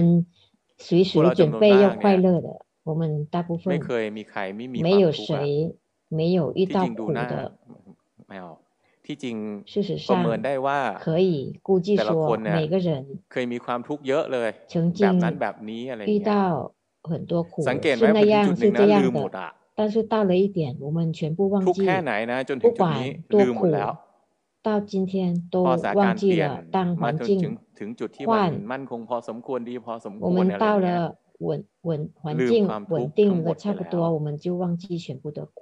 Speaker 2: 随
Speaker 1: พวกเรา
Speaker 2: 时
Speaker 1: จำนวน
Speaker 2: 准备
Speaker 1: มาก
Speaker 2: 要
Speaker 1: เนี่ย
Speaker 2: 快乐的，我们大部
Speaker 1: ไม่
Speaker 2: 分
Speaker 1: เคยมีใครไม่มีควา
Speaker 2: 没
Speaker 1: ม
Speaker 2: 有
Speaker 1: ทุกข์อะ
Speaker 2: 谁没有遇
Speaker 1: ที่จ
Speaker 2: 到
Speaker 1: ริงดู
Speaker 2: 苦
Speaker 1: หน้า
Speaker 2: 的。
Speaker 1: ไม่เอาที่จริง
Speaker 2: 事实
Speaker 1: ประเมิน
Speaker 2: 上
Speaker 1: ได้ว่า
Speaker 2: 可以估计
Speaker 1: แต่ละคน
Speaker 2: 说，
Speaker 1: เนี่ย
Speaker 2: 每个人
Speaker 1: เคยมีความทุกข์เยอะเลย
Speaker 2: 曾
Speaker 1: แบบ
Speaker 2: 经
Speaker 1: นั้นแบบนี้อะไรอย่าง
Speaker 2: 遇
Speaker 1: เงี้ย
Speaker 2: 到很多苦，
Speaker 1: สังเกตไหม
Speaker 2: 是
Speaker 1: พ
Speaker 2: 那
Speaker 1: อถึงจุ
Speaker 2: 样
Speaker 1: ดหนึ่งนะ
Speaker 2: 是这
Speaker 1: ลื
Speaker 2: 样
Speaker 1: มหมด
Speaker 2: 的。
Speaker 1: อ่ะ
Speaker 2: 但是到了一点，我们全部忘
Speaker 1: ทุก
Speaker 2: 记
Speaker 1: แค่ไหนนะจนถึ
Speaker 2: 不
Speaker 1: งจุดนี้
Speaker 2: 管多
Speaker 1: ลืมหมด
Speaker 2: 苦
Speaker 1: แล้ว
Speaker 2: 到今天都
Speaker 1: พอสถานการ
Speaker 2: 忘
Speaker 1: ณ์เป
Speaker 2: 记
Speaker 1: ลี่ยน
Speaker 2: 了当
Speaker 1: มา
Speaker 2: 环
Speaker 1: ถึงถึง
Speaker 2: 境
Speaker 1: ถึงจุดที่มัน
Speaker 2: 换
Speaker 1: มั่นคงพอสมควรดีพอสม
Speaker 2: 我
Speaker 1: ควร
Speaker 2: 们
Speaker 1: อะไร
Speaker 2: 到
Speaker 1: เงี้ย
Speaker 2: 了稳稳环
Speaker 1: ลืม
Speaker 2: 境
Speaker 1: ความทุก
Speaker 2: 稳
Speaker 1: ข์ทั้ง
Speaker 2: 定
Speaker 1: หม
Speaker 2: 了
Speaker 1: ด
Speaker 2: 差
Speaker 1: ไป
Speaker 2: 不
Speaker 1: แล้ว
Speaker 2: 多，我们就忘记全部的苦，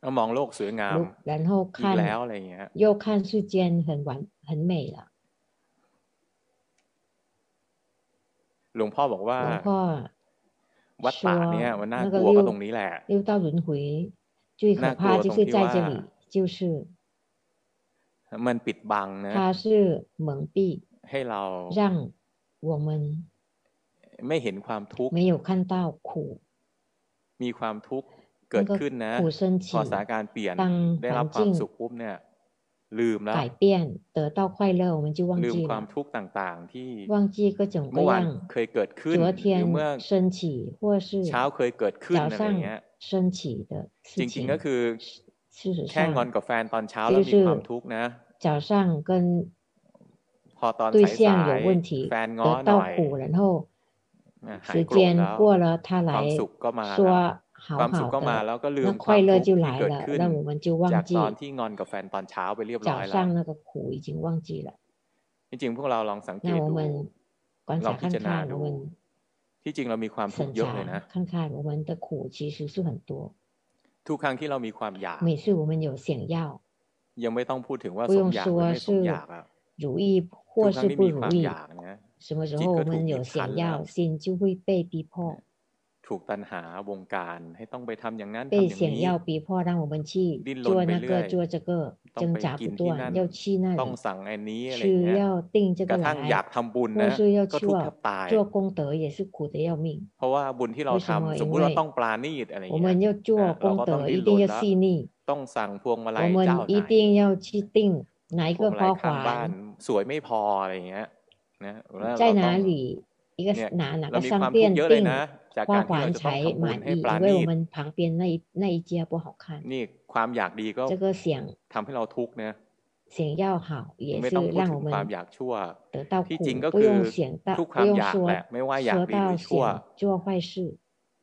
Speaker 1: แล้วมองโลกสวยงาม
Speaker 2: 如然后
Speaker 1: อีกแล้ว
Speaker 2: 看
Speaker 1: อะไรเงี้ย
Speaker 2: 又看世间很完很美了。
Speaker 1: หลวงพ่อบอกว่า
Speaker 2: 然后
Speaker 1: วัดป่าเนี่ย
Speaker 2: 说
Speaker 1: มันน่า
Speaker 2: 那
Speaker 1: ก
Speaker 2: 个
Speaker 1: ลัวก็ต
Speaker 2: 六
Speaker 1: รงนี้แหละ
Speaker 2: 六道轮回最
Speaker 1: 那
Speaker 2: 可怕
Speaker 1: 个
Speaker 2: 就
Speaker 1: 东
Speaker 2: 是
Speaker 1: 西
Speaker 2: 在
Speaker 1: 哇
Speaker 2: 这里，就是
Speaker 1: มันปิดบังนะ
Speaker 2: 它是蒙蔽，
Speaker 1: ให้เรา
Speaker 2: 让我们
Speaker 1: ไม่เห็นความทุกข์
Speaker 2: 没有看到苦，
Speaker 1: มีความทุกข์เกิ
Speaker 2: 那
Speaker 1: ด
Speaker 2: 个
Speaker 1: ขึ้นนะ
Speaker 2: 苦升
Speaker 1: พ
Speaker 2: 起
Speaker 1: อสถานการณ์เปลี่ยน
Speaker 2: 当
Speaker 1: ได้รับ
Speaker 2: 环
Speaker 1: ความ
Speaker 2: 境
Speaker 1: สุขปุ๊บเนี่ย ลืมแล้ว
Speaker 2: 改变得到快乐，我们就忘
Speaker 1: ลืม
Speaker 2: 记
Speaker 1: ความ
Speaker 2: 了，
Speaker 1: ทุกข์ต่างๆ ที่
Speaker 2: 忘记各种各
Speaker 1: เมื่อวาน
Speaker 2: 样，
Speaker 1: เคยเกิดขึ้น
Speaker 2: 昨
Speaker 1: หรือเมื่อ
Speaker 2: 天升起或是
Speaker 1: เช้าเคยเกิดขึ้น
Speaker 2: 早
Speaker 1: อะไร
Speaker 2: 上
Speaker 1: เงี้ย
Speaker 2: 升起的
Speaker 1: จ
Speaker 2: 事
Speaker 1: ริงๆก็
Speaker 2: 情。
Speaker 1: คือ
Speaker 2: 事事实
Speaker 1: แค่งอน
Speaker 2: 上，
Speaker 1: กับแฟนตอนเช้าแล้ว
Speaker 2: 就
Speaker 1: มีความ
Speaker 2: 是
Speaker 1: ทุกข์นะ
Speaker 2: 早上跟
Speaker 1: พอตอน
Speaker 2: 对
Speaker 1: สา
Speaker 2: 象
Speaker 1: ย
Speaker 2: 有问
Speaker 1: ๆแฟ
Speaker 2: 题
Speaker 1: นง้อ
Speaker 2: 得
Speaker 1: หน่
Speaker 2: 到
Speaker 1: อย
Speaker 2: 苦，然后
Speaker 1: นะหาย
Speaker 2: 时
Speaker 1: โกรธ
Speaker 2: 间
Speaker 1: แล้ว
Speaker 2: 过了，他
Speaker 1: ความ
Speaker 2: 来
Speaker 1: สุขก็มาแล้ว
Speaker 2: 说
Speaker 1: ควา
Speaker 2: 好
Speaker 1: มสุข
Speaker 2: 好
Speaker 1: ก็มา
Speaker 2: 的，
Speaker 1: แล้วก็ลื
Speaker 2: 那
Speaker 1: มความ
Speaker 2: 快乐
Speaker 1: ทุกข์
Speaker 2: 就
Speaker 1: ที่
Speaker 2: 来
Speaker 1: เกิด
Speaker 2: 了，
Speaker 1: ขึ้น
Speaker 2: 那我们就
Speaker 1: จา
Speaker 2: 忘
Speaker 1: กตอน
Speaker 2: 记
Speaker 1: ที่งอนกับแฟนตอนเช้าไปเรียบร้อ
Speaker 2: 早
Speaker 1: ยแล้ว
Speaker 2: 上那个苦已经忘记了。
Speaker 1: จริงๆพวกเราลองสังเก
Speaker 2: 那
Speaker 1: ต
Speaker 2: 我
Speaker 1: ดู
Speaker 2: 们观
Speaker 1: ลอง
Speaker 2: 察
Speaker 1: พิ
Speaker 2: 看
Speaker 1: จารณา
Speaker 2: 看，
Speaker 1: ดู
Speaker 2: 我们
Speaker 1: ที่จริงเรามีความทุกข์
Speaker 2: 审
Speaker 1: เยอะเลยนะ
Speaker 2: 查看看，我们的苦其实是很多。
Speaker 1: ทุกครั้งที่เรามีความอยาก
Speaker 2: 每次我们有想要，
Speaker 1: ยังไม่ต้องพูดถึงว่า
Speaker 2: 不
Speaker 1: สม
Speaker 2: 用
Speaker 1: อยากหรือ
Speaker 2: 说
Speaker 1: ไม่สมอยาก
Speaker 2: 是
Speaker 1: อะ
Speaker 2: 如意
Speaker 1: ทุ
Speaker 2: 或
Speaker 1: กครั้ง
Speaker 2: 是
Speaker 1: ที่
Speaker 2: 不
Speaker 1: มีค
Speaker 2: 如
Speaker 1: วามอ
Speaker 2: 意
Speaker 1: ยาก，นะ
Speaker 2: 什么时
Speaker 1: จิต
Speaker 2: 候
Speaker 1: ก็
Speaker 2: 我
Speaker 1: ถูก
Speaker 2: 们
Speaker 1: บี
Speaker 2: 有
Speaker 1: บคั้น
Speaker 2: 想
Speaker 1: แล้ว
Speaker 2: 要，心就会被逼迫。
Speaker 1: ถูกตันหาวงการให้ต้องไปทำอย่างนั้นทำอ
Speaker 2: 被
Speaker 1: ย่าง
Speaker 2: 想
Speaker 1: นี้
Speaker 2: 要逼迫让我们去
Speaker 1: ดิ้นรน
Speaker 2: 做
Speaker 1: ไป
Speaker 2: 那
Speaker 1: เรื่อย
Speaker 2: 个做这个，
Speaker 1: ต้อง
Speaker 2: 挣
Speaker 1: ไป
Speaker 2: 扎
Speaker 1: กิ
Speaker 2: 不
Speaker 1: นที่นั่น
Speaker 2: 断，要去那
Speaker 1: ต้อง
Speaker 2: 里，
Speaker 1: สั่งไอ้นี้อะไรอย่าง
Speaker 2: 吃
Speaker 1: เงี้ย
Speaker 2: 要定这
Speaker 1: ก
Speaker 2: 个
Speaker 1: ระทั่งอยา
Speaker 2: 来
Speaker 1: ก，ทำบุญ
Speaker 2: 或
Speaker 1: นะ
Speaker 2: 是要
Speaker 1: ก็
Speaker 2: 去
Speaker 1: ทุกข์แท
Speaker 2: 啊
Speaker 1: บตาย
Speaker 2: 做功德也是苦的要命。
Speaker 1: เพราะว่าบุญที่เรา
Speaker 2: 为什
Speaker 1: ทำ
Speaker 2: 么
Speaker 1: สมมุติ
Speaker 2: 因
Speaker 1: เรา
Speaker 2: 为
Speaker 1: ต้องปราณีตอะไรอย่าง
Speaker 2: 我
Speaker 1: เงี้ย
Speaker 2: 们要做
Speaker 1: เราก็
Speaker 2: 功
Speaker 1: ต้อง
Speaker 2: 德，
Speaker 1: ดิ้น
Speaker 2: 一
Speaker 1: รน
Speaker 2: 定要
Speaker 1: แล้ว
Speaker 2: 细腻，
Speaker 1: ต้องสั่งพวงมาลั
Speaker 2: 我
Speaker 1: ยเจ้าไห
Speaker 2: 们一
Speaker 1: น
Speaker 2: 定要去定哪一
Speaker 1: พว
Speaker 2: 个
Speaker 1: งมาลัย
Speaker 2: 花
Speaker 1: ข้างบ้าน
Speaker 2: 环
Speaker 1: สวยไม่พออะไรอย่างเงี้ยนะแล้วเรา
Speaker 2: 在
Speaker 1: ต้อง
Speaker 2: 哪里，一个
Speaker 1: เนี่ย
Speaker 2: 哪哪
Speaker 1: เรา
Speaker 2: 个
Speaker 1: มีความ
Speaker 2: 商
Speaker 1: ทุก
Speaker 2: 店
Speaker 1: ข์เยอะเลย
Speaker 2: 定
Speaker 1: นะจาก
Speaker 2: 花
Speaker 1: การที่เราจะต้
Speaker 2: 环
Speaker 1: อง
Speaker 2: 才
Speaker 1: ทำบุญ
Speaker 2: 满
Speaker 1: ให้
Speaker 2: 意，
Speaker 1: ปรา
Speaker 2: 因为
Speaker 1: ณี
Speaker 2: 我
Speaker 1: ต
Speaker 2: 们旁边那一那一家不好看，
Speaker 1: นี่ความอยากดีก็
Speaker 2: 这个想
Speaker 1: ทำให้เราทุกข์นะ
Speaker 2: 想要好也
Speaker 1: ไม่
Speaker 2: 是
Speaker 1: ต้องพูด
Speaker 2: 让
Speaker 1: ถึ
Speaker 2: 我
Speaker 1: งความ
Speaker 2: 们
Speaker 1: อยากชั่ว
Speaker 2: 得到
Speaker 1: ที่
Speaker 2: 苦
Speaker 1: จริงก็，
Speaker 2: 不
Speaker 1: คือ
Speaker 2: 用想到
Speaker 1: ทุกค
Speaker 2: 不
Speaker 1: วาม
Speaker 2: 用
Speaker 1: อยากแหละ
Speaker 2: 说
Speaker 1: ไม่ว่าอยาก
Speaker 2: 说
Speaker 1: ดีหรื
Speaker 2: 到
Speaker 1: อชั่ว
Speaker 2: 想做坏事，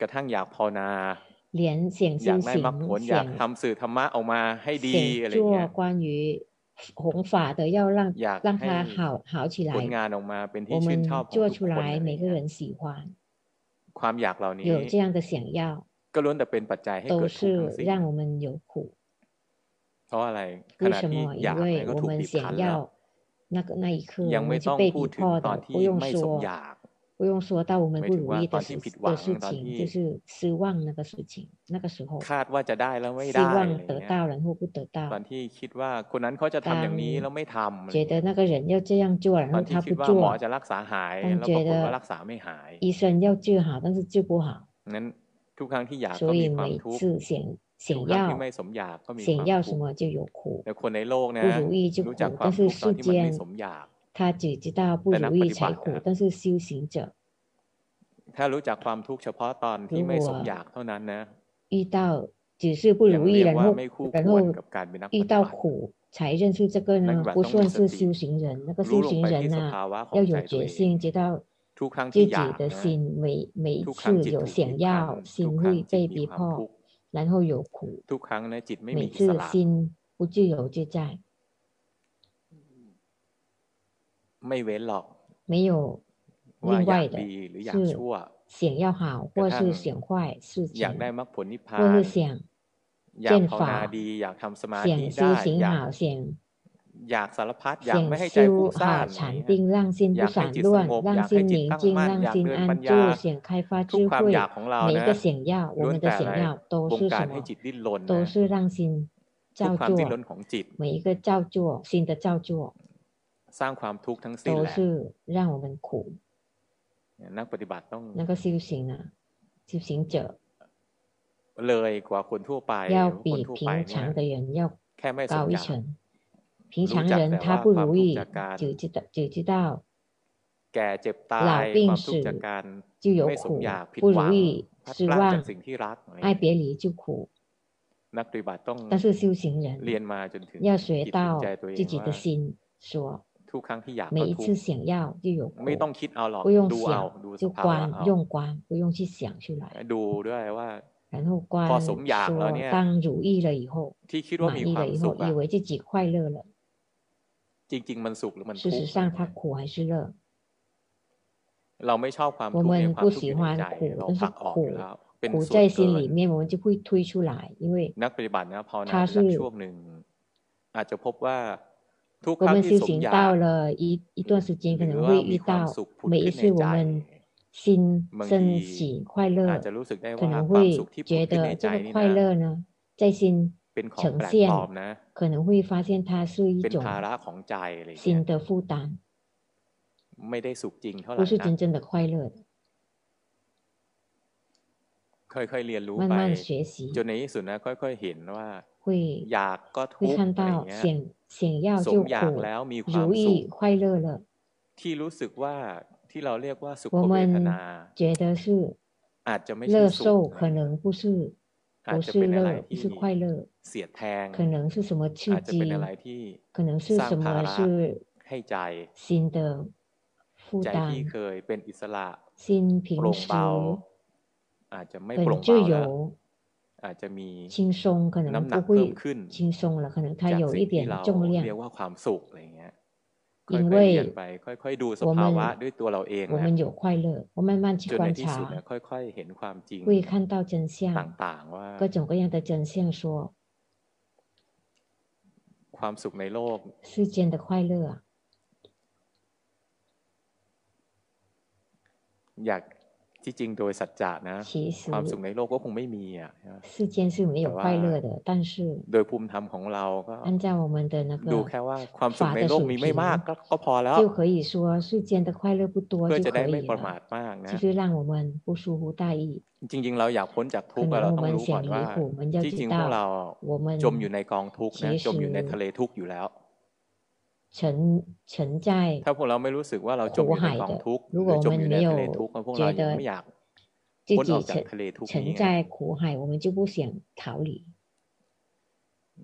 Speaker 1: กระทั่งอยากภาวนา
Speaker 2: 连想
Speaker 1: อยาก
Speaker 2: 修
Speaker 1: ได้มรรคผล
Speaker 2: 行
Speaker 1: อยาก
Speaker 2: 想
Speaker 1: ทำสื่อธรรมะออกมาให้ดีอะ
Speaker 2: 想
Speaker 1: ไรอย่างเงี้
Speaker 2: 做
Speaker 1: ย
Speaker 2: 关于弘法的，要让
Speaker 1: อยาก
Speaker 2: 让
Speaker 1: ให้
Speaker 2: 它好好起
Speaker 1: ผลงา
Speaker 2: 来，
Speaker 1: นออกมาเป็นที่
Speaker 2: 我
Speaker 1: ชื่น
Speaker 2: 们
Speaker 1: ชอบของ
Speaker 2: 做
Speaker 1: ทุก
Speaker 2: 出
Speaker 1: คน
Speaker 2: 来
Speaker 1: อะไรอย
Speaker 2: 每
Speaker 1: ่าง
Speaker 2: 个
Speaker 1: เงี้ย
Speaker 2: 人喜欢，
Speaker 1: ความอยากเหล่านี้
Speaker 2: 有这样的想要，
Speaker 1: ก็ล้วนแต่เป็นปัจจัยให้เกิ
Speaker 2: 都
Speaker 1: ดทุกข์ทั้ง
Speaker 2: 是
Speaker 1: สิ้น
Speaker 2: 让我们有苦。
Speaker 1: เพราะอะไรข
Speaker 2: 为
Speaker 1: ณะ
Speaker 2: 什
Speaker 1: ที่
Speaker 2: 么？
Speaker 1: อยา
Speaker 2: 因
Speaker 1: กเนี่ย
Speaker 2: 为
Speaker 1: ก็
Speaker 2: 我
Speaker 1: ถูก
Speaker 2: 们
Speaker 1: บีบคั้
Speaker 2: 想
Speaker 1: นแล้ว
Speaker 2: 要那个那一刻，
Speaker 1: ยัง
Speaker 2: 我
Speaker 1: ไม่
Speaker 2: 们是
Speaker 1: ต้อง
Speaker 2: 被
Speaker 1: พู
Speaker 2: 逼
Speaker 1: ดถึง
Speaker 2: 迫
Speaker 1: ตอน
Speaker 2: 的，
Speaker 1: ที่
Speaker 2: 不用
Speaker 1: ไม่สม
Speaker 2: 说
Speaker 1: อยาก
Speaker 2: 不用说到我们
Speaker 1: หมาย
Speaker 2: 不
Speaker 1: ถึง
Speaker 2: 如
Speaker 1: ว่า
Speaker 2: 意
Speaker 1: ตอ
Speaker 2: 的
Speaker 1: นที่
Speaker 2: 事
Speaker 1: ผิดหวั
Speaker 2: 的
Speaker 1: ง
Speaker 2: 事
Speaker 1: ตอน
Speaker 2: 情，
Speaker 1: ที่
Speaker 2: 就是失望那个事情，那个时候
Speaker 1: คาดว่าจะได้แล้วไม่
Speaker 2: 希
Speaker 1: ได้
Speaker 2: 望
Speaker 1: อะไร
Speaker 2: 得
Speaker 1: เงี้ย
Speaker 2: 到然后不得
Speaker 1: ตอน
Speaker 2: 到，
Speaker 1: ที่คิดว่าคนนั้นเขาจะทำอย่างนี้แล้ว
Speaker 2: 当
Speaker 1: ไม่ทำอะไร
Speaker 2: 觉得
Speaker 1: เงี้ย
Speaker 2: 那个人要这样做，然
Speaker 1: ตอ
Speaker 2: 后
Speaker 1: นที่
Speaker 2: 他
Speaker 1: คิ
Speaker 2: 不
Speaker 1: ดว่าหมอ
Speaker 2: 做，
Speaker 1: จะรักษาหาย
Speaker 2: 当
Speaker 1: แล้วปรา
Speaker 2: 觉
Speaker 1: กฏว่ารั
Speaker 2: 得
Speaker 1: กษาไม่หาย
Speaker 2: 医生要治好，但是治不好，
Speaker 1: นั้นทุกครั้งที่อยากก็
Speaker 2: 所
Speaker 1: มี
Speaker 2: 以
Speaker 1: ความ
Speaker 2: 每
Speaker 1: ทุกข์
Speaker 2: 次想
Speaker 1: ทุก
Speaker 2: 想
Speaker 1: ครั้งที่
Speaker 2: 要
Speaker 1: ไม่สมอยากก็มีค
Speaker 2: 想
Speaker 1: วาม
Speaker 2: 要
Speaker 1: ทุ
Speaker 2: 什
Speaker 1: กข์
Speaker 2: 么就有苦，
Speaker 1: แต่คนในโลก
Speaker 2: 不
Speaker 1: นะ
Speaker 2: 如意就
Speaker 1: รู้จัก
Speaker 2: 苦，
Speaker 1: ควา
Speaker 2: 但
Speaker 1: ม
Speaker 2: 是
Speaker 1: ทุกข์ตอน
Speaker 2: 世
Speaker 1: ที่มันไม่
Speaker 2: 间
Speaker 1: สมอยาก
Speaker 2: 他只知道不
Speaker 1: แต่นัก
Speaker 2: 如
Speaker 1: ป
Speaker 2: 意
Speaker 1: ฏิบั
Speaker 2: 才
Speaker 1: ตินะ
Speaker 2: 苦，但是修行者
Speaker 1: ถ้ารู้จักความทุกข์เฉพาะตอนที่
Speaker 2: 如
Speaker 1: ไม่สมอ
Speaker 2: 果
Speaker 1: ยากเท่านั้นนะ
Speaker 2: 遇到只是不
Speaker 1: ยัง
Speaker 2: 如意，
Speaker 1: เรียก
Speaker 2: 然
Speaker 1: ว่า
Speaker 2: 后
Speaker 1: ไม่คู่
Speaker 2: 然
Speaker 1: ควร
Speaker 2: 后
Speaker 1: กับการเป็นนักป
Speaker 2: 遇
Speaker 1: ฏิ
Speaker 2: 到
Speaker 1: บัติ
Speaker 2: 苦才认识这个
Speaker 1: นักป
Speaker 2: 呢，
Speaker 1: ฏิบัติต้องมี
Speaker 2: 不算
Speaker 1: ส
Speaker 2: 是
Speaker 1: ติ
Speaker 2: 修行人。那个
Speaker 1: รู้
Speaker 2: 修
Speaker 1: ลง
Speaker 2: 行
Speaker 1: ไปที่ส
Speaker 2: 人呐、
Speaker 1: ภาวะขอ
Speaker 2: 要
Speaker 1: งใจ
Speaker 2: 有
Speaker 1: ตัว
Speaker 2: 决
Speaker 1: เอง
Speaker 2: 心，知道
Speaker 1: ทุกครั้งที่
Speaker 2: 自
Speaker 1: อยา
Speaker 2: 己
Speaker 1: ก
Speaker 2: 的
Speaker 1: นะ
Speaker 2: 心每每一
Speaker 1: ทุกครั้ง
Speaker 2: 次
Speaker 1: จิต
Speaker 2: 有
Speaker 1: ถูกบี
Speaker 2: 想
Speaker 1: บคั้น
Speaker 2: 要，
Speaker 1: ทุกค
Speaker 2: 心
Speaker 1: รั้ง
Speaker 2: 会
Speaker 1: จิต
Speaker 2: 被
Speaker 1: มีความ
Speaker 2: 逼
Speaker 1: ทุ
Speaker 2: 迫，
Speaker 1: กข์
Speaker 2: 然后有苦，
Speaker 1: ทุกครั้งนะจิตไม่มีอิ
Speaker 2: 每
Speaker 1: ส
Speaker 2: 次
Speaker 1: ระ
Speaker 2: 心不自由自在，
Speaker 1: ไม่เว้นหรอก
Speaker 2: 没有
Speaker 1: ว่าอยา
Speaker 2: 另
Speaker 1: ก
Speaker 2: 外的
Speaker 1: ดีหรืออยาก
Speaker 2: 是
Speaker 1: ชั่ว
Speaker 2: 想要好
Speaker 1: กระ
Speaker 2: 或
Speaker 1: ทั่ง
Speaker 2: 是想坏事
Speaker 1: อยากได้
Speaker 2: 情，
Speaker 1: มรรคผลนิพพา
Speaker 2: 或是
Speaker 1: น
Speaker 2: 想
Speaker 1: อยาก
Speaker 2: 见
Speaker 1: ภาวนา
Speaker 2: 法，
Speaker 1: ดี อยากทำสมาธิ
Speaker 2: 想修
Speaker 1: ได้
Speaker 2: 行
Speaker 1: อยาก
Speaker 2: 好，想。
Speaker 1: อยากสารพัดอยาก
Speaker 2: 想
Speaker 1: ไม่ให้ใจฟุ้ง
Speaker 2: 修
Speaker 1: ซ่า
Speaker 2: 好
Speaker 1: นอะไร
Speaker 2: 禅
Speaker 1: เงี้ย
Speaker 2: 定，让心
Speaker 1: อ
Speaker 2: 不
Speaker 1: ยากให้
Speaker 2: 散
Speaker 1: จิตสง
Speaker 2: 乱，
Speaker 1: บ อ
Speaker 2: 让
Speaker 1: ยากให้
Speaker 2: 心
Speaker 1: จิต
Speaker 2: 宁
Speaker 1: ตั้ง
Speaker 2: 静，
Speaker 1: มั่นอยากเดิน
Speaker 2: 让心
Speaker 1: ปัญ
Speaker 2: 安
Speaker 1: ญา
Speaker 2: 住，想开发
Speaker 1: ทุก
Speaker 2: 智
Speaker 1: ความอยาก
Speaker 2: 慧。
Speaker 1: ของเรา
Speaker 2: 每一
Speaker 1: นะ
Speaker 2: 个想要，我
Speaker 1: ล้วน
Speaker 2: 们的
Speaker 1: แต่อะไร
Speaker 2: 想要都
Speaker 1: บง
Speaker 2: 是
Speaker 1: กา
Speaker 2: 什
Speaker 1: รให้
Speaker 2: 么？
Speaker 1: จิตดิ้นรน
Speaker 2: 都
Speaker 1: นะ
Speaker 2: 是让心
Speaker 1: ทุก
Speaker 2: 照
Speaker 1: ความดิ้นร
Speaker 2: 做，
Speaker 1: นของจิต
Speaker 2: 每一个照做，新的照做
Speaker 1: สร้างความทุกข์ทั้งสิ้น
Speaker 2: 都
Speaker 1: แหละ
Speaker 2: 是让我们苦。
Speaker 1: นักปฏิบัติต้อง
Speaker 2: 那个修行啊，修行者
Speaker 1: เลยกว่าคนทั่วไปเพ
Speaker 2: 要
Speaker 1: ราะคน
Speaker 2: 比
Speaker 1: ทั่วไป
Speaker 2: 平
Speaker 1: เนี่ย
Speaker 2: 常的人要
Speaker 1: แค่ไม่สม
Speaker 2: 高一
Speaker 1: อยาก
Speaker 2: 层。平
Speaker 1: รู้
Speaker 2: 常
Speaker 1: จัก
Speaker 2: 人
Speaker 1: แต่
Speaker 2: 他
Speaker 1: ว่า
Speaker 2: 不
Speaker 1: ความ
Speaker 2: 如
Speaker 1: ทุกข์จาก
Speaker 2: 意，
Speaker 1: การ
Speaker 2: 只知道只知道
Speaker 1: แก่เจ็บตา
Speaker 2: 老
Speaker 1: ย ค
Speaker 2: 病
Speaker 1: วามทุกข์จาก
Speaker 2: 死
Speaker 1: การ
Speaker 2: 就有
Speaker 1: ไม่สมอ
Speaker 2: 苦，
Speaker 1: ยากผิด
Speaker 2: 不
Speaker 1: หวั
Speaker 2: 如
Speaker 1: ง
Speaker 2: 意
Speaker 1: พลัด
Speaker 2: 失
Speaker 1: พรากจาก
Speaker 2: 望，
Speaker 1: สิ่งที่รักอะไร
Speaker 2: 爱
Speaker 1: เงี้ย
Speaker 2: 别离就苦。
Speaker 1: นักปฏิบัติต้อง
Speaker 2: 但是修行
Speaker 1: เรีย
Speaker 2: 人
Speaker 1: นมาจนถึง
Speaker 2: 要学
Speaker 1: จิตถึงใจ
Speaker 2: 到
Speaker 1: ตัวเอ
Speaker 2: 自
Speaker 1: ง
Speaker 2: 己
Speaker 1: ว่า
Speaker 2: 的心说，
Speaker 1: ทุกครั้งที่อยาก
Speaker 2: 每
Speaker 1: ก็
Speaker 2: 一
Speaker 1: ทุก
Speaker 2: 次
Speaker 1: ข์
Speaker 2: 想要就有
Speaker 1: ไม่ต้อ
Speaker 2: 苦，
Speaker 1: งคิดเอาหรอก
Speaker 2: 不用
Speaker 1: ดูเอา
Speaker 2: 想
Speaker 1: ดูส
Speaker 2: 就
Speaker 1: ภาวะ
Speaker 2: 观，
Speaker 1: เอา
Speaker 2: 用观，不用去想出来。
Speaker 1: ดูด้วยว่า
Speaker 2: 然后
Speaker 1: พอสม
Speaker 2: 观
Speaker 1: อยากแล้ว
Speaker 2: 说，
Speaker 1: เนี่ย
Speaker 2: 当如意了以后，
Speaker 1: ที่คิดว่า
Speaker 2: 满
Speaker 1: มี
Speaker 2: 意
Speaker 1: ควา
Speaker 2: 了
Speaker 1: ม
Speaker 2: 以
Speaker 1: สุ
Speaker 2: 后，
Speaker 1: ข
Speaker 2: 以
Speaker 1: อะ
Speaker 2: 为自己快乐了，
Speaker 1: จริง ๆ มันสุขหรือมัน
Speaker 2: 事
Speaker 1: ทุก
Speaker 2: 实
Speaker 1: ข์อะไร
Speaker 2: 上他
Speaker 1: เงี้ย
Speaker 2: 苦还是乐。
Speaker 1: เราไม่ชอบความ
Speaker 2: 我
Speaker 1: ทุกข์เนี่ย
Speaker 2: 们
Speaker 1: ความ
Speaker 2: 不
Speaker 1: ทุกข์อ
Speaker 2: 喜
Speaker 1: ยู่ในใจ
Speaker 2: 欢苦，
Speaker 1: เรา
Speaker 2: 但
Speaker 1: ผลั
Speaker 2: 是
Speaker 1: กออกอยู่
Speaker 2: 苦
Speaker 1: แล้ว เป็น
Speaker 2: 苦
Speaker 1: ส่วน
Speaker 2: 在心
Speaker 1: เกิน
Speaker 2: 里面，我们就会推出来，因为
Speaker 1: นักปฏิบัตินะภาวนา
Speaker 2: 它
Speaker 1: ไปสัก
Speaker 2: 是
Speaker 1: ช่วงหนึ่ง อาจจะพบว่าทุกค
Speaker 2: 我
Speaker 1: รั้ง
Speaker 2: 们
Speaker 1: ที่
Speaker 2: 修
Speaker 1: สม
Speaker 2: 行
Speaker 1: อยา
Speaker 2: 到
Speaker 1: ก
Speaker 2: 了一一段时间，
Speaker 1: ห
Speaker 2: 可
Speaker 1: รือ
Speaker 2: 能
Speaker 1: ว่า
Speaker 2: 会
Speaker 1: มี
Speaker 2: 遇
Speaker 1: ความ
Speaker 2: 到
Speaker 1: สุขผุด
Speaker 2: 每一
Speaker 1: ขึ้นใน
Speaker 2: 次我
Speaker 1: ใจ
Speaker 2: 们心
Speaker 1: บางที
Speaker 2: 升起快
Speaker 1: อาจจะ
Speaker 2: 乐，
Speaker 1: รู้สึกได้
Speaker 2: 可
Speaker 1: ว่า
Speaker 2: 能
Speaker 1: ความสุข
Speaker 2: 会
Speaker 1: ที่ผุด
Speaker 2: 觉
Speaker 1: ขึ้นใน
Speaker 2: 得
Speaker 1: ใจ
Speaker 2: 这个
Speaker 1: นี่
Speaker 2: 快
Speaker 1: นะ
Speaker 2: 乐呢，在心
Speaker 1: เป็นของ
Speaker 2: 呈
Speaker 1: แปลกปลอ
Speaker 2: 现，
Speaker 1: มนะ
Speaker 2: 可能会发现它是一
Speaker 1: เป็นภา
Speaker 2: 种
Speaker 1: ระของใจอะไรอย่างเงี้
Speaker 2: 新
Speaker 1: ย
Speaker 2: 的负担，
Speaker 1: ไม่ได้สุขจริงเท่าไห
Speaker 2: 不
Speaker 1: ร่
Speaker 2: 是
Speaker 1: นัก
Speaker 2: 真正的快乐。
Speaker 1: ค่อยๆเรียนรู้
Speaker 2: 慢
Speaker 1: ไป
Speaker 2: 慢学
Speaker 1: จน
Speaker 2: 习
Speaker 1: ในที่สุดนะ ค่อย ๆ เห็นว่า
Speaker 2: 会
Speaker 1: อยากก็
Speaker 2: 会
Speaker 1: ทุกข์
Speaker 2: 看
Speaker 1: อะไร
Speaker 2: 到
Speaker 1: เงี้ย
Speaker 2: 想想要
Speaker 1: สม
Speaker 2: 就
Speaker 1: อยาก
Speaker 2: 苦，
Speaker 1: แล้วมีความ
Speaker 2: 如
Speaker 1: สุข
Speaker 2: 意快乐了。
Speaker 1: ที่รู้สึกว่าที่เราเรียกว่าสุข
Speaker 2: 我
Speaker 1: เวทนา
Speaker 2: 们觉得是
Speaker 1: อาจจะไม่ใช่
Speaker 2: 乐
Speaker 1: สุขอะไร
Speaker 2: 受，可
Speaker 1: เงี้ย
Speaker 2: 能不是
Speaker 1: อาจ
Speaker 2: 不
Speaker 1: จะเป็
Speaker 2: 是
Speaker 1: นอะไร
Speaker 2: 乐，不
Speaker 1: ที่
Speaker 2: 是快乐，
Speaker 1: เสียดแทง
Speaker 2: 可能是什么刺
Speaker 1: อาจจะเป็นอะไร
Speaker 2: 激，
Speaker 1: ที่
Speaker 2: 可能是
Speaker 1: สร้าง
Speaker 2: 什
Speaker 1: ภา
Speaker 2: 么
Speaker 1: ระ
Speaker 2: 是
Speaker 1: ให้ใจ
Speaker 2: 新的负
Speaker 1: ใจที่
Speaker 2: 担，
Speaker 1: เคยเป็นอิสระ
Speaker 2: 心
Speaker 1: โป
Speaker 2: 平
Speaker 1: ร่งเบา
Speaker 2: 时
Speaker 1: อาจจะไม่โปร่
Speaker 2: 很
Speaker 1: ง
Speaker 2: 自
Speaker 1: เบาแล้ว
Speaker 2: 由
Speaker 1: อาจจะมี
Speaker 2: 轻松，可能
Speaker 1: น้ำหนั
Speaker 2: 不
Speaker 1: กเพิ่ม
Speaker 2: 会
Speaker 1: ขึ้น
Speaker 2: 轻松了，可能它
Speaker 1: จาก
Speaker 2: 有
Speaker 1: สิ่ง
Speaker 2: 一
Speaker 1: ที่
Speaker 2: 点
Speaker 1: เรา
Speaker 2: 重
Speaker 1: เรีย
Speaker 2: 量，
Speaker 1: กว่าความสุขอะไรเงี้ย ค่
Speaker 2: 因
Speaker 1: อยๆเรียน
Speaker 2: 为
Speaker 1: ไป ค่อยๆดูส
Speaker 2: 我
Speaker 1: ภาวะ
Speaker 2: 们
Speaker 1: ด้วยตัวเราเอง
Speaker 2: 我
Speaker 1: นะ
Speaker 2: 们有快乐，我慢慢去
Speaker 1: จนใน
Speaker 2: 观
Speaker 1: ที่สุดนะ
Speaker 2: 察，
Speaker 1: ค่อยๆเห็นความจริง
Speaker 2: 会看到真
Speaker 1: ต
Speaker 2: 相，
Speaker 1: ่างๆว่า
Speaker 2: 各种各样的真相说
Speaker 1: ความสุขในโลก
Speaker 2: 世间的快乐啊。
Speaker 1: อยาก ที่จริงโดยสัจจะนะ
Speaker 2: 其实
Speaker 1: ความสุขในโลกก็คงไม่มีอ่ะใช่ไหม
Speaker 2: 世间是没有
Speaker 1: แต่ว่า
Speaker 2: 快乐的，但是
Speaker 1: โดยภูมิธรรมของเราก็
Speaker 2: 按照我们的那个
Speaker 1: ดูแค่ว่าความสุข
Speaker 2: 法
Speaker 1: ใน
Speaker 2: 的
Speaker 1: โลก
Speaker 2: 水
Speaker 1: มีไม่มาก
Speaker 2: 平，
Speaker 1: ก็ก็พอแล้ว
Speaker 2: 就可以说世间的快乐不多
Speaker 1: เพื่อ
Speaker 2: 就
Speaker 1: จะได้
Speaker 2: 可
Speaker 1: ไม่
Speaker 2: 以
Speaker 1: ประมา
Speaker 2: 了
Speaker 1: ท。มากนะ
Speaker 2: 就是让我们不疏忽大意，
Speaker 1: จริง ๆ เราอยากพ้นจากทุ
Speaker 2: 可
Speaker 1: กข์อะเรา
Speaker 2: 能我
Speaker 1: ต้อง
Speaker 2: 们
Speaker 1: รู้ก่อ
Speaker 2: 想
Speaker 1: น
Speaker 2: 离
Speaker 1: ว่า
Speaker 2: 苦，我们要
Speaker 1: ที่จริ
Speaker 2: 知
Speaker 1: งพวกเรา
Speaker 2: 道我们
Speaker 1: จมอยู่ในกองทุกข์นะ
Speaker 2: 其
Speaker 1: จมอยู่ใน
Speaker 2: 实
Speaker 1: ทะเลทุกข์อยู่แล้ว
Speaker 2: 沉沉在
Speaker 1: ถ้าพวกเราไม่รู้สึกว่าเราจมอ
Speaker 2: 苦
Speaker 1: ยู่ใน
Speaker 2: 海
Speaker 1: กอง
Speaker 2: 的
Speaker 1: ทุกข์，ห
Speaker 2: 如
Speaker 1: รื
Speaker 2: 果
Speaker 1: อ
Speaker 2: 我
Speaker 1: จมอยู่
Speaker 2: 们
Speaker 1: ใน
Speaker 2: 没
Speaker 1: ทะ
Speaker 2: 有
Speaker 1: เลทุกข์อะพวกเรา
Speaker 2: 觉
Speaker 1: ยัง
Speaker 2: 得
Speaker 1: ไม่อยาก
Speaker 2: 自
Speaker 1: พ้นออ
Speaker 2: 己
Speaker 1: กจาก
Speaker 2: 沉
Speaker 1: ทะเลทุกข์นี้
Speaker 2: 沉
Speaker 1: ไง
Speaker 2: 在苦海，我们就不想逃离。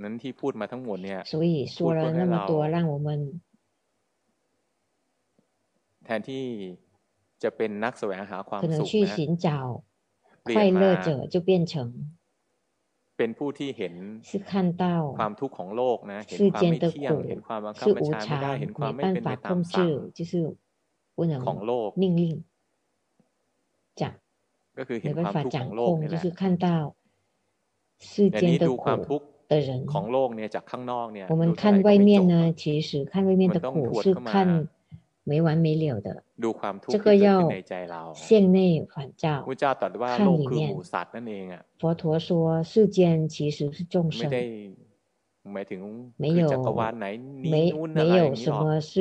Speaker 1: นั้นที่พูดมาทั้งหมดเนี่ย
Speaker 2: 所以说
Speaker 1: 哎不
Speaker 2: 了
Speaker 1: 会
Speaker 2: 那么多，
Speaker 1: 老
Speaker 2: 让我们
Speaker 1: แทนที่จะเป็นนักแสวงหาความ
Speaker 2: 可能
Speaker 1: สุข
Speaker 2: 去
Speaker 1: นะ
Speaker 2: 寻找
Speaker 1: เปลี่ยน
Speaker 2: 快乐
Speaker 1: มา
Speaker 2: 者，就变成
Speaker 1: เป็นผู้ที่เห็น
Speaker 2: 是看到
Speaker 1: ความทุกข์ของโลกนะเห็น
Speaker 2: 世
Speaker 1: ความ
Speaker 2: 间
Speaker 1: ไม่
Speaker 2: 的
Speaker 1: เที่ยง เห็น
Speaker 2: 苦
Speaker 1: ความบังคับ
Speaker 2: 是
Speaker 1: บัญ
Speaker 2: 无
Speaker 1: ชาไม่ได้
Speaker 2: 常，
Speaker 1: เห็นความ
Speaker 2: 啊没
Speaker 1: ไม่เป็
Speaker 2: 办
Speaker 1: นไป
Speaker 2: 法
Speaker 1: ตาม
Speaker 2: 控
Speaker 1: สั่ง
Speaker 2: 制，就是不
Speaker 1: ของ
Speaker 2: 能
Speaker 1: โลก
Speaker 2: 命令讲，
Speaker 1: ก็คือเห็
Speaker 2: 没
Speaker 1: นค
Speaker 2: 办
Speaker 1: วาม
Speaker 2: 法
Speaker 1: ทุกข์ข
Speaker 2: 掌
Speaker 1: องโลก
Speaker 2: 控，
Speaker 1: นี่
Speaker 2: 就
Speaker 1: แหละ
Speaker 2: 是看到世
Speaker 1: อย่าง
Speaker 2: 间
Speaker 1: นี้
Speaker 2: 的
Speaker 1: ดูความทุ
Speaker 2: 苦
Speaker 1: กข์
Speaker 2: 的人。
Speaker 1: ของโลกเนี่ยจากข้างนอกเนี่ย
Speaker 2: 我
Speaker 1: ดู
Speaker 2: 们
Speaker 1: เท่าไหร่
Speaker 2: 看
Speaker 1: ก็
Speaker 2: 外
Speaker 1: ไม่จบ
Speaker 2: 面
Speaker 1: อะ
Speaker 2: 呢，其实看外面
Speaker 1: มัน
Speaker 2: 的
Speaker 1: ต้องท
Speaker 2: 苦
Speaker 1: วน
Speaker 2: 是
Speaker 1: เข้ามา
Speaker 2: 看没完没了的，
Speaker 1: ดูความทุกข์
Speaker 2: 这
Speaker 1: ที่
Speaker 2: 个
Speaker 1: เกิดขึ้น
Speaker 2: 要
Speaker 1: ในใจเรา
Speaker 2: 向内
Speaker 1: พ
Speaker 2: 反照
Speaker 1: ระ。 เจ้าตรัสว่า
Speaker 2: ขั้น
Speaker 1: โลก
Speaker 2: หนี
Speaker 1: คือ
Speaker 2: เนี่ย
Speaker 1: หมูสัตว์นั่นเองอ่ะ
Speaker 2: 佛陀说，世间其实是众
Speaker 1: ไม่ได้
Speaker 2: 生，
Speaker 1: หมายถึง
Speaker 2: 没
Speaker 1: คือ
Speaker 2: 有
Speaker 1: จักรวาลไหนนี้
Speaker 2: 没
Speaker 1: นู้นอะ
Speaker 2: 没
Speaker 1: ไรอ
Speaker 2: 有
Speaker 1: ย่างนี้
Speaker 2: 什
Speaker 1: หรอก
Speaker 2: 么是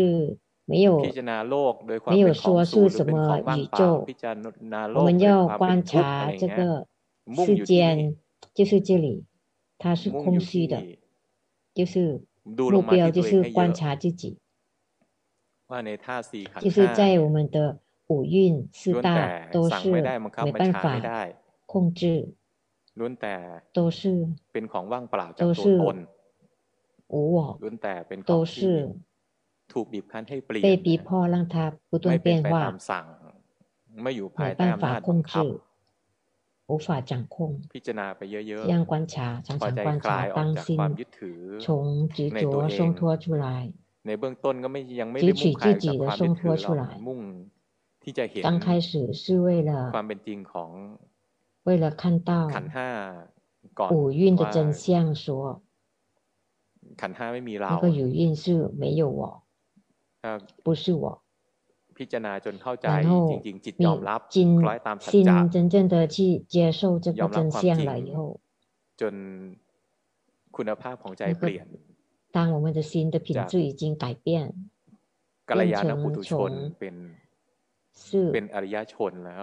Speaker 2: 没有
Speaker 1: พิจารณาโลกโดยความ
Speaker 2: 没
Speaker 1: เป็น
Speaker 2: 有
Speaker 1: ของ
Speaker 2: 说
Speaker 1: ศูน
Speaker 2: 是
Speaker 1: ย์หรือ
Speaker 2: 什
Speaker 1: เป็นของ
Speaker 2: 么
Speaker 1: ว่าง
Speaker 2: 宇
Speaker 1: เปล่า
Speaker 2: 宙
Speaker 1: พิ，จารณาโล
Speaker 2: 我
Speaker 1: ก
Speaker 2: 们
Speaker 1: โดย
Speaker 2: 要
Speaker 1: ความเป็น
Speaker 2: 观
Speaker 1: ทุกข์อะไรอย่าง
Speaker 2: 察这
Speaker 1: เงี้ย
Speaker 2: 个
Speaker 1: มุ่งอ
Speaker 2: 世
Speaker 1: ยู่ที่นี่
Speaker 2: 间，就是这里，它是
Speaker 1: มุ่งอ
Speaker 2: 空
Speaker 1: ยู่
Speaker 2: 虚
Speaker 1: ที่
Speaker 2: 的，就是
Speaker 1: ดูล
Speaker 2: 目
Speaker 1: งมา
Speaker 2: 标
Speaker 1: ที่
Speaker 2: 就
Speaker 1: ตัวเองให้เย
Speaker 2: 是观
Speaker 1: อะ
Speaker 2: 察自己。
Speaker 1: ว่าในท่าตุสี่ขัน
Speaker 2: 就
Speaker 1: ธ์
Speaker 2: 是
Speaker 1: ห้า
Speaker 2: 在我们的五蕴
Speaker 1: ล้
Speaker 2: 四
Speaker 1: วนแต่
Speaker 2: 大都
Speaker 1: สั่ง
Speaker 2: 是
Speaker 1: ไม่ได้บังคับ
Speaker 2: 没
Speaker 1: บัญ
Speaker 2: 办
Speaker 1: ชาไม่
Speaker 2: 法
Speaker 1: ได้
Speaker 2: 控制，
Speaker 1: ล้วนแต่
Speaker 2: 都是
Speaker 1: เป็นของว่างเปล่าจาก
Speaker 2: 都
Speaker 1: ตัว
Speaker 2: 是
Speaker 1: ตน
Speaker 2: 无我，
Speaker 1: ล้วนแต่เป็นของ
Speaker 2: 都
Speaker 1: ที่
Speaker 2: 是
Speaker 1: ถูกบีบคั้นให้เปลี่ยน
Speaker 2: 被
Speaker 1: นะ
Speaker 2: 逼迫让它不
Speaker 1: ไม่
Speaker 2: 断
Speaker 1: เป็น
Speaker 2: 变
Speaker 1: ไปตาม
Speaker 2: 化，
Speaker 1: สั่ง ไม่อยู่ภาย
Speaker 2: 没
Speaker 1: ใต้
Speaker 2: 办
Speaker 1: อำนา
Speaker 2: 法
Speaker 1: จบัง
Speaker 2: 控
Speaker 1: คับ
Speaker 2: 制，无法掌控。
Speaker 1: พิจารณาไปเยอะ
Speaker 2: 这样观察，常
Speaker 1: พอ
Speaker 2: 常
Speaker 1: ใจ
Speaker 2: 观
Speaker 1: คลา
Speaker 2: 察，
Speaker 1: ยออก
Speaker 2: 当
Speaker 1: จากความยึ
Speaker 2: 心
Speaker 1: ดถือ
Speaker 2: 从执
Speaker 1: ในตัว
Speaker 2: 着
Speaker 1: เอ
Speaker 2: 松
Speaker 1: ง
Speaker 2: 脱出来，
Speaker 1: ในเบื้องต้นก็ไม่ยังไม่
Speaker 2: 汲
Speaker 1: ได้
Speaker 2: 取
Speaker 1: มุ่งคลาย
Speaker 2: 自己
Speaker 1: จาก
Speaker 2: 的
Speaker 1: ความ
Speaker 2: 松
Speaker 1: ยึดถือ
Speaker 2: 脱
Speaker 1: หรอก
Speaker 2: 出来
Speaker 1: มุ่งที่จะเห็น
Speaker 2: 刚开始是为了
Speaker 1: ความเป็นจริงของ
Speaker 2: 为了看到
Speaker 1: ขันธ์ห้าก่อน
Speaker 2: 五蕴的
Speaker 1: ว่า
Speaker 2: 真相说，
Speaker 1: ขันธ์ห้าไม่มีเรา
Speaker 2: 那个五蕴是没有我，
Speaker 1: ถ้า
Speaker 2: 不是我。
Speaker 1: พิจารณาจนเข้าใจ
Speaker 2: 然
Speaker 1: จ
Speaker 2: 后
Speaker 1: ริง ๆ จิต
Speaker 2: 你
Speaker 1: ยอมรับ
Speaker 2: 经
Speaker 1: คล้อยตามสัจจะ
Speaker 2: 心真正的去接受这
Speaker 1: ยอมรั
Speaker 2: 个
Speaker 1: บค
Speaker 2: 真
Speaker 1: วามจ
Speaker 2: 相
Speaker 1: ริง
Speaker 2: 了以后，
Speaker 1: จนคุณภาพของใจเปลี่ยน
Speaker 2: 当我们的心的品
Speaker 1: จาก
Speaker 2: 质已经改变，
Speaker 1: กัลยาณปุถุชน
Speaker 2: เปลี่ยนเชิง
Speaker 1: เป็นเป็น
Speaker 2: 是
Speaker 1: อริยชนแล้ว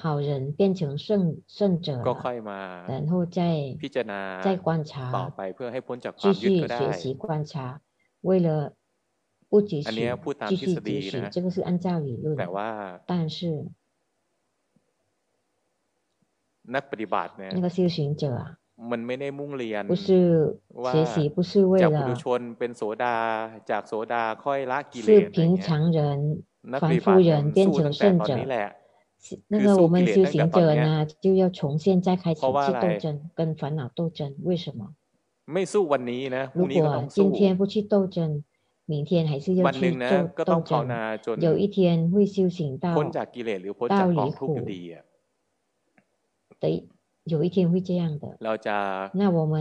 Speaker 2: 好人变成圣圣者
Speaker 1: ก็
Speaker 2: 了
Speaker 1: ค่อยมา
Speaker 2: 然后再
Speaker 1: พิจารณา
Speaker 2: 再观
Speaker 1: ต่อ
Speaker 2: 察
Speaker 1: ไป，เพื่อให้พ้นจากควา
Speaker 2: 继
Speaker 1: มยึดก็
Speaker 2: 续
Speaker 1: ได้
Speaker 2: 学习观察，为了不汲
Speaker 1: อันเนี้ย
Speaker 2: 取
Speaker 1: พูดตามท
Speaker 2: 继
Speaker 1: ฤ
Speaker 2: 续
Speaker 1: ษฎี
Speaker 2: 汲取，
Speaker 1: นะ
Speaker 2: 这个是按照理论
Speaker 1: แต่，ว่า
Speaker 2: 但是
Speaker 1: นักปฏิบัติเนี่ย
Speaker 2: 那个修行者啊，
Speaker 1: มันไม่ได้มุ่งเรียน
Speaker 2: 不是
Speaker 1: ว่า
Speaker 2: 学习，不是为
Speaker 1: จากปุถุ
Speaker 2: 了
Speaker 1: ชนเป็นโสดา จากโสดาค่อยละกิเล
Speaker 2: 是
Speaker 1: สอะไร
Speaker 2: 平
Speaker 1: เงี้ย
Speaker 2: 常人、
Speaker 1: นักป
Speaker 2: 凡
Speaker 1: ฏิบั
Speaker 2: 夫
Speaker 1: ติเนี่ย
Speaker 2: 人
Speaker 1: มัน
Speaker 2: 变
Speaker 1: สู้
Speaker 2: 成
Speaker 1: ตั้งแต่ตอน
Speaker 2: 圣者
Speaker 1: นี้แหละ
Speaker 2: 是那
Speaker 1: คือ
Speaker 2: 个
Speaker 1: สู้
Speaker 2: 我
Speaker 1: กิ
Speaker 2: 们
Speaker 1: เลส
Speaker 2: 修
Speaker 1: ตั้งแต่ตอ
Speaker 2: 行
Speaker 1: น
Speaker 2: 者
Speaker 1: เนี้ย
Speaker 2: 呢，就要从现在开
Speaker 1: เพ
Speaker 2: 始
Speaker 1: ราะว่า
Speaker 2: 去
Speaker 1: อะไร
Speaker 2: 斗争，跟烦恼斗争。为什么？
Speaker 1: ไม่สู้วันนี้นะพรุ่
Speaker 2: 如
Speaker 1: งนี้ก็ต้อง
Speaker 2: 果今
Speaker 1: สู้
Speaker 2: 天不去斗争，明天还是要
Speaker 1: วันหนึ่ง
Speaker 2: 去
Speaker 1: นะ
Speaker 2: 斗
Speaker 1: ก็ต้อง
Speaker 2: 斗
Speaker 1: ภาวนา
Speaker 2: 争，
Speaker 1: จน
Speaker 2: 有一天会修行
Speaker 1: พ้น
Speaker 2: 到
Speaker 1: จากกิเลสหรือพ้นจา
Speaker 2: 到
Speaker 1: กกอง
Speaker 2: 离
Speaker 1: ทุกข์อยู่
Speaker 2: 苦
Speaker 1: ดีอะ
Speaker 2: 的，有一天会这样的。
Speaker 1: เราจะ
Speaker 2: 那我们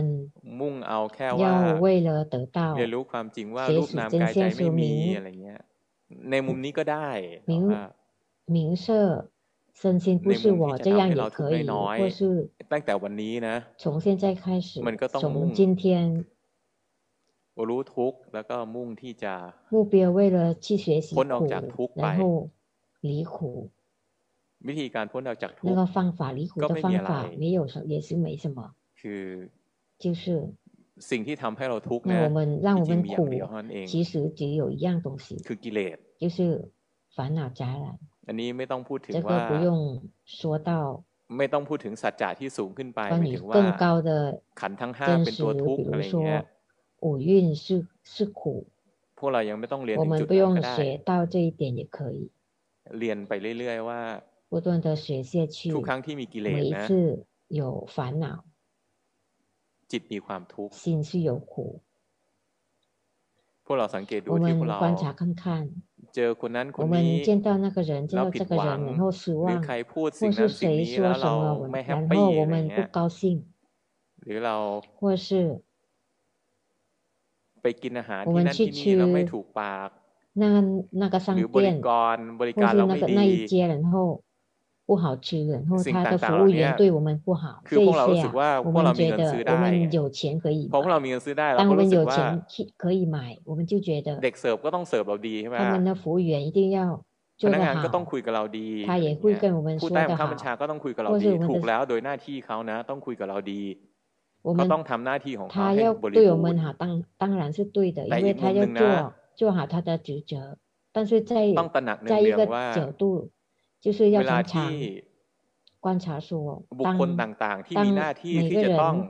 Speaker 1: มุ่งเอาแค่ว่า
Speaker 2: 要为了得到
Speaker 1: เรียนรู้ความจริงว่า
Speaker 2: 学
Speaker 1: รูป
Speaker 2: 习
Speaker 1: นาม
Speaker 2: 真
Speaker 1: กายใจ
Speaker 2: 相
Speaker 1: ไม่
Speaker 2: 说
Speaker 1: มี
Speaker 2: 明
Speaker 1: อะไรเงี้ย ในมุมนี้ก็ได้แต่
Speaker 2: 明
Speaker 1: ว่า
Speaker 2: 明色身心
Speaker 1: ใน
Speaker 2: 不
Speaker 1: มุม
Speaker 2: 是
Speaker 1: ที่
Speaker 2: 我，
Speaker 1: จะ
Speaker 2: 这
Speaker 1: ทำให้
Speaker 2: 样
Speaker 1: เรา
Speaker 2: 也
Speaker 1: ทุกข์
Speaker 2: 可以，
Speaker 1: น้อย
Speaker 2: 或是
Speaker 1: ๆตั้งแต่วันนี้นะ
Speaker 2: 从现在开始
Speaker 1: มันก็，ต้องมุ่ง
Speaker 2: 从今天
Speaker 1: รู้ทุกข์แล้วก็มุ่งที่จะ
Speaker 2: 目标为了去学习
Speaker 1: พ้นออกจากทุ
Speaker 2: 苦
Speaker 1: กข์，ไป
Speaker 2: 然后离苦，
Speaker 1: วิธีการพ้นออกจากทุ
Speaker 2: 那
Speaker 1: กข์
Speaker 2: 个方法离苦
Speaker 1: ก็
Speaker 2: 的
Speaker 1: ไม่มี
Speaker 2: 方
Speaker 1: อะไร
Speaker 2: 法没有什也是没什么，
Speaker 1: คือ
Speaker 2: 就是
Speaker 1: สิ่งที่ทำให้เราทุกข์
Speaker 2: 那
Speaker 1: นะ
Speaker 2: 我们让
Speaker 1: จ
Speaker 2: 我
Speaker 1: ริง
Speaker 2: 们
Speaker 1: ๆมีอย่างเดียว
Speaker 2: 苦，
Speaker 1: เท่านั้นเอง
Speaker 2: 其实只有一样东西，
Speaker 1: คือกิเลส
Speaker 2: 就是烦恼杂染。
Speaker 1: อันนี้ไม่ต้องพูดถึง
Speaker 2: 这
Speaker 1: ว่า
Speaker 2: 个不用说到
Speaker 1: ไม่ต้องพูดถึงสัจจะที่สูงขึ้นไปห
Speaker 2: 关
Speaker 1: มาย
Speaker 2: 于
Speaker 1: ถึงว่า
Speaker 2: 更高的
Speaker 1: ขันธ์ทั้งห้า
Speaker 2: 真
Speaker 1: เป็น
Speaker 2: 实，
Speaker 1: ตัวทุก
Speaker 2: 比
Speaker 1: ข์อะไร
Speaker 2: 如
Speaker 1: เงี้ย
Speaker 2: 说五蕴是是苦，
Speaker 1: พวกเรายังไม่ต้องเรียน
Speaker 2: 我
Speaker 1: ถึงจุดนั้
Speaker 2: 们不
Speaker 1: นก็
Speaker 2: 用
Speaker 1: ได้
Speaker 2: 学到这一点也可以，
Speaker 1: เรียนไปเรื่อยๆว่า
Speaker 2: 不断的学下去
Speaker 1: ทุกค。รั้งที่มีกิเลส
Speaker 2: 每一
Speaker 1: นะ
Speaker 2: 次有烦恼，
Speaker 1: จิตมีความทุกข์
Speaker 2: 心是有苦，
Speaker 1: พวกเราสังเกตดู
Speaker 2: 我
Speaker 1: ที่พวก
Speaker 2: 们
Speaker 1: เรา
Speaker 2: 观察看看，
Speaker 1: เจอคนนั้นค
Speaker 2: 我
Speaker 1: นนี้
Speaker 2: 们见到那个人，见
Speaker 1: เรา
Speaker 2: 到
Speaker 1: ผิ
Speaker 2: 这
Speaker 1: ด
Speaker 2: 个
Speaker 1: หวัง
Speaker 2: 人，然后失
Speaker 1: หรือ
Speaker 2: 望，
Speaker 1: ใครพูดสิ่
Speaker 2: 或
Speaker 1: งนั้
Speaker 2: 是
Speaker 1: นสิ่ง
Speaker 2: 谁
Speaker 1: นี้แล้ว
Speaker 2: 说什
Speaker 1: เรา
Speaker 2: 么，我
Speaker 1: ไม่
Speaker 2: 们
Speaker 1: แฮป
Speaker 2: 然
Speaker 1: ปี้
Speaker 2: 后
Speaker 1: อะ
Speaker 2: 我
Speaker 1: ไร
Speaker 2: 们
Speaker 1: เงี้
Speaker 2: 不
Speaker 1: ย
Speaker 2: 高兴，
Speaker 1: หรือเรา
Speaker 2: 或是
Speaker 1: ไปกินอาหาร
Speaker 2: 我
Speaker 1: ที่
Speaker 2: 们
Speaker 1: นั่น
Speaker 2: 去
Speaker 1: ที่นี่แล้วไม่
Speaker 2: 吃
Speaker 1: ถูกปาก
Speaker 2: 那那个
Speaker 1: หรือ
Speaker 2: 商
Speaker 1: บริ
Speaker 2: 店，
Speaker 1: กรบริ
Speaker 2: 或
Speaker 1: การ
Speaker 2: 是
Speaker 1: เรา
Speaker 2: 那
Speaker 1: ไม่
Speaker 2: 个
Speaker 1: ดี
Speaker 2: 那一间，然后不好之人，或者
Speaker 1: สิ่ง
Speaker 2: 他的
Speaker 1: ต่างๆ
Speaker 2: 服
Speaker 1: เหล่า
Speaker 2: 务
Speaker 1: เนี้ย
Speaker 2: 员对我们不好，
Speaker 1: คือ
Speaker 2: 这
Speaker 1: พ
Speaker 2: 一
Speaker 1: วกเรารู้
Speaker 2: 些
Speaker 1: สึกว่า
Speaker 2: 啊，我
Speaker 1: พวกเรา
Speaker 2: 们
Speaker 1: มี
Speaker 2: 觉
Speaker 1: เงินซื้อ
Speaker 2: 得
Speaker 1: ได้
Speaker 2: 我们有钱可以
Speaker 1: พอพวกเรามี
Speaker 2: 买，
Speaker 1: เงินซื้อได้เรา
Speaker 2: 当
Speaker 1: ก็
Speaker 2: 我们
Speaker 1: รู้สึก
Speaker 2: 有
Speaker 1: ว่า
Speaker 2: 钱去可以买，我们就觉得
Speaker 1: เด็กเสิร์ฟก็ต้องเสิร์ฟเราดีใช่ไหม
Speaker 2: 他们的服务员一定要
Speaker 1: พ
Speaker 2: 做
Speaker 1: นั
Speaker 2: 得
Speaker 1: กงานก็ต้อง
Speaker 2: 好，
Speaker 1: คุยกับเราดีอะ
Speaker 2: 他也
Speaker 1: ไร
Speaker 2: 会
Speaker 1: เงี้ย
Speaker 2: 跟我们
Speaker 1: ผู้
Speaker 2: 说
Speaker 1: ใต้บั
Speaker 2: 得
Speaker 1: งคับ
Speaker 2: 好
Speaker 1: บัญ， ชาก็ต้องคุยกับเรา
Speaker 2: ว่า
Speaker 1: ดี
Speaker 2: สื่อมันจะ
Speaker 1: ถูกแล้วโดยหน้าที่เขานะ ต้องคุยกับเราดี
Speaker 2: 我
Speaker 1: ก็
Speaker 2: 们
Speaker 1: ต้องทำหน้าที่ของเขา
Speaker 2: 他
Speaker 1: ให้
Speaker 2: 要
Speaker 1: บริ
Speaker 2: 对我
Speaker 1: บูร
Speaker 2: 们
Speaker 1: ณ์
Speaker 2: 好，当当然是对的，
Speaker 1: แต่
Speaker 2: 因为
Speaker 1: อีก
Speaker 2: 他
Speaker 1: มุม
Speaker 2: 要
Speaker 1: หนึ่งนะ
Speaker 2: 做做好他的职责，但是在
Speaker 1: ต้องตระหนักเนื
Speaker 2: 在一
Speaker 1: อง
Speaker 2: 个
Speaker 1: ๆว่า
Speaker 2: 角度，就是要
Speaker 1: เวลา
Speaker 2: 常
Speaker 1: ที่
Speaker 2: 常观察说，
Speaker 1: บุค
Speaker 2: 当
Speaker 1: คลต่างๆ ที่
Speaker 2: 当
Speaker 1: มีหน้าที่
Speaker 2: 每
Speaker 1: ที่
Speaker 2: 个
Speaker 1: จะต้อง
Speaker 2: 人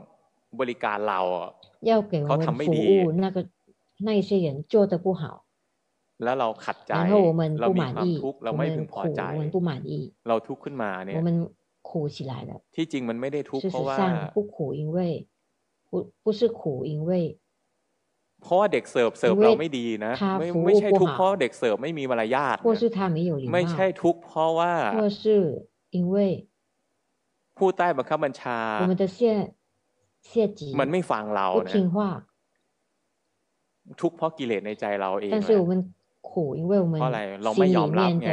Speaker 1: บริการเราอะ
Speaker 2: 要给我
Speaker 1: เขาทำ
Speaker 2: 们
Speaker 1: ไม่
Speaker 2: 服
Speaker 1: ดี
Speaker 2: 务，那个那一些人做的不好，
Speaker 1: แล้วเราขัดใจ
Speaker 2: 然后我们
Speaker 1: เรา
Speaker 2: 不
Speaker 1: มีค
Speaker 2: 满
Speaker 1: วาม
Speaker 2: 意，
Speaker 1: ทุกข์เรา
Speaker 2: 我
Speaker 1: ไม่พึง
Speaker 2: 们
Speaker 1: พอ
Speaker 2: 苦，
Speaker 1: ใจ
Speaker 2: 我们不满意，
Speaker 1: เราทุกข์ขึ้นมาเนี่
Speaker 2: 我
Speaker 1: ย
Speaker 2: 们苦起来了。
Speaker 1: ที่จริงมันไม่ได้ทุกข์
Speaker 2: 事
Speaker 1: เพราะ
Speaker 2: 实
Speaker 1: ว่า
Speaker 2: 上不苦，因为不不是苦，因为
Speaker 1: เพราะว่าเด็กเสิร์ฟเสิร์ฟ
Speaker 2: เวท
Speaker 1: เราไม่ดีนะ ไม่
Speaker 2: ทาฟู
Speaker 1: ไม่ใช่ทุกข์
Speaker 2: ผู้หา
Speaker 1: เพราะเด็กเสิร์ฟไม่มีมารยาทนะ
Speaker 2: 或是他没有礼貌
Speaker 1: ไม่，ใช่ทุกข์เพราะว่า
Speaker 2: 或是因为
Speaker 1: ผู้ใต้บังคับบัญชา
Speaker 2: 我们的下下级
Speaker 1: 啊 มันไม่ฟังเรา
Speaker 2: 不
Speaker 1: นะ
Speaker 2: 听话，
Speaker 1: ทุกข์เพราะกิเลสในใจเราเอง
Speaker 2: 但
Speaker 1: นะ
Speaker 2: 是我们苦，因为我们
Speaker 1: เพราะอะไรเราไม่
Speaker 2: 心
Speaker 1: ยอ
Speaker 2: 里
Speaker 1: มรับ
Speaker 2: 面
Speaker 1: ไง
Speaker 2: 的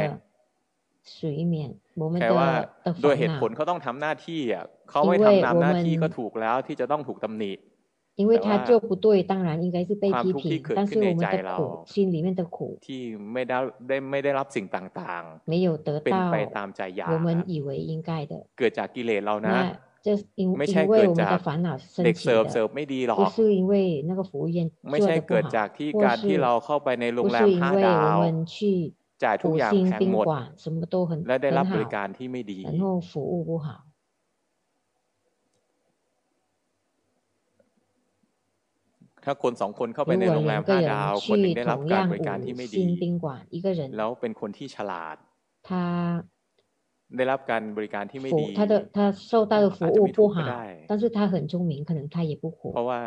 Speaker 2: 水面，我们
Speaker 1: แค่ว่า
Speaker 2: 的啊的
Speaker 1: โดยเห
Speaker 2: 烦
Speaker 1: ตุผล
Speaker 2: 恼，
Speaker 1: เขาต้องทำหน้าที่อ่ะเขาไม่ทำตามหน้าที่ก็ถูกแล้วที่จะต้องถูกตำหนิ
Speaker 2: 因为
Speaker 1: แต่
Speaker 2: 他
Speaker 1: ว่า
Speaker 2: 做不对，当然应该是被
Speaker 1: ความ
Speaker 2: 批
Speaker 1: ทุกข์ที่
Speaker 2: 评
Speaker 1: เกิด，
Speaker 2: 但
Speaker 1: ขึ้น
Speaker 2: 是
Speaker 1: ใน
Speaker 2: 我们
Speaker 1: ใจ
Speaker 2: 的
Speaker 1: เรา
Speaker 2: 苦，心里面的苦
Speaker 1: ที่ไม่ได้ได้ไม่ได้รับสิ่งต่าง
Speaker 2: 没有得
Speaker 1: ๆ เป็น
Speaker 2: 到
Speaker 1: ไปตามใจอยาก
Speaker 2: 我们以为应该的，
Speaker 1: เกิดจากกิเลสเรานะ
Speaker 2: 那这是因
Speaker 1: ไม่ใช่
Speaker 2: 因
Speaker 1: เกิ
Speaker 2: 为
Speaker 1: ด
Speaker 2: 我们
Speaker 1: จาก
Speaker 2: 的烦恼是
Speaker 1: เด็
Speaker 2: 升
Speaker 1: ก
Speaker 2: 起
Speaker 1: เสิร์ฟ
Speaker 2: 的
Speaker 1: เสิร์ฟไม่ดีหรอ
Speaker 2: 不
Speaker 1: ก
Speaker 2: 是因为那个服务员
Speaker 1: ไม่
Speaker 2: 做
Speaker 1: ใช่
Speaker 2: 的不
Speaker 1: เกิดจา
Speaker 2: 好
Speaker 1: ก，ที่
Speaker 2: 或
Speaker 1: การที่
Speaker 2: 是
Speaker 1: เราเข้าไปในโรง
Speaker 2: 不
Speaker 1: แรม
Speaker 2: 是
Speaker 1: ห้า
Speaker 2: 因为
Speaker 1: ดาว
Speaker 2: 我们去
Speaker 1: จ่ายทุก
Speaker 2: 五
Speaker 1: อย่าง
Speaker 2: 星
Speaker 1: แพง
Speaker 2: 宾
Speaker 1: หมด
Speaker 2: 馆什么都很
Speaker 1: และได้รับ
Speaker 2: 很
Speaker 1: บ
Speaker 2: 好
Speaker 1: ริ，การที่ไม่ดี
Speaker 2: 然后服务不好，
Speaker 1: ถ้าคนสองคนเข้าไป
Speaker 2: 如
Speaker 1: ใน
Speaker 2: 果
Speaker 1: โรงแรม
Speaker 2: 两
Speaker 1: ห้า
Speaker 2: 个
Speaker 1: ดาว
Speaker 2: 人
Speaker 1: คนหนึ่ง
Speaker 2: 去
Speaker 1: ได้รับ
Speaker 2: 同
Speaker 1: การ
Speaker 2: 样
Speaker 1: บริการที่
Speaker 2: 五
Speaker 1: ไม่ดี
Speaker 2: 星宾馆，一个人
Speaker 1: แล้วเป็นคนที่ฉลาด
Speaker 2: 他
Speaker 1: ได้รับการบริการที่ไม่
Speaker 2: 服
Speaker 1: ดี
Speaker 2: 他的他受到的服
Speaker 1: อาจจะ
Speaker 2: 务
Speaker 1: ไม่ถู
Speaker 2: 不
Speaker 1: ก
Speaker 2: 哦
Speaker 1: ก็
Speaker 2: 好
Speaker 1: ได้，
Speaker 2: 但是他很聪明，可能他也不
Speaker 1: เพราะ
Speaker 2: 苦，
Speaker 1: ว่า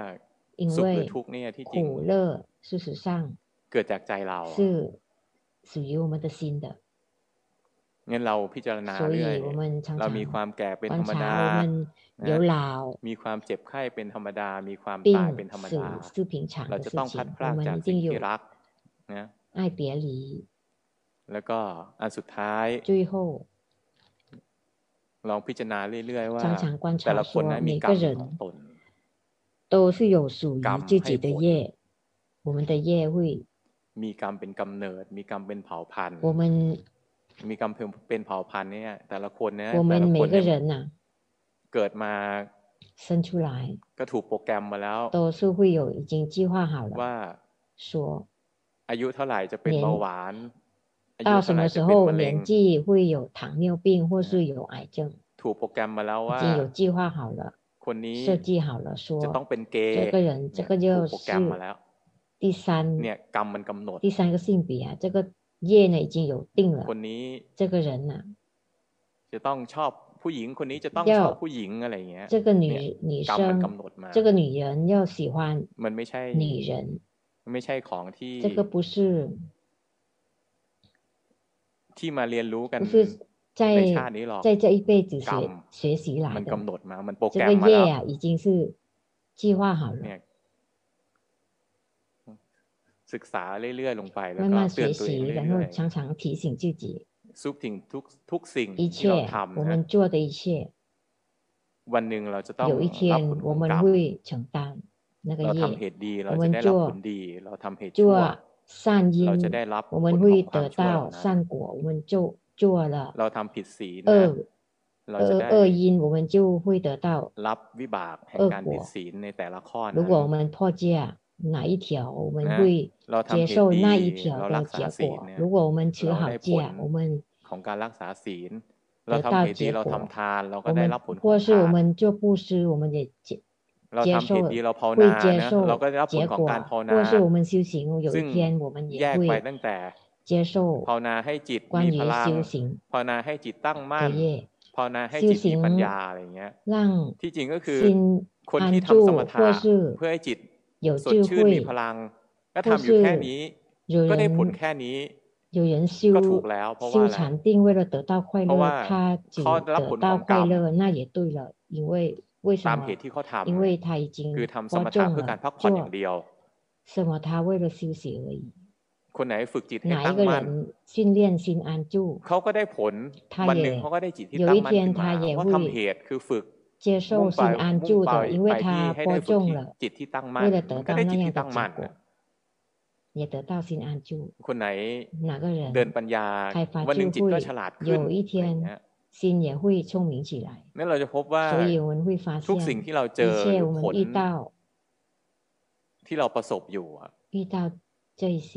Speaker 2: 因
Speaker 1: สุขหรือ
Speaker 2: 为
Speaker 1: ทุกข์เนี่ยที่จริง
Speaker 2: 苦乐事实上
Speaker 1: เกิดจากใจเรา
Speaker 2: 是属于我们的心的，
Speaker 1: งั้นเราพิจารณา
Speaker 2: 所
Speaker 1: เรื่อย
Speaker 2: 以我们常
Speaker 1: เรามี
Speaker 2: 常。
Speaker 1: ความแก่เป็น
Speaker 2: วั
Speaker 1: ธรรม
Speaker 2: นเช้า
Speaker 1: ดา
Speaker 2: มัน
Speaker 1: นะ
Speaker 2: เดี๋ยวลาว
Speaker 1: มีความเจ็บไข้เป็นธรรมดา มีความ
Speaker 2: 病
Speaker 1: ตายเป็นธรรม
Speaker 2: 死
Speaker 1: ดา
Speaker 2: 是平常
Speaker 1: เรา
Speaker 2: 的
Speaker 1: จะ
Speaker 2: 事
Speaker 1: ต้องพลัด
Speaker 2: 情，
Speaker 1: พ
Speaker 2: 我
Speaker 1: ราก
Speaker 2: 们
Speaker 1: จาก
Speaker 2: 一
Speaker 1: สิ่ง
Speaker 2: 定有
Speaker 1: ที่รักนะ
Speaker 2: 爱别离。
Speaker 1: แล้วก็อันสุดท้าย
Speaker 2: 最后，
Speaker 1: ลองพิจารณาเรื่อย ๆ ว่า
Speaker 2: 常常观
Speaker 1: แต่
Speaker 2: 察
Speaker 1: ละคน
Speaker 2: 说，
Speaker 1: นั้นมี
Speaker 2: 每
Speaker 1: กรร
Speaker 2: 个
Speaker 1: มของ
Speaker 2: 人
Speaker 1: ตน
Speaker 2: 都是有属于
Speaker 1: กรรม
Speaker 2: 自己
Speaker 1: ให้ผ
Speaker 2: 的
Speaker 1: ล
Speaker 2: 业，我们的业会，
Speaker 1: มีกรรมเป็นกำเนิด มีกรรมเป็นเผ่าพันธุ์
Speaker 2: 我们
Speaker 1: มีกรรมเป็นเผ่าพันธุ์เนี่ยแต่ละคนเนี่ย
Speaker 2: 我
Speaker 1: แต่
Speaker 2: 们
Speaker 1: ละค
Speaker 2: 每
Speaker 1: น
Speaker 2: 个
Speaker 1: เนี่ย
Speaker 2: 人呐、
Speaker 1: เกิดมา
Speaker 2: 生出来
Speaker 1: ก็ถูกโปรแกรมมาแล้ว
Speaker 2: 都是会有已经计划好
Speaker 1: ว่า
Speaker 2: 了，说
Speaker 1: อายุเท่าไหร่จะเป็นเบาหวาน อายุ
Speaker 2: 到
Speaker 1: เท่า
Speaker 2: 什
Speaker 1: ไหร่
Speaker 2: 么
Speaker 1: จะ
Speaker 2: 时
Speaker 1: เป็น
Speaker 2: 候
Speaker 1: มะเร็ง
Speaker 2: 年纪会有糖尿病或是有癌症，
Speaker 1: ถูกโปรแกรมมาแล้ว
Speaker 2: 已
Speaker 1: ว่า
Speaker 2: 经有计划好了，
Speaker 1: คนนี้
Speaker 2: 设计好了说
Speaker 1: จะต้องเป็นเกย์
Speaker 2: 这个人这
Speaker 1: เนี่ย
Speaker 2: 个
Speaker 1: ถูก
Speaker 2: 就
Speaker 1: โปรแกรมมา
Speaker 2: 是
Speaker 1: แล้ว
Speaker 2: 第三
Speaker 1: เนี่ยกรรมมันกำหนด
Speaker 2: 第三个性别啊，这个业呢已经有定了
Speaker 1: คน，นี้
Speaker 2: 这个人啊呐、
Speaker 1: จะต้องชอบผู้หญิงคนนี้จะต้อง
Speaker 2: เดี๋
Speaker 1: ช
Speaker 2: ยว
Speaker 1: อบผู้หญิงอะไรอย่างเงี้ย
Speaker 2: 这个
Speaker 1: เนี่ย
Speaker 2: 女女
Speaker 1: กรรมมันกำ
Speaker 2: 生
Speaker 1: หนดมา
Speaker 2: 这个女人要喜欢
Speaker 1: มันไม่ใช่
Speaker 2: 女人，
Speaker 1: มันไม่ใช่ของที่
Speaker 2: 这个不是
Speaker 1: ที่มาเรียนรู้กัน
Speaker 2: 不是
Speaker 1: ใน
Speaker 2: 在
Speaker 1: ชาตินี้หรอก
Speaker 2: 在这一辈子
Speaker 1: กรร
Speaker 2: 学
Speaker 1: ม
Speaker 2: 学习来
Speaker 1: มันกำ
Speaker 2: 的，
Speaker 1: หนดมา มันโปรแก
Speaker 2: 这
Speaker 1: ร
Speaker 2: 个
Speaker 1: มมาแล้ว
Speaker 2: 业啊已经是计划好
Speaker 1: เนี่
Speaker 2: 了，
Speaker 1: ยศึกษาเรื่อยๆลงไปแล้ว
Speaker 2: 慢
Speaker 1: ก็
Speaker 2: 慢
Speaker 1: เตือน
Speaker 2: 学
Speaker 1: ตัวเอง
Speaker 2: 习，
Speaker 1: เรื่
Speaker 2: 然后
Speaker 1: อย
Speaker 2: 常常提醒自己，
Speaker 1: ๆทุกสิ่งทุกทุกสิ่ง
Speaker 2: 一
Speaker 1: ที่เรา
Speaker 2: 切我
Speaker 1: ทำนะ
Speaker 2: 们做的一切，
Speaker 1: วันหนึ่งเราจะต้อง
Speaker 2: 有一
Speaker 1: รับผล
Speaker 2: 天
Speaker 1: ข
Speaker 2: 我
Speaker 1: องกร
Speaker 2: 们
Speaker 1: รม
Speaker 2: 会承担那
Speaker 1: เรา
Speaker 2: 个
Speaker 1: ทำ
Speaker 2: 业
Speaker 1: เห。ตุดีเรา
Speaker 2: 我
Speaker 1: จะ
Speaker 2: 们
Speaker 1: ได้รับผ
Speaker 2: 做
Speaker 1: ลดี เราทำเหตุชั่ว
Speaker 2: 做善
Speaker 1: เราจะได้
Speaker 2: 因，
Speaker 1: รับผ
Speaker 2: 我
Speaker 1: ล
Speaker 2: 们
Speaker 1: ของ
Speaker 2: 会
Speaker 1: ความ
Speaker 2: 得
Speaker 1: ชั่วเหล่า
Speaker 2: 到
Speaker 1: นั้น
Speaker 2: 善果，我们就做了
Speaker 1: เราทำผิดศีลนะ
Speaker 2: 恶
Speaker 1: เราจะ
Speaker 2: 恶
Speaker 1: ได้
Speaker 2: 恶因，我们就会得到
Speaker 1: รับวิบากแห่ง
Speaker 2: 恶
Speaker 1: การผิด
Speaker 2: 果。
Speaker 1: ศีลในแต่ละข้อ
Speaker 2: 如
Speaker 1: นั้น
Speaker 2: 果我们破戒哪一条，我们
Speaker 1: นะ
Speaker 2: 会
Speaker 1: เราทำ
Speaker 2: 接
Speaker 1: เหตุ
Speaker 2: 受
Speaker 1: ดี
Speaker 2: 那一
Speaker 1: เรา
Speaker 2: 条
Speaker 1: รั
Speaker 2: 的
Speaker 1: กษา
Speaker 2: 结
Speaker 1: ศีล
Speaker 2: 果。
Speaker 1: เนี่ย
Speaker 2: 如果我们持
Speaker 1: เรา
Speaker 2: 好
Speaker 1: ได้ผล
Speaker 2: 戒，我们
Speaker 1: ของการรักษาศีล เรา
Speaker 2: 得
Speaker 1: ทำเห
Speaker 2: 到
Speaker 1: ตุดี
Speaker 2: 结
Speaker 1: เราทำ
Speaker 2: 果，
Speaker 1: ทานเราก็
Speaker 2: 我
Speaker 1: ได้
Speaker 2: 们
Speaker 1: รับผลของ
Speaker 2: 或是
Speaker 1: ทา
Speaker 2: 我
Speaker 1: น
Speaker 2: 们做布施，我们也接
Speaker 1: เรา
Speaker 2: 接
Speaker 1: ทำเหตุ
Speaker 2: 受
Speaker 1: ดีเราภาว
Speaker 2: 会
Speaker 1: นา
Speaker 2: 接
Speaker 1: นะเรา
Speaker 2: 受
Speaker 1: ก็ได้รับผล
Speaker 2: 结
Speaker 1: ของ
Speaker 2: 果，
Speaker 1: การภาวนา
Speaker 2: 或是我们修行，有
Speaker 1: ซึ่ง
Speaker 2: 一天我们
Speaker 1: แย
Speaker 2: 也
Speaker 1: กไป
Speaker 2: 会
Speaker 1: ตั้งแต่
Speaker 2: 接受
Speaker 1: ภาวนาให้จิตมี
Speaker 2: 关于
Speaker 1: พลัง
Speaker 2: 修行
Speaker 1: ภาวนาให้จิตตั้งมั่
Speaker 2: 的
Speaker 1: น
Speaker 2: 业，
Speaker 1: ภาวนาให้
Speaker 2: 修
Speaker 1: จิตมีปัญ
Speaker 2: 行
Speaker 1: ญาอะไรอย่างเงี้ย
Speaker 2: 让
Speaker 1: ที่จริงก็คือ
Speaker 2: 心
Speaker 1: คนที่
Speaker 2: 安
Speaker 1: ทำสม
Speaker 2: 住
Speaker 1: ถะ
Speaker 2: 或是
Speaker 1: เพื่อให้จิต
Speaker 2: 有
Speaker 1: สด
Speaker 2: 智
Speaker 1: ชื่นมี
Speaker 2: 慧
Speaker 1: พ，ลัง ก็
Speaker 2: 或
Speaker 1: ทำอยู่แค่
Speaker 2: 是
Speaker 1: นี้
Speaker 2: 有
Speaker 1: ก็ได้ผล
Speaker 2: 人
Speaker 1: แค่นี้
Speaker 2: 有人
Speaker 1: ก็ถูก
Speaker 2: 修
Speaker 1: แล้วเพราะว่า
Speaker 2: 修
Speaker 1: อะไร
Speaker 2: 禅定，为了得到快
Speaker 1: เพราะว่า
Speaker 2: 乐，他只
Speaker 1: เขาได้รับผ
Speaker 2: 得
Speaker 1: ลขอ
Speaker 2: 到
Speaker 1: งกรร
Speaker 2: 快
Speaker 1: ม
Speaker 2: 乐，那也对了，因为为
Speaker 1: ตา
Speaker 2: 什
Speaker 1: มเห
Speaker 2: 么
Speaker 1: ตุ？ที่เขาทำ
Speaker 2: 因
Speaker 1: ไง
Speaker 2: 为他已
Speaker 1: คือ
Speaker 2: 经
Speaker 1: ทำส
Speaker 2: 播
Speaker 1: มถะ
Speaker 2: 种
Speaker 1: เพื่อการ
Speaker 2: 了
Speaker 1: พักผ่อนอย่าง
Speaker 2: 做
Speaker 1: เดียว
Speaker 2: 什么？他为了休息而已。
Speaker 1: คนไหนฝึกจิตให้
Speaker 2: 哪
Speaker 1: ตั้
Speaker 2: 一
Speaker 1: ง
Speaker 2: 个
Speaker 1: มั่น
Speaker 2: 人训练心安住，
Speaker 1: เขาก็ได้ผล
Speaker 2: ทาเย่
Speaker 1: วันหนึ่งเขาก็ได้จิตที่
Speaker 2: 有
Speaker 1: ตั้ง
Speaker 2: 一
Speaker 1: มั่นขึ้
Speaker 2: 天
Speaker 1: นมา
Speaker 2: 他也
Speaker 1: เพราะ
Speaker 2: 会
Speaker 1: ทำเหตุคือฝึก
Speaker 2: 接受
Speaker 1: มุ่งไป
Speaker 2: 心安
Speaker 1: มุ่ง
Speaker 2: 住
Speaker 1: ไป
Speaker 2: 的，因为
Speaker 1: ไปที่
Speaker 2: 他
Speaker 1: ให้ได้
Speaker 2: 播
Speaker 1: ฝึก
Speaker 2: 种了，
Speaker 1: จิตที่ตั้งมั่น
Speaker 2: 为了得
Speaker 1: ก็
Speaker 2: 到
Speaker 1: ได้
Speaker 2: 那
Speaker 1: จิต
Speaker 2: 样
Speaker 1: ที่
Speaker 2: 的
Speaker 1: ตั้งมั่น
Speaker 2: 结果，也得到心安住。
Speaker 1: คนไหน
Speaker 2: 哪个
Speaker 1: เดิน
Speaker 2: 人
Speaker 1: ปัญญา
Speaker 2: 开发
Speaker 1: วันหนึ่
Speaker 2: 智
Speaker 1: งจิตก็ฉลาด
Speaker 2: 慧，
Speaker 1: ขึ้น
Speaker 2: 有
Speaker 1: อ
Speaker 2: 一
Speaker 1: ย่างเงี้
Speaker 2: 天
Speaker 1: ย
Speaker 2: 心也会聪明起来。
Speaker 1: นั่นเราจะพบว่า
Speaker 2: 所以我们会发
Speaker 1: ทุก
Speaker 2: 现，
Speaker 1: สิ่งที่เราเจอ
Speaker 2: 一
Speaker 1: ห
Speaker 2: 切
Speaker 1: รือ
Speaker 2: 我
Speaker 1: ผ
Speaker 2: 们
Speaker 1: ล
Speaker 2: 遇到
Speaker 1: ที่เราประสบอยู่อะ
Speaker 2: 遇到这一些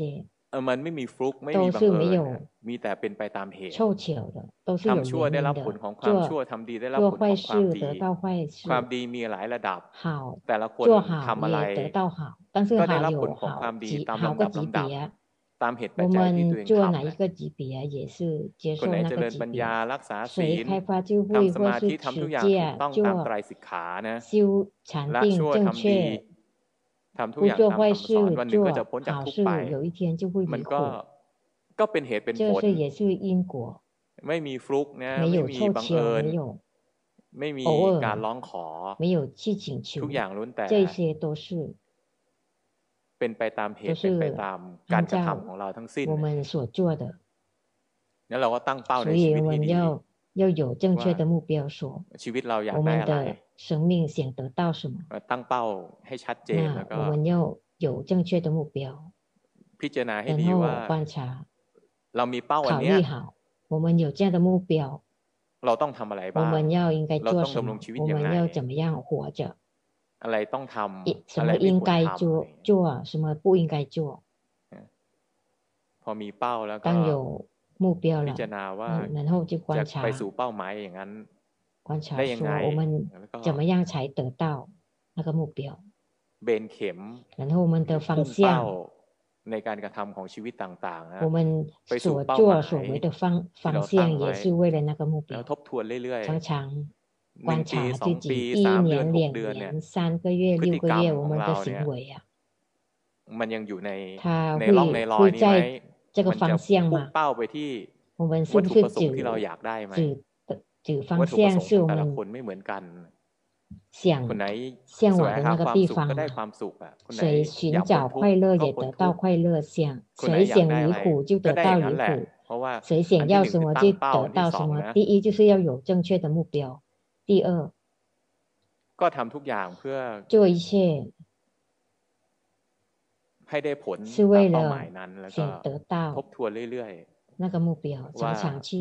Speaker 1: เออมันไม่มีฟลุกไม่มีบัง
Speaker 2: โตซื่อ
Speaker 1: เอิ
Speaker 2: ไม่
Speaker 1: ญ
Speaker 2: โย
Speaker 1: นะมีแต่เป็นไปตามเหตุ
Speaker 2: 凑巧的，都是
Speaker 1: ทำ
Speaker 2: 有
Speaker 1: ชั่ว
Speaker 2: 原
Speaker 1: ได้
Speaker 2: 因
Speaker 1: รั
Speaker 2: 的
Speaker 1: บผลของ。ความชั่ว
Speaker 2: 做
Speaker 1: ทำดีได้รับผ
Speaker 2: 做
Speaker 1: ลของคว
Speaker 2: 坏
Speaker 1: าม
Speaker 2: 事
Speaker 1: ดี
Speaker 2: 得到坏事，
Speaker 1: ความดีมีหลายระดับ
Speaker 2: 好
Speaker 1: แต่ละคน
Speaker 2: 做
Speaker 1: ทำ
Speaker 2: 好
Speaker 1: อะไร
Speaker 2: 也得到好，但是
Speaker 1: ก็ได้
Speaker 2: 好
Speaker 1: รับผล
Speaker 2: 有
Speaker 1: ของความ
Speaker 2: 好
Speaker 1: ดี
Speaker 2: 级
Speaker 1: ตาม
Speaker 2: 好
Speaker 1: ลำ
Speaker 2: 个
Speaker 1: ดับ
Speaker 2: 级
Speaker 1: ลำดับ
Speaker 2: 别，啊
Speaker 1: ตามเหตุปัจ
Speaker 2: 我
Speaker 1: จัยที่ตัวเอ
Speaker 2: 们
Speaker 1: ง
Speaker 2: 做
Speaker 1: ทำ
Speaker 2: 哪一
Speaker 1: นะ
Speaker 2: 个级别啊也是接
Speaker 1: คน
Speaker 2: 受
Speaker 1: ไหน
Speaker 2: 那
Speaker 1: เจ
Speaker 2: 个
Speaker 1: ริญ
Speaker 2: 级
Speaker 1: ปัญญา
Speaker 2: 别，
Speaker 1: รักษาศี
Speaker 2: 谁
Speaker 1: ล
Speaker 2: 开发智慧
Speaker 1: ทำส
Speaker 2: 或
Speaker 1: มาธิ
Speaker 2: 是
Speaker 1: ทำทุ
Speaker 2: 持
Speaker 1: กอย่างถูก
Speaker 2: 戒
Speaker 1: ต้องตามไต
Speaker 2: 做
Speaker 1: รสิกขานะ
Speaker 2: 修禅
Speaker 1: ละ
Speaker 2: 定
Speaker 1: ชั่ว
Speaker 2: 正
Speaker 1: ทำดี
Speaker 2: 确，
Speaker 1: ทำทุก
Speaker 2: 不
Speaker 1: อย่าง
Speaker 2: 做
Speaker 1: ตาม
Speaker 2: 坏
Speaker 1: คำสอนวัน
Speaker 2: 事
Speaker 1: หนึ่งก็จะ
Speaker 2: 做
Speaker 1: พ้นจาก
Speaker 2: 好
Speaker 1: ทุกข์
Speaker 2: 事
Speaker 1: ไป
Speaker 2: 有一天就会
Speaker 1: มัน
Speaker 2: 离
Speaker 1: ก็
Speaker 2: 苦，
Speaker 1: ก็เป็นเหตุเป็นผ
Speaker 2: 这
Speaker 1: ล
Speaker 2: 是也是因果，
Speaker 1: ไม่มีฟลุกนะ
Speaker 2: 没
Speaker 1: ไม่
Speaker 2: 有
Speaker 1: มี
Speaker 2: 凑
Speaker 1: บังเอิ
Speaker 2: 巧，
Speaker 1: ญ
Speaker 2: 没有
Speaker 1: ไม่มี
Speaker 2: 偶尔
Speaker 1: การร้องขอ
Speaker 2: 没有去请
Speaker 1: ทุ
Speaker 2: 求
Speaker 1: กอย่าง，ล้วนแต่
Speaker 2: 这些都是
Speaker 1: เป็นไปตามเห
Speaker 2: 都
Speaker 1: ตุเป็นไป
Speaker 2: 是
Speaker 1: ตามการ
Speaker 2: 按
Speaker 1: กระทำ
Speaker 2: 照
Speaker 1: ของเราทั้งสิ้น
Speaker 2: 我们所做的。
Speaker 1: นั้นเราก็ตั้งเป้าใน
Speaker 2: 所
Speaker 1: ชี
Speaker 2: 以
Speaker 1: วิต
Speaker 2: 我
Speaker 1: ที่
Speaker 2: 们
Speaker 1: ดี
Speaker 2: 要要有正
Speaker 1: ว่า
Speaker 2: 确的目标说，
Speaker 1: ชีวิตเราอยาก
Speaker 2: 我
Speaker 1: ได้
Speaker 2: 们
Speaker 1: อะไร
Speaker 2: 的生命想得到什么，
Speaker 1: เราตั้งเป้าให้ชัดเจนแล้
Speaker 2: 那
Speaker 1: ว
Speaker 2: 我
Speaker 1: ก็
Speaker 2: 们要有正确的目标，
Speaker 1: พิจารณาให้
Speaker 2: 然
Speaker 1: ดีว่า
Speaker 2: 后观察
Speaker 1: เรามีเป้าวัน
Speaker 2: 考
Speaker 1: เนี้ย
Speaker 2: 虑好，我们有这样的目标，
Speaker 1: เราต้องทำอะไร
Speaker 2: 我
Speaker 1: บ้าง
Speaker 2: 们要应该
Speaker 1: เรา
Speaker 2: 做
Speaker 1: ต้อง
Speaker 2: 什
Speaker 1: ดำรง
Speaker 2: 么，
Speaker 1: ชีวิต
Speaker 2: 我
Speaker 1: อย่าง
Speaker 2: 们
Speaker 1: ไร
Speaker 2: 要怎么样活着，
Speaker 1: อะไรต้องทำ
Speaker 2: 一什
Speaker 1: อะไร
Speaker 2: 么
Speaker 1: ไม่
Speaker 2: 应
Speaker 1: ควร
Speaker 2: 该
Speaker 1: ทำอะไรอย่าง
Speaker 2: 做
Speaker 1: เงี้ย
Speaker 2: 做，什么不应该做。
Speaker 1: พอมีเป้าแล้วก็
Speaker 2: 当有目标
Speaker 1: พิ
Speaker 2: 了，
Speaker 1: จารณาว่า
Speaker 2: 嗯然然后就
Speaker 1: จะ
Speaker 2: 观察
Speaker 1: ไปสู่เป้าหมายอย่างนั้น
Speaker 2: 观察
Speaker 1: ได้ยัง
Speaker 2: 说
Speaker 1: ไง
Speaker 2: 我们
Speaker 1: แล้วก็
Speaker 2: 怎么样才得到那个目标，
Speaker 1: เบนเข็ม
Speaker 2: 然后我们的方
Speaker 1: พุ่งเป้า
Speaker 2: 向。
Speaker 1: ในการกระทำของชีวิตต่างๆนะ
Speaker 2: 我们
Speaker 1: ไปสู่
Speaker 2: 所
Speaker 1: เป้าหมาย
Speaker 2: 做所为的方
Speaker 1: ที่เราตั้
Speaker 2: 方
Speaker 1: ง
Speaker 2: 向，
Speaker 1: ไว้
Speaker 2: 也是为了那个目
Speaker 1: แล้ว
Speaker 2: 标。
Speaker 1: ทบทวนเรื่อย
Speaker 2: 常常
Speaker 1: ๆหนึ่ง
Speaker 2: 观
Speaker 1: ปี
Speaker 2: 察
Speaker 1: สอง
Speaker 2: 自
Speaker 1: ปี
Speaker 2: 己一
Speaker 1: สามเดือน
Speaker 2: 年、
Speaker 1: หก
Speaker 2: 两
Speaker 1: เดือนเนี่ย
Speaker 2: 年、三个月、
Speaker 1: พฤ
Speaker 2: 六
Speaker 1: ติ
Speaker 2: 个
Speaker 1: กรรม
Speaker 2: 月，
Speaker 1: ข
Speaker 2: 我
Speaker 1: อง
Speaker 2: 们
Speaker 1: เรา
Speaker 2: 的
Speaker 1: เนี่
Speaker 2: 行
Speaker 1: ย
Speaker 2: 为啊，
Speaker 1: มันยังอยู่ใน
Speaker 2: 它
Speaker 1: ในร่องใน
Speaker 2: 会
Speaker 1: รอย
Speaker 2: 会
Speaker 1: นี้ไหม
Speaker 2: 在这个
Speaker 1: มันจะ
Speaker 2: 方向
Speaker 1: พุ่ง
Speaker 2: 吗？
Speaker 1: เป้าไปที่
Speaker 2: 我们是
Speaker 1: วัต
Speaker 2: 不
Speaker 1: ถุ
Speaker 2: 是
Speaker 1: ประสงค์ที่เรา
Speaker 2: 只
Speaker 1: อยากได้ไหม
Speaker 2: 只只
Speaker 1: วัตถุ
Speaker 2: 方
Speaker 1: ประส
Speaker 2: 向
Speaker 1: งค์
Speaker 2: 是
Speaker 1: ของ
Speaker 2: 我
Speaker 1: แต่ละ
Speaker 2: 们
Speaker 1: คนไม่เหมือนกัน
Speaker 2: 想
Speaker 1: คนไหน
Speaker 2: 向
Speaker 1: แสว
Speaker 2: 往
Speaker 1: ง
Speaker 2: 的
Speaker 1: หา
Speaker 2: 那
Speaker 1: ค
Speaker 2: 个
Speaker 1: วาม
Speaker 2: 地
Speaker 1: สุข
Speaker 2: 方
Speaker 1: ก็ได้
Speaker 2: 啊
Speaker 1: ความ。สุขอ่ะคนไหน
Speaker 2: 谁
Speaker 1: อยากพ้นทุก
Speaker 2: 寻找
Speaker 1: ข์
Speaker 2: 快乐
Speaker 1: ก็
Speaker 2: 也
Speaker 1: พ้น
Speaker 2: 得
Speaker 1: ทุ
Speaker 2: 到
Speaker 1: กข์
Speaker 2: 快乐，想
Speaker 1: คนไหน
Speaker 2: 谁
Speaker 1: อยาก
Speaker 2: 想
Speaker 1: ได้
Speaker 2: 离
Speaker 1: อะไร
Speaker 2: 苦就
Speaker 1: ก็
Speaker 2: 得
Speaker 1: ได้อ
Speaker 2: 到
Speaker 1: ย่างนั้
Speaker 2: 离
Speaker 1: นแหละ
Speaker 2: 苦，
Speaker 1: เพราะว่า
Speaker 2: 谁
Speaker 1: อัน
Speaker 2: 想
Speaker 1: ที่
Speaker 2: 要
Speaker 1: หนึ่ง
Speaker 2: 什
Speaker 1: คือ
Speaker 2: 么
Speaker 1: ตั้ง
Speaker 2: 就
Speaker 1: เป้าอัน
Speaker 2: 得
Speaker 1: ที่
Speaker 2: 到
Speaker 1: สอ
Speaker 2: 什
Speaker 1: ง
Speaker 2: 么。
Speaker 1: นะ
Speaker 2: 第一就是要有正确的目标，第二
Speaker 1: ก็ทำทุกอย่างเพื่อ
Speaker 2: 做一切
Speaker 1: ให้ได้ผล
Speaker 2: 是
Speaker 1: ตาม
Speaker 2: 为
Speaker 1: เป้าหมาย
Speaker 2: 了
Speaker 1: นั้น แล้วก็
Speaker 2: 想得
Speaker 1: ทบ
Speaker 2: 到
Speaker 1: ทวนเรื่อย
Speaker 2: 那个目标，
Speaker 1: ๆ ว่า
Speaker 2: 常常去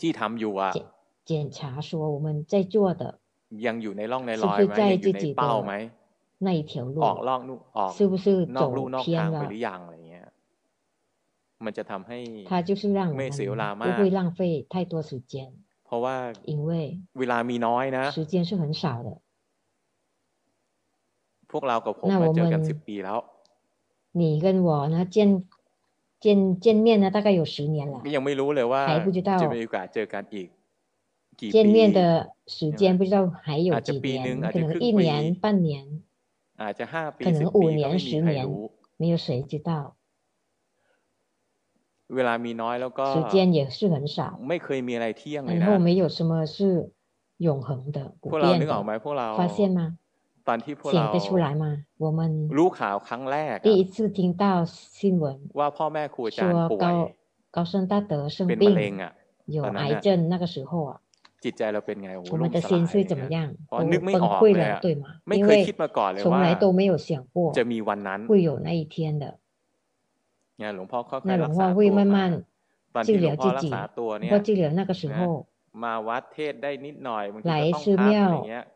Speaker 1: ที่ทำอยู่อ่ะ
Speaker 2: 检检查说我们在做的
Speaker 1: ยังอยู่ในร่องใน
Speaker 2: 是
Speaker 1: ร
Speaker 2: 不
Speaker 1: อย
Speaker 2: 是
Speaker 1: ไหม
Speaker 2: 在
Speaker 1: ยังอยู่
Speaker 2: 自
Speaker 1: ใน
Speaker 2: 己
Speaker 1: เป้าไหม
Speaker 2: 的那一条
Speaker 1: ออก
Speaker 2: 路，
Speaker 1: ลอกนู่นออก
Speaker 2: 是不是
Speaker 1: นอกลู่
Speaker 2: 走
Speaker 1: นอก
Speaker 2: 偏
Speaker 1: ทางไปห
Speaker 2: 了？
Speaker 1: รือยังอะไรเงี้ย มันจะทำให้
Speaker 2: 它就是让我
Speaker 1: ไม่เสียเวลา
Speaker 2: 们不
Speaker 1: มาก
Speaker 2: 会浪费太多时间，
Speaker 1: เพราะว่า
Speaker 2: 因为
Speaker 1: เวลามีน้อยนะ
Speaker 2: 时间是很少的。
Speaker 1: พวกเรากับผม
Speaker 2: น่า
Speaker 1: มา
Speaker 2: ว่า
Speaker 1: เจอกัน
Speaker 2: มัน
Speaker 1: สิบปีแล้ว
Speaker 2: 你跟我呢见见见面呢，大概有十年了
Speaker 1: ก็，ยังไม่รู้เลยว่า
Speaker 2: 还不知
Speaker 1: จะ
Speaker 2: 道
Speaker 1: มีโอกาสเจอกันอีก กี่
Speaker 2: 见
Speaker 1: ปี
Speaker 2: 面的时
Speaker 1: 对吧
Speaker 2: 间不知道还有
Speaker 1: อาจจะ
Speaker 2: 几
Speaker 1: ปีหนึ่ง
Speaker 2: 年，
Speaker 1: อาจ
Speaker 2: 可
Speaker 1: จะค
Speaker 2: 能
Speaker 1: รึ่ง
Speaker 2: 一
Speaker 1: ปี
Speaker 2: 年半年，
Speaker 1: อาจจะห้าปี
Speaker 2: 可
Speaker 1: สิบ
Speaker 2: 能
Speaker 1: ปีก็
Speaker 2: 五年
Speaker 1: ไม่มี
Speaker 2: 十
Speaker 1: ใคร
Speaker 2: 年，
Speaker 1: รู้
Speaker 2: 没有谁知道，
Speaker 1: เวลามีน้อยแล้วก็
Speaker 2: 时间也是很少，
Speaker 1: ไม่เคยมีอะไรเที่ยงเลย
Speaker 2: 然
Speaker 1: นะ
Speaker 2: 后没有什么是永恒的、
Speaker 1: พ
Speaker 2: 不
Speaker 1: วกเรานึ
Speaker 2: 变
Speaker 1: กออก
Speaker 2: 的
Speaker 1: ไหม，พวกเรา
Speaker 2: 发现吗？
Speaker 1: ตอนที่พวกเรา
Speaker 2: 想得出来吗？我们
Speaker 1: รู้ข่าวครั้งแรกอะ
Speaker 2: 第一次听到新闻
Speaker 1: ว่าพ่อแม่ครูอาจารย์
Speaker 2: 说
Speaker 1: ป่วย
Speaker 2: 高高僧大德生
Speaker 1: เป็นมะเร็ง
Speaker 2: 病，
Speaker 1: อะ
Speaker 2: 有
Speaker 1: ตอนนั้น
Speaker 2: 癌
Speaker 1: อะ
Speaker 2: 症，那个时候啊。
Speaker 1: จิตใจเราเป็นไงโอ้โห
Speaker 2: 我
Speaker 1: ล่
Speaker 2: 们
Speaker 1: ม
Speaker 2: 的
Speaker 1: สลา
Speaker 2: 心
Speaker 1: ย
Speaker 2: 是
Speaker 1: อย่า
Speaker 2: 怎
Speaker 1: ง
Speaker 2: 么
Speaker 1: เงี้ย
Speaker 2: 样，
Speaker 1: อ๋อ
Speaker 2: 都
Speaker 1: นึกไม่
Speaker 2: 崩
Speaker 1: ออก
Speaker 2: 溃
Speaker 1: เลย
Speaker 2: 了，
Speaker 1: อะ
Speaker 2: 对吗？
Speaker 1: ไม่
Speaker 2: 因
Speaker 1: เคยคิด
Speaker 2: 为
Speaker 1: มาก่อนเลย
Speaker 2: 从
Speaker 1: ว่า
Speaker 2: 来都没有想过
Speaker 1: จะมีวันนั้น
Speaker 2: 会有那一天的。
Speaker 1: เนี่ยหลวงพ่อค่อ
Speaker 2: 那
Speaker 1: ยๆรัก
Speaker 2: 龙
Speaker 1: ษา
Speaker 2: 化
Speaker 1: ตั
Speaker 2: 会
Speaker 1: ว
Speaker 2: 慢
Speaker 1: มา
Speaker 2: 慢
Speaker 1: ตอน
Speaker 2: 治
Speaker 1: ที่หลวง
Speaker 2: 疗
Speaker 1: พ่อ
Speaker 2: 自
Speaker 1: รัก
Speaker 2: 己
Speaker 1: ษาตัว，
Speaker 2: 通
Speaker 1: เนี่ย
Speaker 2: 过治疗那个时
Speaker 1: นะ
Speaker 2: 候，
Speaker 1: มาวัดเทศน์ได้นิดหน่อยบางทีก็
Speaker 2: 来
Speaker 1: ต้อง
Speaker 2: 寺
Speaker 1: พักอะไร
Speaker 2: 庙
Speaker 1: เงี้ยบาง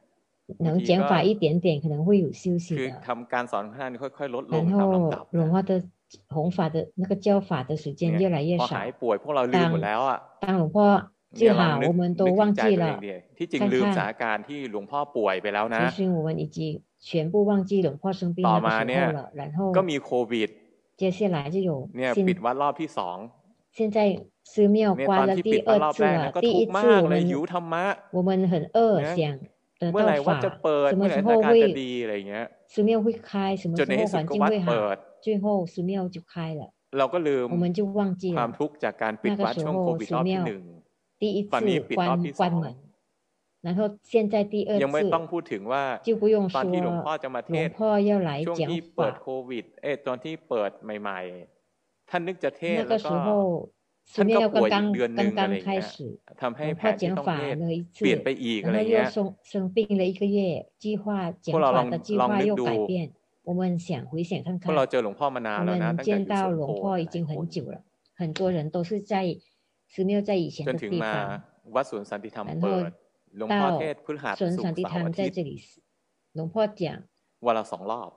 Speaker 2: 能
Speaker 1: ที
Speaker 2: 减
Speaker 1: ก็
Speaker 2: 法一点点，可能会有休息
Speaker 1: คือ
Speaker 2: 的。
Speaker 1: ทำการสอนของท่านค่อยๆ ลดลง
Speaker 2: 然
Speaker 1: ตามลำดับ
Speaker 2: 后
Speaker 1: นะ
Speaker 2: 龙化的弘法的那个教法的时间
Speaker 1: เนี่ย
Speaker 2: 越来越
Speaker 1: พอ
Speaker 2: 少
Speaker 1: หาย。ป่วยพวกเราลืมหมดแล้วอ่ะ
Speaker 2: 当龙婆
Speaker 1: เนี่
Speaker 2: 治
Speaker 1: ยลอง
Speaker 2: 好，
Speaker 1: นึ
Speaker 2: 我
Speaker 1: ก
Speaker 2: 们
Speaker 1: นึก
Speaker 2: 都
Speaker 1: ถึง
Speaker 2: 忘
Speaker 1: ใจตั
Speaker 2: 记
Speaker 1: วเอง
Speaker 2: 了。
Speaker 1: ดิที่จริง
Speaker 2: 看
Speaker 1: ลืมสถา
Speaker 2: 看，
Speaker 1: นการณ์ที่หลวงพ่อป่วยไปแล้วนะ
Speaker 2: 其实我们已经全部忘记龙婆生病
Speaker 1: ต่อ
Speaker 2: 那个
Speaker 1: มา
Speaker 2: 时
Speaker 1: เนี่ย
Speaker 2: 候了。然
Speaker 1: ก็
Speaker 2: 后
Speaker 1: มีโควิด
Speaker 2: 接下来就有
Speaker 1: เนี่ยปิด
Speaker 2: 新
Speaker 1: วัดรอบที่สอง
Speaker 2: 现在寺庙
Speaker 1: เนี่ยต
Speaker 2: 关
Speaker 1: อน
Speaker 2: 了
Speaker 1: ที่
Speaker 2: 第
Speaker 1: ปิดวัด
Speaker 2: 二
Speaker 1: รอบ
Speaker 2: 次
Speaker 1: แรกนะ
Speaker 2: 了，
Speaker 1: ก็
Speaker 2: 第
Speaker 1: ทุก
Speaker 2: 一
Speaker 1: ข์มา
Speaker 2: 次
Speaker 1: ก
Speaker 2: 我
Speaker 1: เลยหิว
Speaker 2: 们
Speaker 1: ธรรมะ
Speaker 2: 我们很饿，
Speaker 1: นะ
Speaker 2: 想得
Speaker 1: เมื่อไหร่
Speaker 2: 到
Speaker 1: วัดจะ
Speaker 2: 法，
Speaker 1: เปิด
Speaker 2: 什
Speaker 1: เมื่
Speaker 2: 么
Speaker 1: อไหร่
Speaker 2: 时
Speaker 1: สถาน
Speaker 2: 候
Speaker 1: การณ์จะ
Speaker 2: 会
Speaker 1: ดีอะไรอย่างเงี้ย
Speaker 2: 寺庙会开，什么
Speaker 1: จน
Speaker 2: 时
Speaker 1: ใน
Speaker 2: 候
Speaker 1: ที่สุด
Speaker 2: 环
Speaker 1: ก็
Speaker 2: 境
Speaker 1: วัด
Speaker 2: 会
Speaker 1: เปิ
Speaker 2: 好，
Speaker 1: ด
Speaker 2: 最后寺庙就开了，
Speaker 1: เราก็ลืม
Speaker 2: 我们就忘记
Speaker 1: ความ
Speaker 2: 了
Speaker 1: ทุกข์จากการปิด
Speaker 2: 那个
Speaker 1: วัด
Speaker 2: 时
Speaker 1: ช่วงโค
Speaker 2: 候
Speaker 1: วิด
Speaker 2: 寺
Speaker 1: รอบที่ห
Speaker 2: 庙
Speaker 1: นึ่ง
Speaker 2: 第一
Speaker 1: ตอนนี้
Speaker 2: 次
Speaker 1: ปิดรอบ
Speaker 2: 关
Speaker 1: ที่ส
Speaker 2: 关
Speaker 1: อง
Speaker 2: 门，然后现在第二
Speaker 1: ยังไม่ต้อง
Speaker 2: 次
Speaker 1: พูดถึงว่า
Speaker 2: 就不用
Speaker 1: ตอนที่หลวงพ่อ
Speaker 2: 说
Speaker 1: จะมาเท
Speaker 2: 龙
Speaker 1: ศน์
Speaker 2: 婆要来
Speaker 1: ช่วง
Speaker 2: 讲
Speaker 1: ที่เปิด
Speaker 2: 法，
Speaker 1: โควิด เอยตอนที่เปิดใหม่ ท่านนึกจะเทศ
Speaker 2: 那
Speaker 1: แล้
Speaker 2: 个
Speaker 1: ว
Speaker 2: 时
Speaker 1: ก็
Speaker 2: 候，
Speaker 1: ท่า
Speaker 2: 寺
Speaker 1: นก็
Speaker 2: 庙
Speaker 1: ป่
Speaker 2: 刚
Speaker 1: วยอีก
Speaker 2: 刚
Speaker 1: เดือนหนึ่
Speaker 2: 刚
Speaker 1: งอะไรอ
Speaker 2: 刚
Speaker 1: ย่าง
Speaker 2: 开
Speaker 1: เงี้ย
Speaker 2: 始，
Speaker 1: ทำให้
Speaker 2: 然
Speaker 1: แผ
Speaker 2: 后
Speaker 1: นที่
Speaker 2: 减
Speaker 1: ต้องเท
Speaker 2: 法
Speaker 1: ศ
Speaker 2: 了一
Speaker 1: เปลี่ยน
Speaker 2: 次
Speaker 1: ไป，อีกอะ
Speaker 2: 然
Speaker 1: ไร
Speaker 2: 后
Speaker 1: เงี้
Speaker 2: 又
Speaker 1: ย
Speaker 2: 生生病了一个月，计划减
Speaker 1: เราลอ
Speaker 2: 法
Speaker 1: ง
Speaker 2: 的计
Speaker 1: ลอง
Speaker 2: 划
Speaker 1: นึก
Speaker 2: 又
Speaker 1: ดู
Speaker 2: 改变。我们想回想看
Speaker 1: พวกเรา
Speaker 2: 看，
Speaker 1: เจอหลวงพ่อมานาน
Speaker 2: 我
Speaker 1: แล้วนะ
Speaker 2: 们
Speaker 1: ตั้งแต่
Speaker 2: 见
Speaker 1: อยู่ส
Speaker 2: 到
Speaker 1: วนโพ
Speaker 2: 龙
Speaker 1: ห
Speaker 2: 婆已
Speaker 1: ลาย
Speaker 2: 经
Speaker 1: ๆคน
Speaker 2: 很久了，很多人都是在寺庙在以前
Speaker 1: จน
Speaker 2: 的
Speaker 1: ถึง
Speaker 2: 地
Speaker 1: มา
Speaker 2: 方，
Speaker 1: วัดสวนสันติธรรม
Speaker 2: แล้ว
Speaker 1: เปิด หลวงพ่อ
Speaker 2: เต้า
Speaker 1: เทศพฤหัส
Speaker 2: 孙
Speaker 1: ศุก
Speaker 2: 传
Speaker 1: ร์
Speaker 2: 地
Speaker 1: เสาร์
Speaker 2: 他
Speaker 1: อา
Speaker 2: 们在
Speaker 1: ทิตย์
Speaker 2: 这里，龙婆讲
Speaker 1: วันละสองรอบ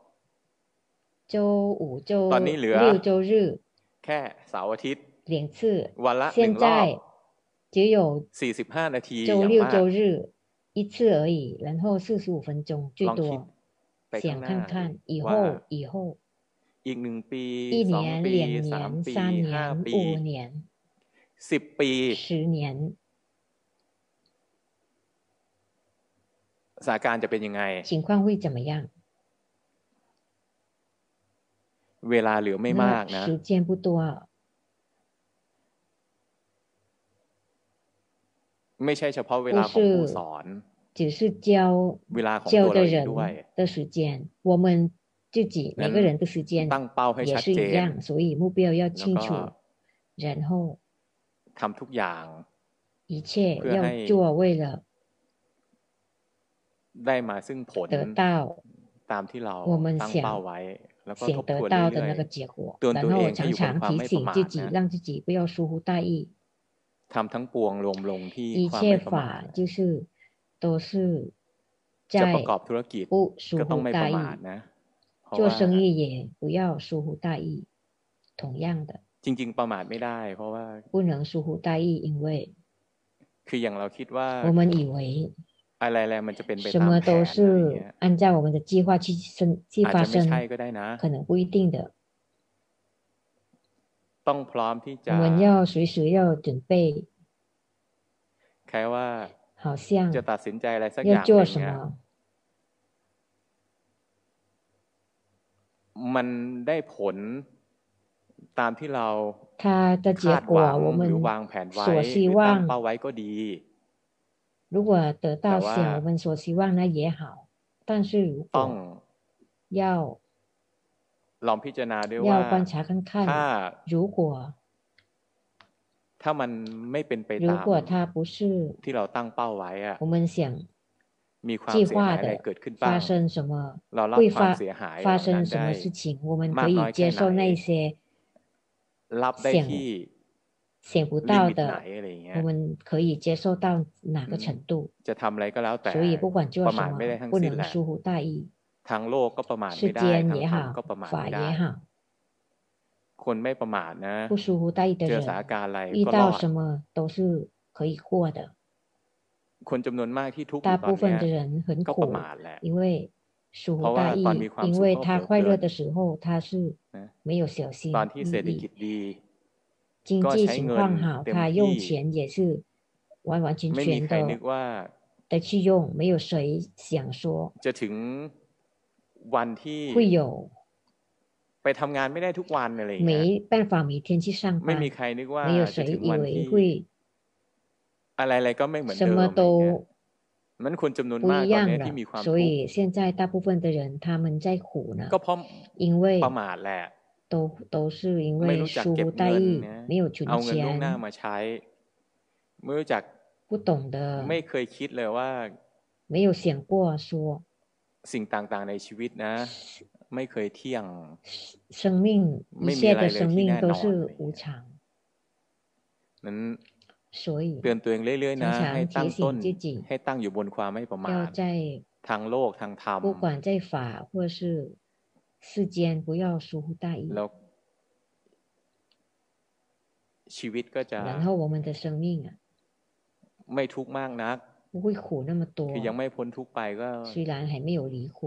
Speaker 2: 周五、周
Speaker 1: ตอนนี้เหลือ
Speaker 2: 六、周日
Speaker 1: แค่เสาร์อาทิตย์
Speaker 2: 两次，
Speaker 1: วันละหนึ่
Speaker 2: 现
Speaker 1: งรอบ
Speaker 2: 在只有
Speaker 1: สี่สิบห้านาทีอ
Speaker 2: 周
Speaker 1: ย่าง
Speaker 2: 六、
Speaker 1: มาก
Speaker 2: 周日一次而已，然后四十五分钟最
Speaker 1: ลองคิด
Speaker 2: 多。
Speaker 1: ไปข้าง
Speaker 2: 想
Speaker 1: หน้า
Speaker 2: 看看以
Speaker 1: ว่า
Speaker 2: 后，以后
Speaker 1: อีกหนึ่งปี
Speaker 2: 一
Speaker 1: สอง
Speaker 2: 年、
Speaker 1: ปี
Speaker 2: 两
Speaker 1: สาม
Speaker 2: 年、
Speaker 1: ปี
Speaker 2: 三
Speaker 1: ห้า
Speaker 2: 年、
Speaker 1: ปี
Speaker 2: 五年、
Speaker 1: สิบปี
Speaker 2: 十年，
Speaker 1: สถานการณ์จะเป็นยังไง
Speaker 2: 情况会怎么样？
Speaker 1: เวลาเหลือไม่มาก
Speaker 2: 那
Speaker 1: นะ
Speaker 2: 时间不多，
Speaker 1: ไม่ใช่เฉพาะเว
Speaker 2: 不
Speaker 1: ลาของครู
Speaker 2: 是
Speaker 1: สอน
Speaker 2: 只是教
Speaker 1: เวลาของตั
Speaker 2: 教
Speaker 1: วเรา
Speaker 2: 的
Speaker 1: เองด้วย
Speaker 2: 人的时间，我们自己每
Speaker 1: 嗯
Speaker 2: 个人的时间
Speaker 1: ตั้งเป้าให้
Speaker 2: 也
Speaker 1: ชัด
Speaker 2: 是
Speaker 1: เจ
Speaker 2: 一
Speaker 1: น
Speaker 2: 样，所以目标要
Speaker 1: แล้ว
Speaker 2: 清
Speaker 1: ก็
Speaker 2: 楚，然后
Speaker 1: ทำทุกอย่าง
Speaker 2: 一切
Speaker 1: เพื่อให้
Speaker 2: 要做，为了
Speaker 1: ได้มาซึ่งผล
Speaker 2: 得到
Speaker 1: ตามที่เรา
Speaker 2: ว่ามัน
Speaker 1: ตั้ง
Speaker 2: เสี่ยง
Speaker 1: เป้าไว้ แล้วก็ท
Speaker 2: 想
Speaker 1: บท
Speaker 2: 得
Speaker 1: วน
Speaker 2: 到
Speaker 1: เรื่
Speaker 2: 的
Speaker 1: อย
Speaker 2: 那个结果，
Speaker 1: เตือน
Speaker 2: 然
Speaker 1: ตัวเอ
Speaker 2: 后
Speaker 1: งให้
Speaker 2: 常
Speaker 1: อยู่บน
Speaker 2: 常
Speaker 1: ความ
Speaker 2: 提
Speaker 1: ไม่ประ
Speaker 2: 醒
Speaker 1: มา
Speaker 2: 自
Speaker 1: ท
Speaker 2: 己，
Speaker 1: นะ
Speaker 2: 让自己不要疏忽大意。
Speaker 1: ๆทำทั้งปวงรวมลงที่
Speaker 2: 一
Speaker 1: ความ
Speaker 2: 切
Speaker 1: ไม่ประมาท
Speaker 2: 法
Speaker 1: นะ
Speaker 2: 就是都是
Speaker 1: จะประ
Speaker 2: 在
Speaker 1: กอบธุรกิจ
Speaker 2: 不疏
Speaker 1: ก็ต้อง
Speaker 2: 忽
Speaker 1: ไม่ป
Speaker 2: 大
Speaker 1: ระ
Speaker 2: 意，
Speaker 1: มาทนะ เพราะ
Speaker 2: 做
Speaker 1: ว่า
Speaker 2: 生意也不要疏忽大意。同样的，
Speaker 1: จริง ๆ ประมาทไม่ได้ เพราะว่า
Speaker 2: 不能疏忽大意，因为
Speaker 1: คืออย่างเราคิดว่า
Speaker 2: 我们以为
Speaker 1: อะไรๆมันจะเป็นไป
Speaker 2: 什
Speaker 1: ตาม
Speaker 2: 么
Speaker 1: แผ
Speaker 2: 都
Speaker 1: นอะไรอย่าง
Speaker 2: 是
Speaker 1: เงี้ย
Speaker 2: 按照我们的计划去生去
Speaker 1: อาจ
Speaker 2: 发
Speaker 1: จะไม่ใช่
Speaker 2: 生，
Speaker 1: ก็ได้นะ
Speaker 2: [laughs] 可能不一定的。
Speaker 1: ต้องพร้อมที่
Speaker 2: 我
Speaker 1: จะ
Speaker 2: 们要随时要准备，
Speaker 1: แค่ว่า
Speaker 2: 好
Speaker 1: จะ
Speaker 2: 像
Speaker 1: ตัดสินใจอะไรสักอ
Speaker 2: 要
Speaker 1: ย่างห
Speaker 2: 做
Speaker 1: นึ่ง
Speaker 2: 什
Speaker 1: เนี่ย
Speaker 2: 么，
Speaker 1: มันได้ผลตามที่เรา
Speaker 2: 它的结
Speaker 1: คาดหวั
Speaker 2: 果
Speaker 1: ง
Speaker 2: 我
Speaker 1: หรือ
Speaker 2: 们
Speaker 1: วางแผนไว้ห
Speaker 2: 所
Speaker 1: รื
Speaker 2: 希
Speaker 1: อตั้งเป้า
Speaker 2: 望，
Speaker 1: ไว้ก็ดี
Speaker 2: 如果得到
Speaker 1: แต่ว่า
Speaker 2: 像我们所希望那也好，但是如
Speaker 1: ต้อง
Speaker 2: 果要
Speaker 1: ลองพิจารณาด้วยว่า
Speaker 2: 要观察看
Speaker 1: ถ้า
Speaker 2: 看，如果
Speaker 1: ถ้ามันไม่เป็นไป
Speaker 2: 如
Speaker 1: ตาม
Speaker 2: 果它不是
Speaker 1: ที่เราตั้งเป้าไว้อะ
Speaker 2: 我们想
Speaker 1: มีความ
Speaker 2: 计
Speaker 1: เสียหา
Speaker 2: 划
Speaker 1: ยอะไร
Speaker 2: 的
Speaker 1: เกิดขึ้นบ้า
Speaker 2: 发
Speaker 1: ง
Speaker 2: 生什么，
Speaker 1: เรารับ
Speaker 2: 会
Speaker 1: ความ
Speaker 2: 发
Speaker 1: เสียหายเห
Speaker 2: 发
Speaker 1: ล่านั้
Speaker 2: 生
Speaker 1: น
Speaker 2: 什
Speaker 1: ได้
Speaker 2: 么事情，我们
Speaker 1: มา
Speaker 2: 可
Speaker 1: กน้อย
Speaker 2: 以
Speaker 1: แค่
Speaker 2: 接
Speaker 1: ไหน
Speaker 2: 受那些
Speaker 1: รับได้
Speaker 2: 想
Speaker 1: ที่
Speaker 2: 想不
Speaker 1: ลิ
Speaker 2: 到
Speaker 1: มิตไหน
Speaker 2: 的，
Speaker 1: อะไรอย่างเงี้
Speaker 2: 我
Speaker 1: ย
Speaker 2: 们可以接受到哪个
Speaker 1: อืม
Speaker 2: 程度。
Speaker 1: จะทำอะไรก็แล้วแต่
Speaker 2: 所以嗯不管
Speaker 1: ป
Speaker 2: 做
Speaker 1: ระมา
Speaker 2: 什
Speaker 1: ทไม่ได้
Speaker 2: 么，
Speaker 1: ทั้ง
Speaker 2: 不
Speaker 1: สิ้นแห
Speaker 2: 能
Speaker 1: ละ
Speaker 2: 疏忽大意，
Speaker 1: ทางโลกก็ประมาท
Speaker 2: 世
Speaker 1: ไม่ได้
Speaker 2: 间
Speaker 1: ทาง
Speaker 2: 也
Speaker 1: ธรรมก็
Speaker 2: 好，
Speaker 1: ประมาท
Speaker 2: 法
Speaker 1: ไม่ได้
Speaker 2: 也好，
Speaker 1: คนไม่ประมาทนะ
Speaker 2: 不疏忽大意的
Speaker 1: เจอสถาน
Speaker 2: 人，
Speaker 1: การณ์อะไร
Speaker 2: 遇
Speaker 1: ก็ร
Speaker 2: 到
Speaker 1: อด
Speaker 2: 什么都是可以过的。
Speaker 1: คนจำนวนมากที่ทุกข์อ
Speaker 2: 大
Speaker 1: ยู่ตอ
Speaker 2: 部
Speaker 1: นเนี้ย
Speaker 2: 分的人很
Speaker 1: ก็ประ
Speaker 2: 苦，
Speaker 1: มาทแหละ
Speaker 2: 因为疏
Speaker 1: เพ
Speaker 2: 忽
Speaker 1: ราะว่า
Speaker 2: 大
Speaker 1: ตอนมี
Speaker 2: 意，
Speaker 1: ความ
Speaker 2: 因
Speaker 1: สุข
Speaker 2: 为
Speaker 1: ก็
Speaker 2: 他
Speaker 1: เผลอ
Speaker 2: 快
Speaker 1: เพลิ
Speaker 2: 乐
Speaker 1: น
Speaker 2: 的嗯时候他是
Speaker 1: นะ
Speaker 2: 没有小
Speaker 1: ตอน
Speaker 2: 心
Speaker 1: ที่
Speaker 2: 翼
Speaker 1: เศรษฐ
Speaker 2: 翼，
Speaker 1: กิจดี
Speaker 2: 经
Speaker 1: ก็
Speaker 2: 济
Speaker 1: ใช้
Speaker 2: 情
Speaker 1: เงิน
Speaker 2: 况好，
Speaker 1: เต็ม
Speaker 2: 他用
Speaker 1: ที่
Speaker 2: 钱也是完完全
Speaker 1: ไม่มี
Speaker 2: 全
Speaker 1: ใครนึ
Speaker 2: 的
Speaker 1: กว่า
Speaker 2: 的去用，没有谁想说
Speaker 1: จะถึงวันที่
Speaker 2: 会有
Speaker 1: ไปทำงานไม่ได้ทุกวันอะไรอย่างเงี้ย
Speaker 2: 没办法每天去上
Speaker 1: ไม่มี
Speaker 2: 班，
Speaker 1: ใครนึกว่า
Speaker 2: 没有
Speaker 1: จะ
Speaker 2: 谁
Speaker 1: ถึง
Speaker 2: 以
Speaker 1: วัน
Speaker 2: 为
Speaker 1: ที่
Speaker 2: 会
Speaker 1: อะไรๆก็ไม่เหมือน
Speaker 2: 什
Speaker 1: เดิม
Speaker 2: 么
Speaker 1: อะไรเงี้ย
Speaker 2: 都
Speaker 1: มันคนจำนวน
Speaker 2: 不
Speaker 1: มาก
Speaker 2: 一
Speaker 1: ตอน
Speaker 2: 样
Speaker 1: เนี้ยที่
Speaker 2: 了，
Speaker 1: มีความ
Speaker 2: 所
Speaker 1: ทุกข์
Speaker 2: 以现在大部分的人他们在苦呢，
Speaker 1: ก็เพราะ
Speaker 2: 因为
Speaker 1: ประมาทแหละ
Speaker 2: 都都是因
Speaker 1: ไม่
Speaker 2: 为
Speaker 1: รู้จัก
Speaker 2: 疏
Speaker 1: เก็บ
Speaker 2: 忽大
Speaker 1: เงิน
Speaker 2: 意，
Speaker 1: นะ
Speaker 2: 没有
Speaker 1: เอา
Speaker 2: 存
Speaker 1: เงินล่วงหน้า
Speaker 2: 钱，
Speaker 1: มาใช้ ไม่รู้จัก
Speaker 2: 不懂得，
Speaker 1: ไม่เคยคิดเลยว่า
Speaker 2: 没有想过说
Speaker 1: สิ่งต่างๆในชีวิตนะ ไม่เคยเที่ยง
Speaker 2: 生生命一
Speaker 1: ไม่มี
Speaker 2: 切
Speaker 1: อะไร
Speaker 2: 的
Speaker 1: เลย
Speaker 2: 生
Speaker 1: ที่
Speaker 2: 命
Speaker 1: แน่
Speaker 2: 都
Speaker 1: นอนอะ
Speaker 2: 是
Speaker 1: ไรอย่าง
Speaker 2: 无
Speaker 1: เงี้ย
Speaker 2: 常，
Speaker 1: นั้น
Speaker 2: 所以
Speaker 1: เตือนตัวเองเรื่อยๆ
Speaker 2: 常
Speaker 1: นะ ให้
Speaker 2: 常
Speaker 1: ตั้
Speaker 2: 提
Speaker 1: งต้น
Speaker 2: 醒自己
Speaker 1: ให้ตั้งอยู่บนความไม่ประมา
Speaker 2: 要
Speaker 1: ท
Speaker 2: 在
Speaker 1: ทางโลกทางธรรม
Speaker 2: 不管在法或是世间，不要疏忽大意，
Speaker 1: แล้วชีวิตก็จะ
Speaker 2: 然后我们的生命啊
Speaker 1: ไม่ทุกข์มากนัก
Speaker 2: 不会苦那么
Speaker 1: คือยัง
Speaker 2: 多。
Speaker 1: ไม่พ้นทุกข์ไปก็
Speaker 2: 虽然还没有离苦，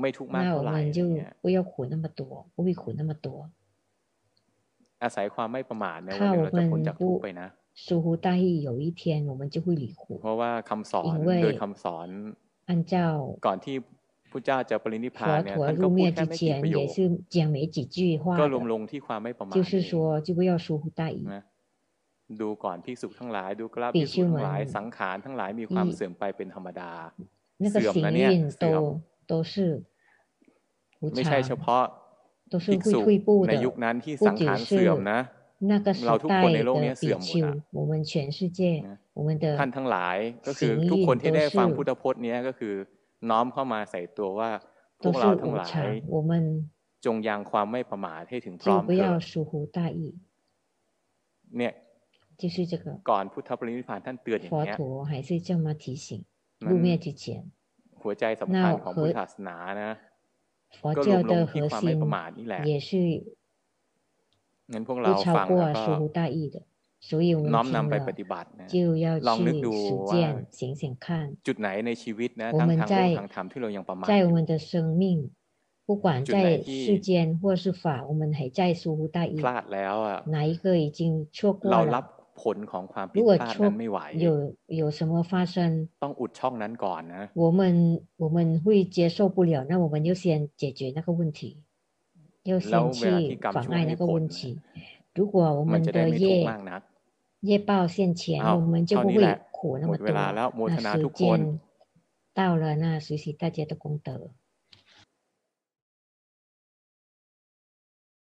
Speaker 1: ไม่ทุกข์มาก
Speaker 2: 那
Speaker 1: เท่า
Speaker 2: 我
Speaker 1: ไหร่
Speaker 2: 们
Speaker 1: อะไร
Speaker 2: 就
Speaker 1: เงี้ย
Speaker 2: 不要苦那么多，不会苦那么多。
Speaker 1: อาศัยความไม่ประมาทเนี่ยวัน
Speaker 2: 怕
Speaker 1: หนึ่ง
Speaker 2: 我
Speaker 1: เราจะพ้น
Speaker 2: 们
Speaker 1: จากทุกข์
Speaker 2: 不
Speaker 1: ไปนะ
Speaker 2: 疏忽大意，有一天我们就会离苦。
Speaker 1: เพราะว่าคำสอน
Speaker 2: 因为
Speaker 1: โดยคำสอน
Speaker 2: 按照
Speaker 1: ก่อนที่พระเจ้าจะปรินิพพาน
Speaker 2: 佛
Speaker 1: เนี่ย
Speaker 2: 陀
Speaker 1: ท่านก็
Speaker 2: 入
Speaker 1: พูด
Speaker 2: 灭
Speaker 1: แค่
Speaker 2: 之
Speaker 1: ไม่กี่ประ
Speaker 2: 前
Speaker 1: โย
Speaker 2: 也
Speaker 1: ค
Speaker 2: 是讲没几句话
Speaker 1: ก็รวม
Speaker 2: 的，
Speaker 1: ลงที่ความไม่ประมาท
Speaker 2: 就
Speaker 1: นี่
Speaker 2: 是
Speaker 1: เอง
Speaker 2: 说就不要疏忽大意，
Speaker 1: นะดูก่อนภิกษุทั้งหลาย ดูกราบ
Speaker 2: 比
Speaker 1: ภิกษุ
Speaker 2: 丘
Speaker 1: ทั้งหลาย
Speaker 2: 们
Speaker 1: สังขารทั้งหลายมีความเสื่อมไปเป็นธรรมดา
Speaker 2: 那个
Speaker 1: เสื่อมนะ
Speaker 2: 行
Speaker 1: เนี่ย
Speaker 2: 运
Speaker 1: เสื่อม
Speaker 2: 都都是无
Speaker 1: ไม่ใช่เฉ
Speaker 2: 常，
Speaker 1: พาะ
Speaker 2: 都是
Speaker 1: ภิกษุ
Speaker 2: 会退步
Speaker 1: ใน
Speaker 2: 的
Speaker 1: ยุคนั้นที่
Speaker 2: 不
Speaker 1: สัง
Speaker 2: 只
Speaker 1: ขาร
Speaker 2: 是
Speaker 1: เสื่อมนะ
Speaker 2: 那个时
Speaker 1: เราทุก
Speaker 2: 代
Speaker 1: คนในโลก
Speaker 2: 的
Speaker 1: เนี้ยเสื่
Speaker 2: 比
Speaker 1: อมหมด
Speaker 2: 丘
Speaker 1: อะ
Speaker 2: 我们全世界
Speaker 1: นะ
Speaker 2: 我们的
Speaker 1: ท่านทั้งหลายก็คือ
Speaker 2: 行
Speaker 1: ทุกคน
Speaker 2: 运
Speaker 1: ที่
Speaker 2: 都
Speaker 1: ได้
Speaker 2: 是
Speaker 1: ฟังพุทธพจน์เนี้ยก็คือน้อมเข้ามาใส่ตัวว่าพว
Speaker 2: 都
Speaker 1: กเรา
Speaker 2: 是
Speaker 1: ทั้ง
Speaker 2: 无
Speaker 1: หลาย
Speaker 2: 常我们
Speaker 1: จงยังความไม่ประมาทให้ถึงพร้อ
Speaker 2: 就
Speaker 1: ม
Speaker 2: 不
Speaker 1: เถิ
Speaker 2: 要
Speaker 1: ด
Speaker 2: 疏忽大意
Speaker 1: เนี่ย
Speaker 2: 就是这个
Speaker 1: ก่อนพุทธปรินิพพานท่านเตือนอย่าง
Speaker 2: 佛
Speaker 1: เงี้ย
Speaker 2: 陀还是这么提醒
Speaker 1: มั
Speaker 2: 入灭之前
Speaker 1: หัวใจสำคัญของพุทธศาสนานะ
Speaker 2: 佛
Speaker 1: ก็รว
Speaker 2: 教
Speaker 1: มลง
Speaker 2: 的
Speaker 1: ที่
Speaker 2: 核
Speaker 1: ความไม่
Speaker 2: 心
Speaker 1: ประมาทนี่แหละ
Speaker 2: 也是
Speaker 1: งั้นพวกเรา
Speaker 2: 不
Speaker 1: ฟั
Speaker 2: 超
Speaker 1: งแล้ว
Speaker 2: 过
Speaker 1: ก็
Speaker 2: 疏忽大意的所以我
Speaker 1: น้อม
Speaker 2: 们
Speaker 1: นำ
Speaker 2: 听
Speaker 1: ไปป
Speaker 2: 了
Speaker 1: ฏิบัตินะ
Speaker 2: 就要
Speaker 1: ลองนึก
Speaker 2: 去
Speaker 1: ดู
Speaker 2: 实
Speaker 1: ว่า
Speaker 2: 践想想看
Speaker 1: จุดไหนในชีวิตนะ
Speaker 2: 我
Speaker 1: ทั้ง
Speaker 2: 们
Speaker 1: ทางโลก
Speaker 2: 在
Speaker 1: ทางธรรมที่เรายังประมาท
Speaker 2: 在
Speaker 1: อ
Speaker 2: 我
Speaker 1: ยู่
Speaker 2: 们的生命，不管
Speaker 1: 就乃
Speaker 2: 在
Speaker 1: 地
Speaker 2: 世间或是法，我们还在疏忽大意
Speaker 1: พ，ลาดแล้วอ่ะ
Speaker 2: 哪一个已经错
Speaker 1: เรา
Speaker 2: 过
Speaker 1: รับ
Speaker 2: 了？
Speaker 1: ผลของความผิด
Speaker 2: 如果
Speaker 1: พลาด
Speaker 2: 错
Speaker 1: นั้นไม่ไหว
Speaker 2: 有有什么发生，
Speaker 1: ต้องอุดช่องนั้นก่อนนะ
Speaker 2: 我们我们会接受不了，那我们就先解决那个问题，要
Speaker 1: 然后为
Speaker 2: 先
Speaker 1: 了啊去
Speaker 2: 去
Speaker 1: 赶
Speaker 2: 妨
Speaker 1: 出
Speaker 2: 碍
Speaker 1: 那
Speaker 2: 那
Speaker 1: 一
Speaker 2: 个
Speaker 1: 捆
Speaker 2: 问
Speaker 1: 呢
Speaker 2: 题。如果我
Speaker 1: มัน
Speaker 2: 们
Speaker 1: จะได้
Speaker 2: 的
Speaker 1: ไม่ทุกข์
Speaker 2: 业
Speaker 1: มากนัก
Speaker 2: 业报现前，
Speaker 1: 好
Speaker 2: 我们就
Speaker 1: 到
Speaker 2: 不
Speaker 1: 你
Speaker 2: 会
Speaker 1: 了
Speaker 2: 苦那
Speaker 1: หม
Speaker 2: 么
Speaker 1: ดเว
Speaker 2: 多。
Speaker 1: ลาแล้วโมท
Speaker 2: 那
Speaker 1: นา
Speaker 2: 时
Speaker 1: ทุกคน
Speaker 2: 间到了，那学习大家的功德。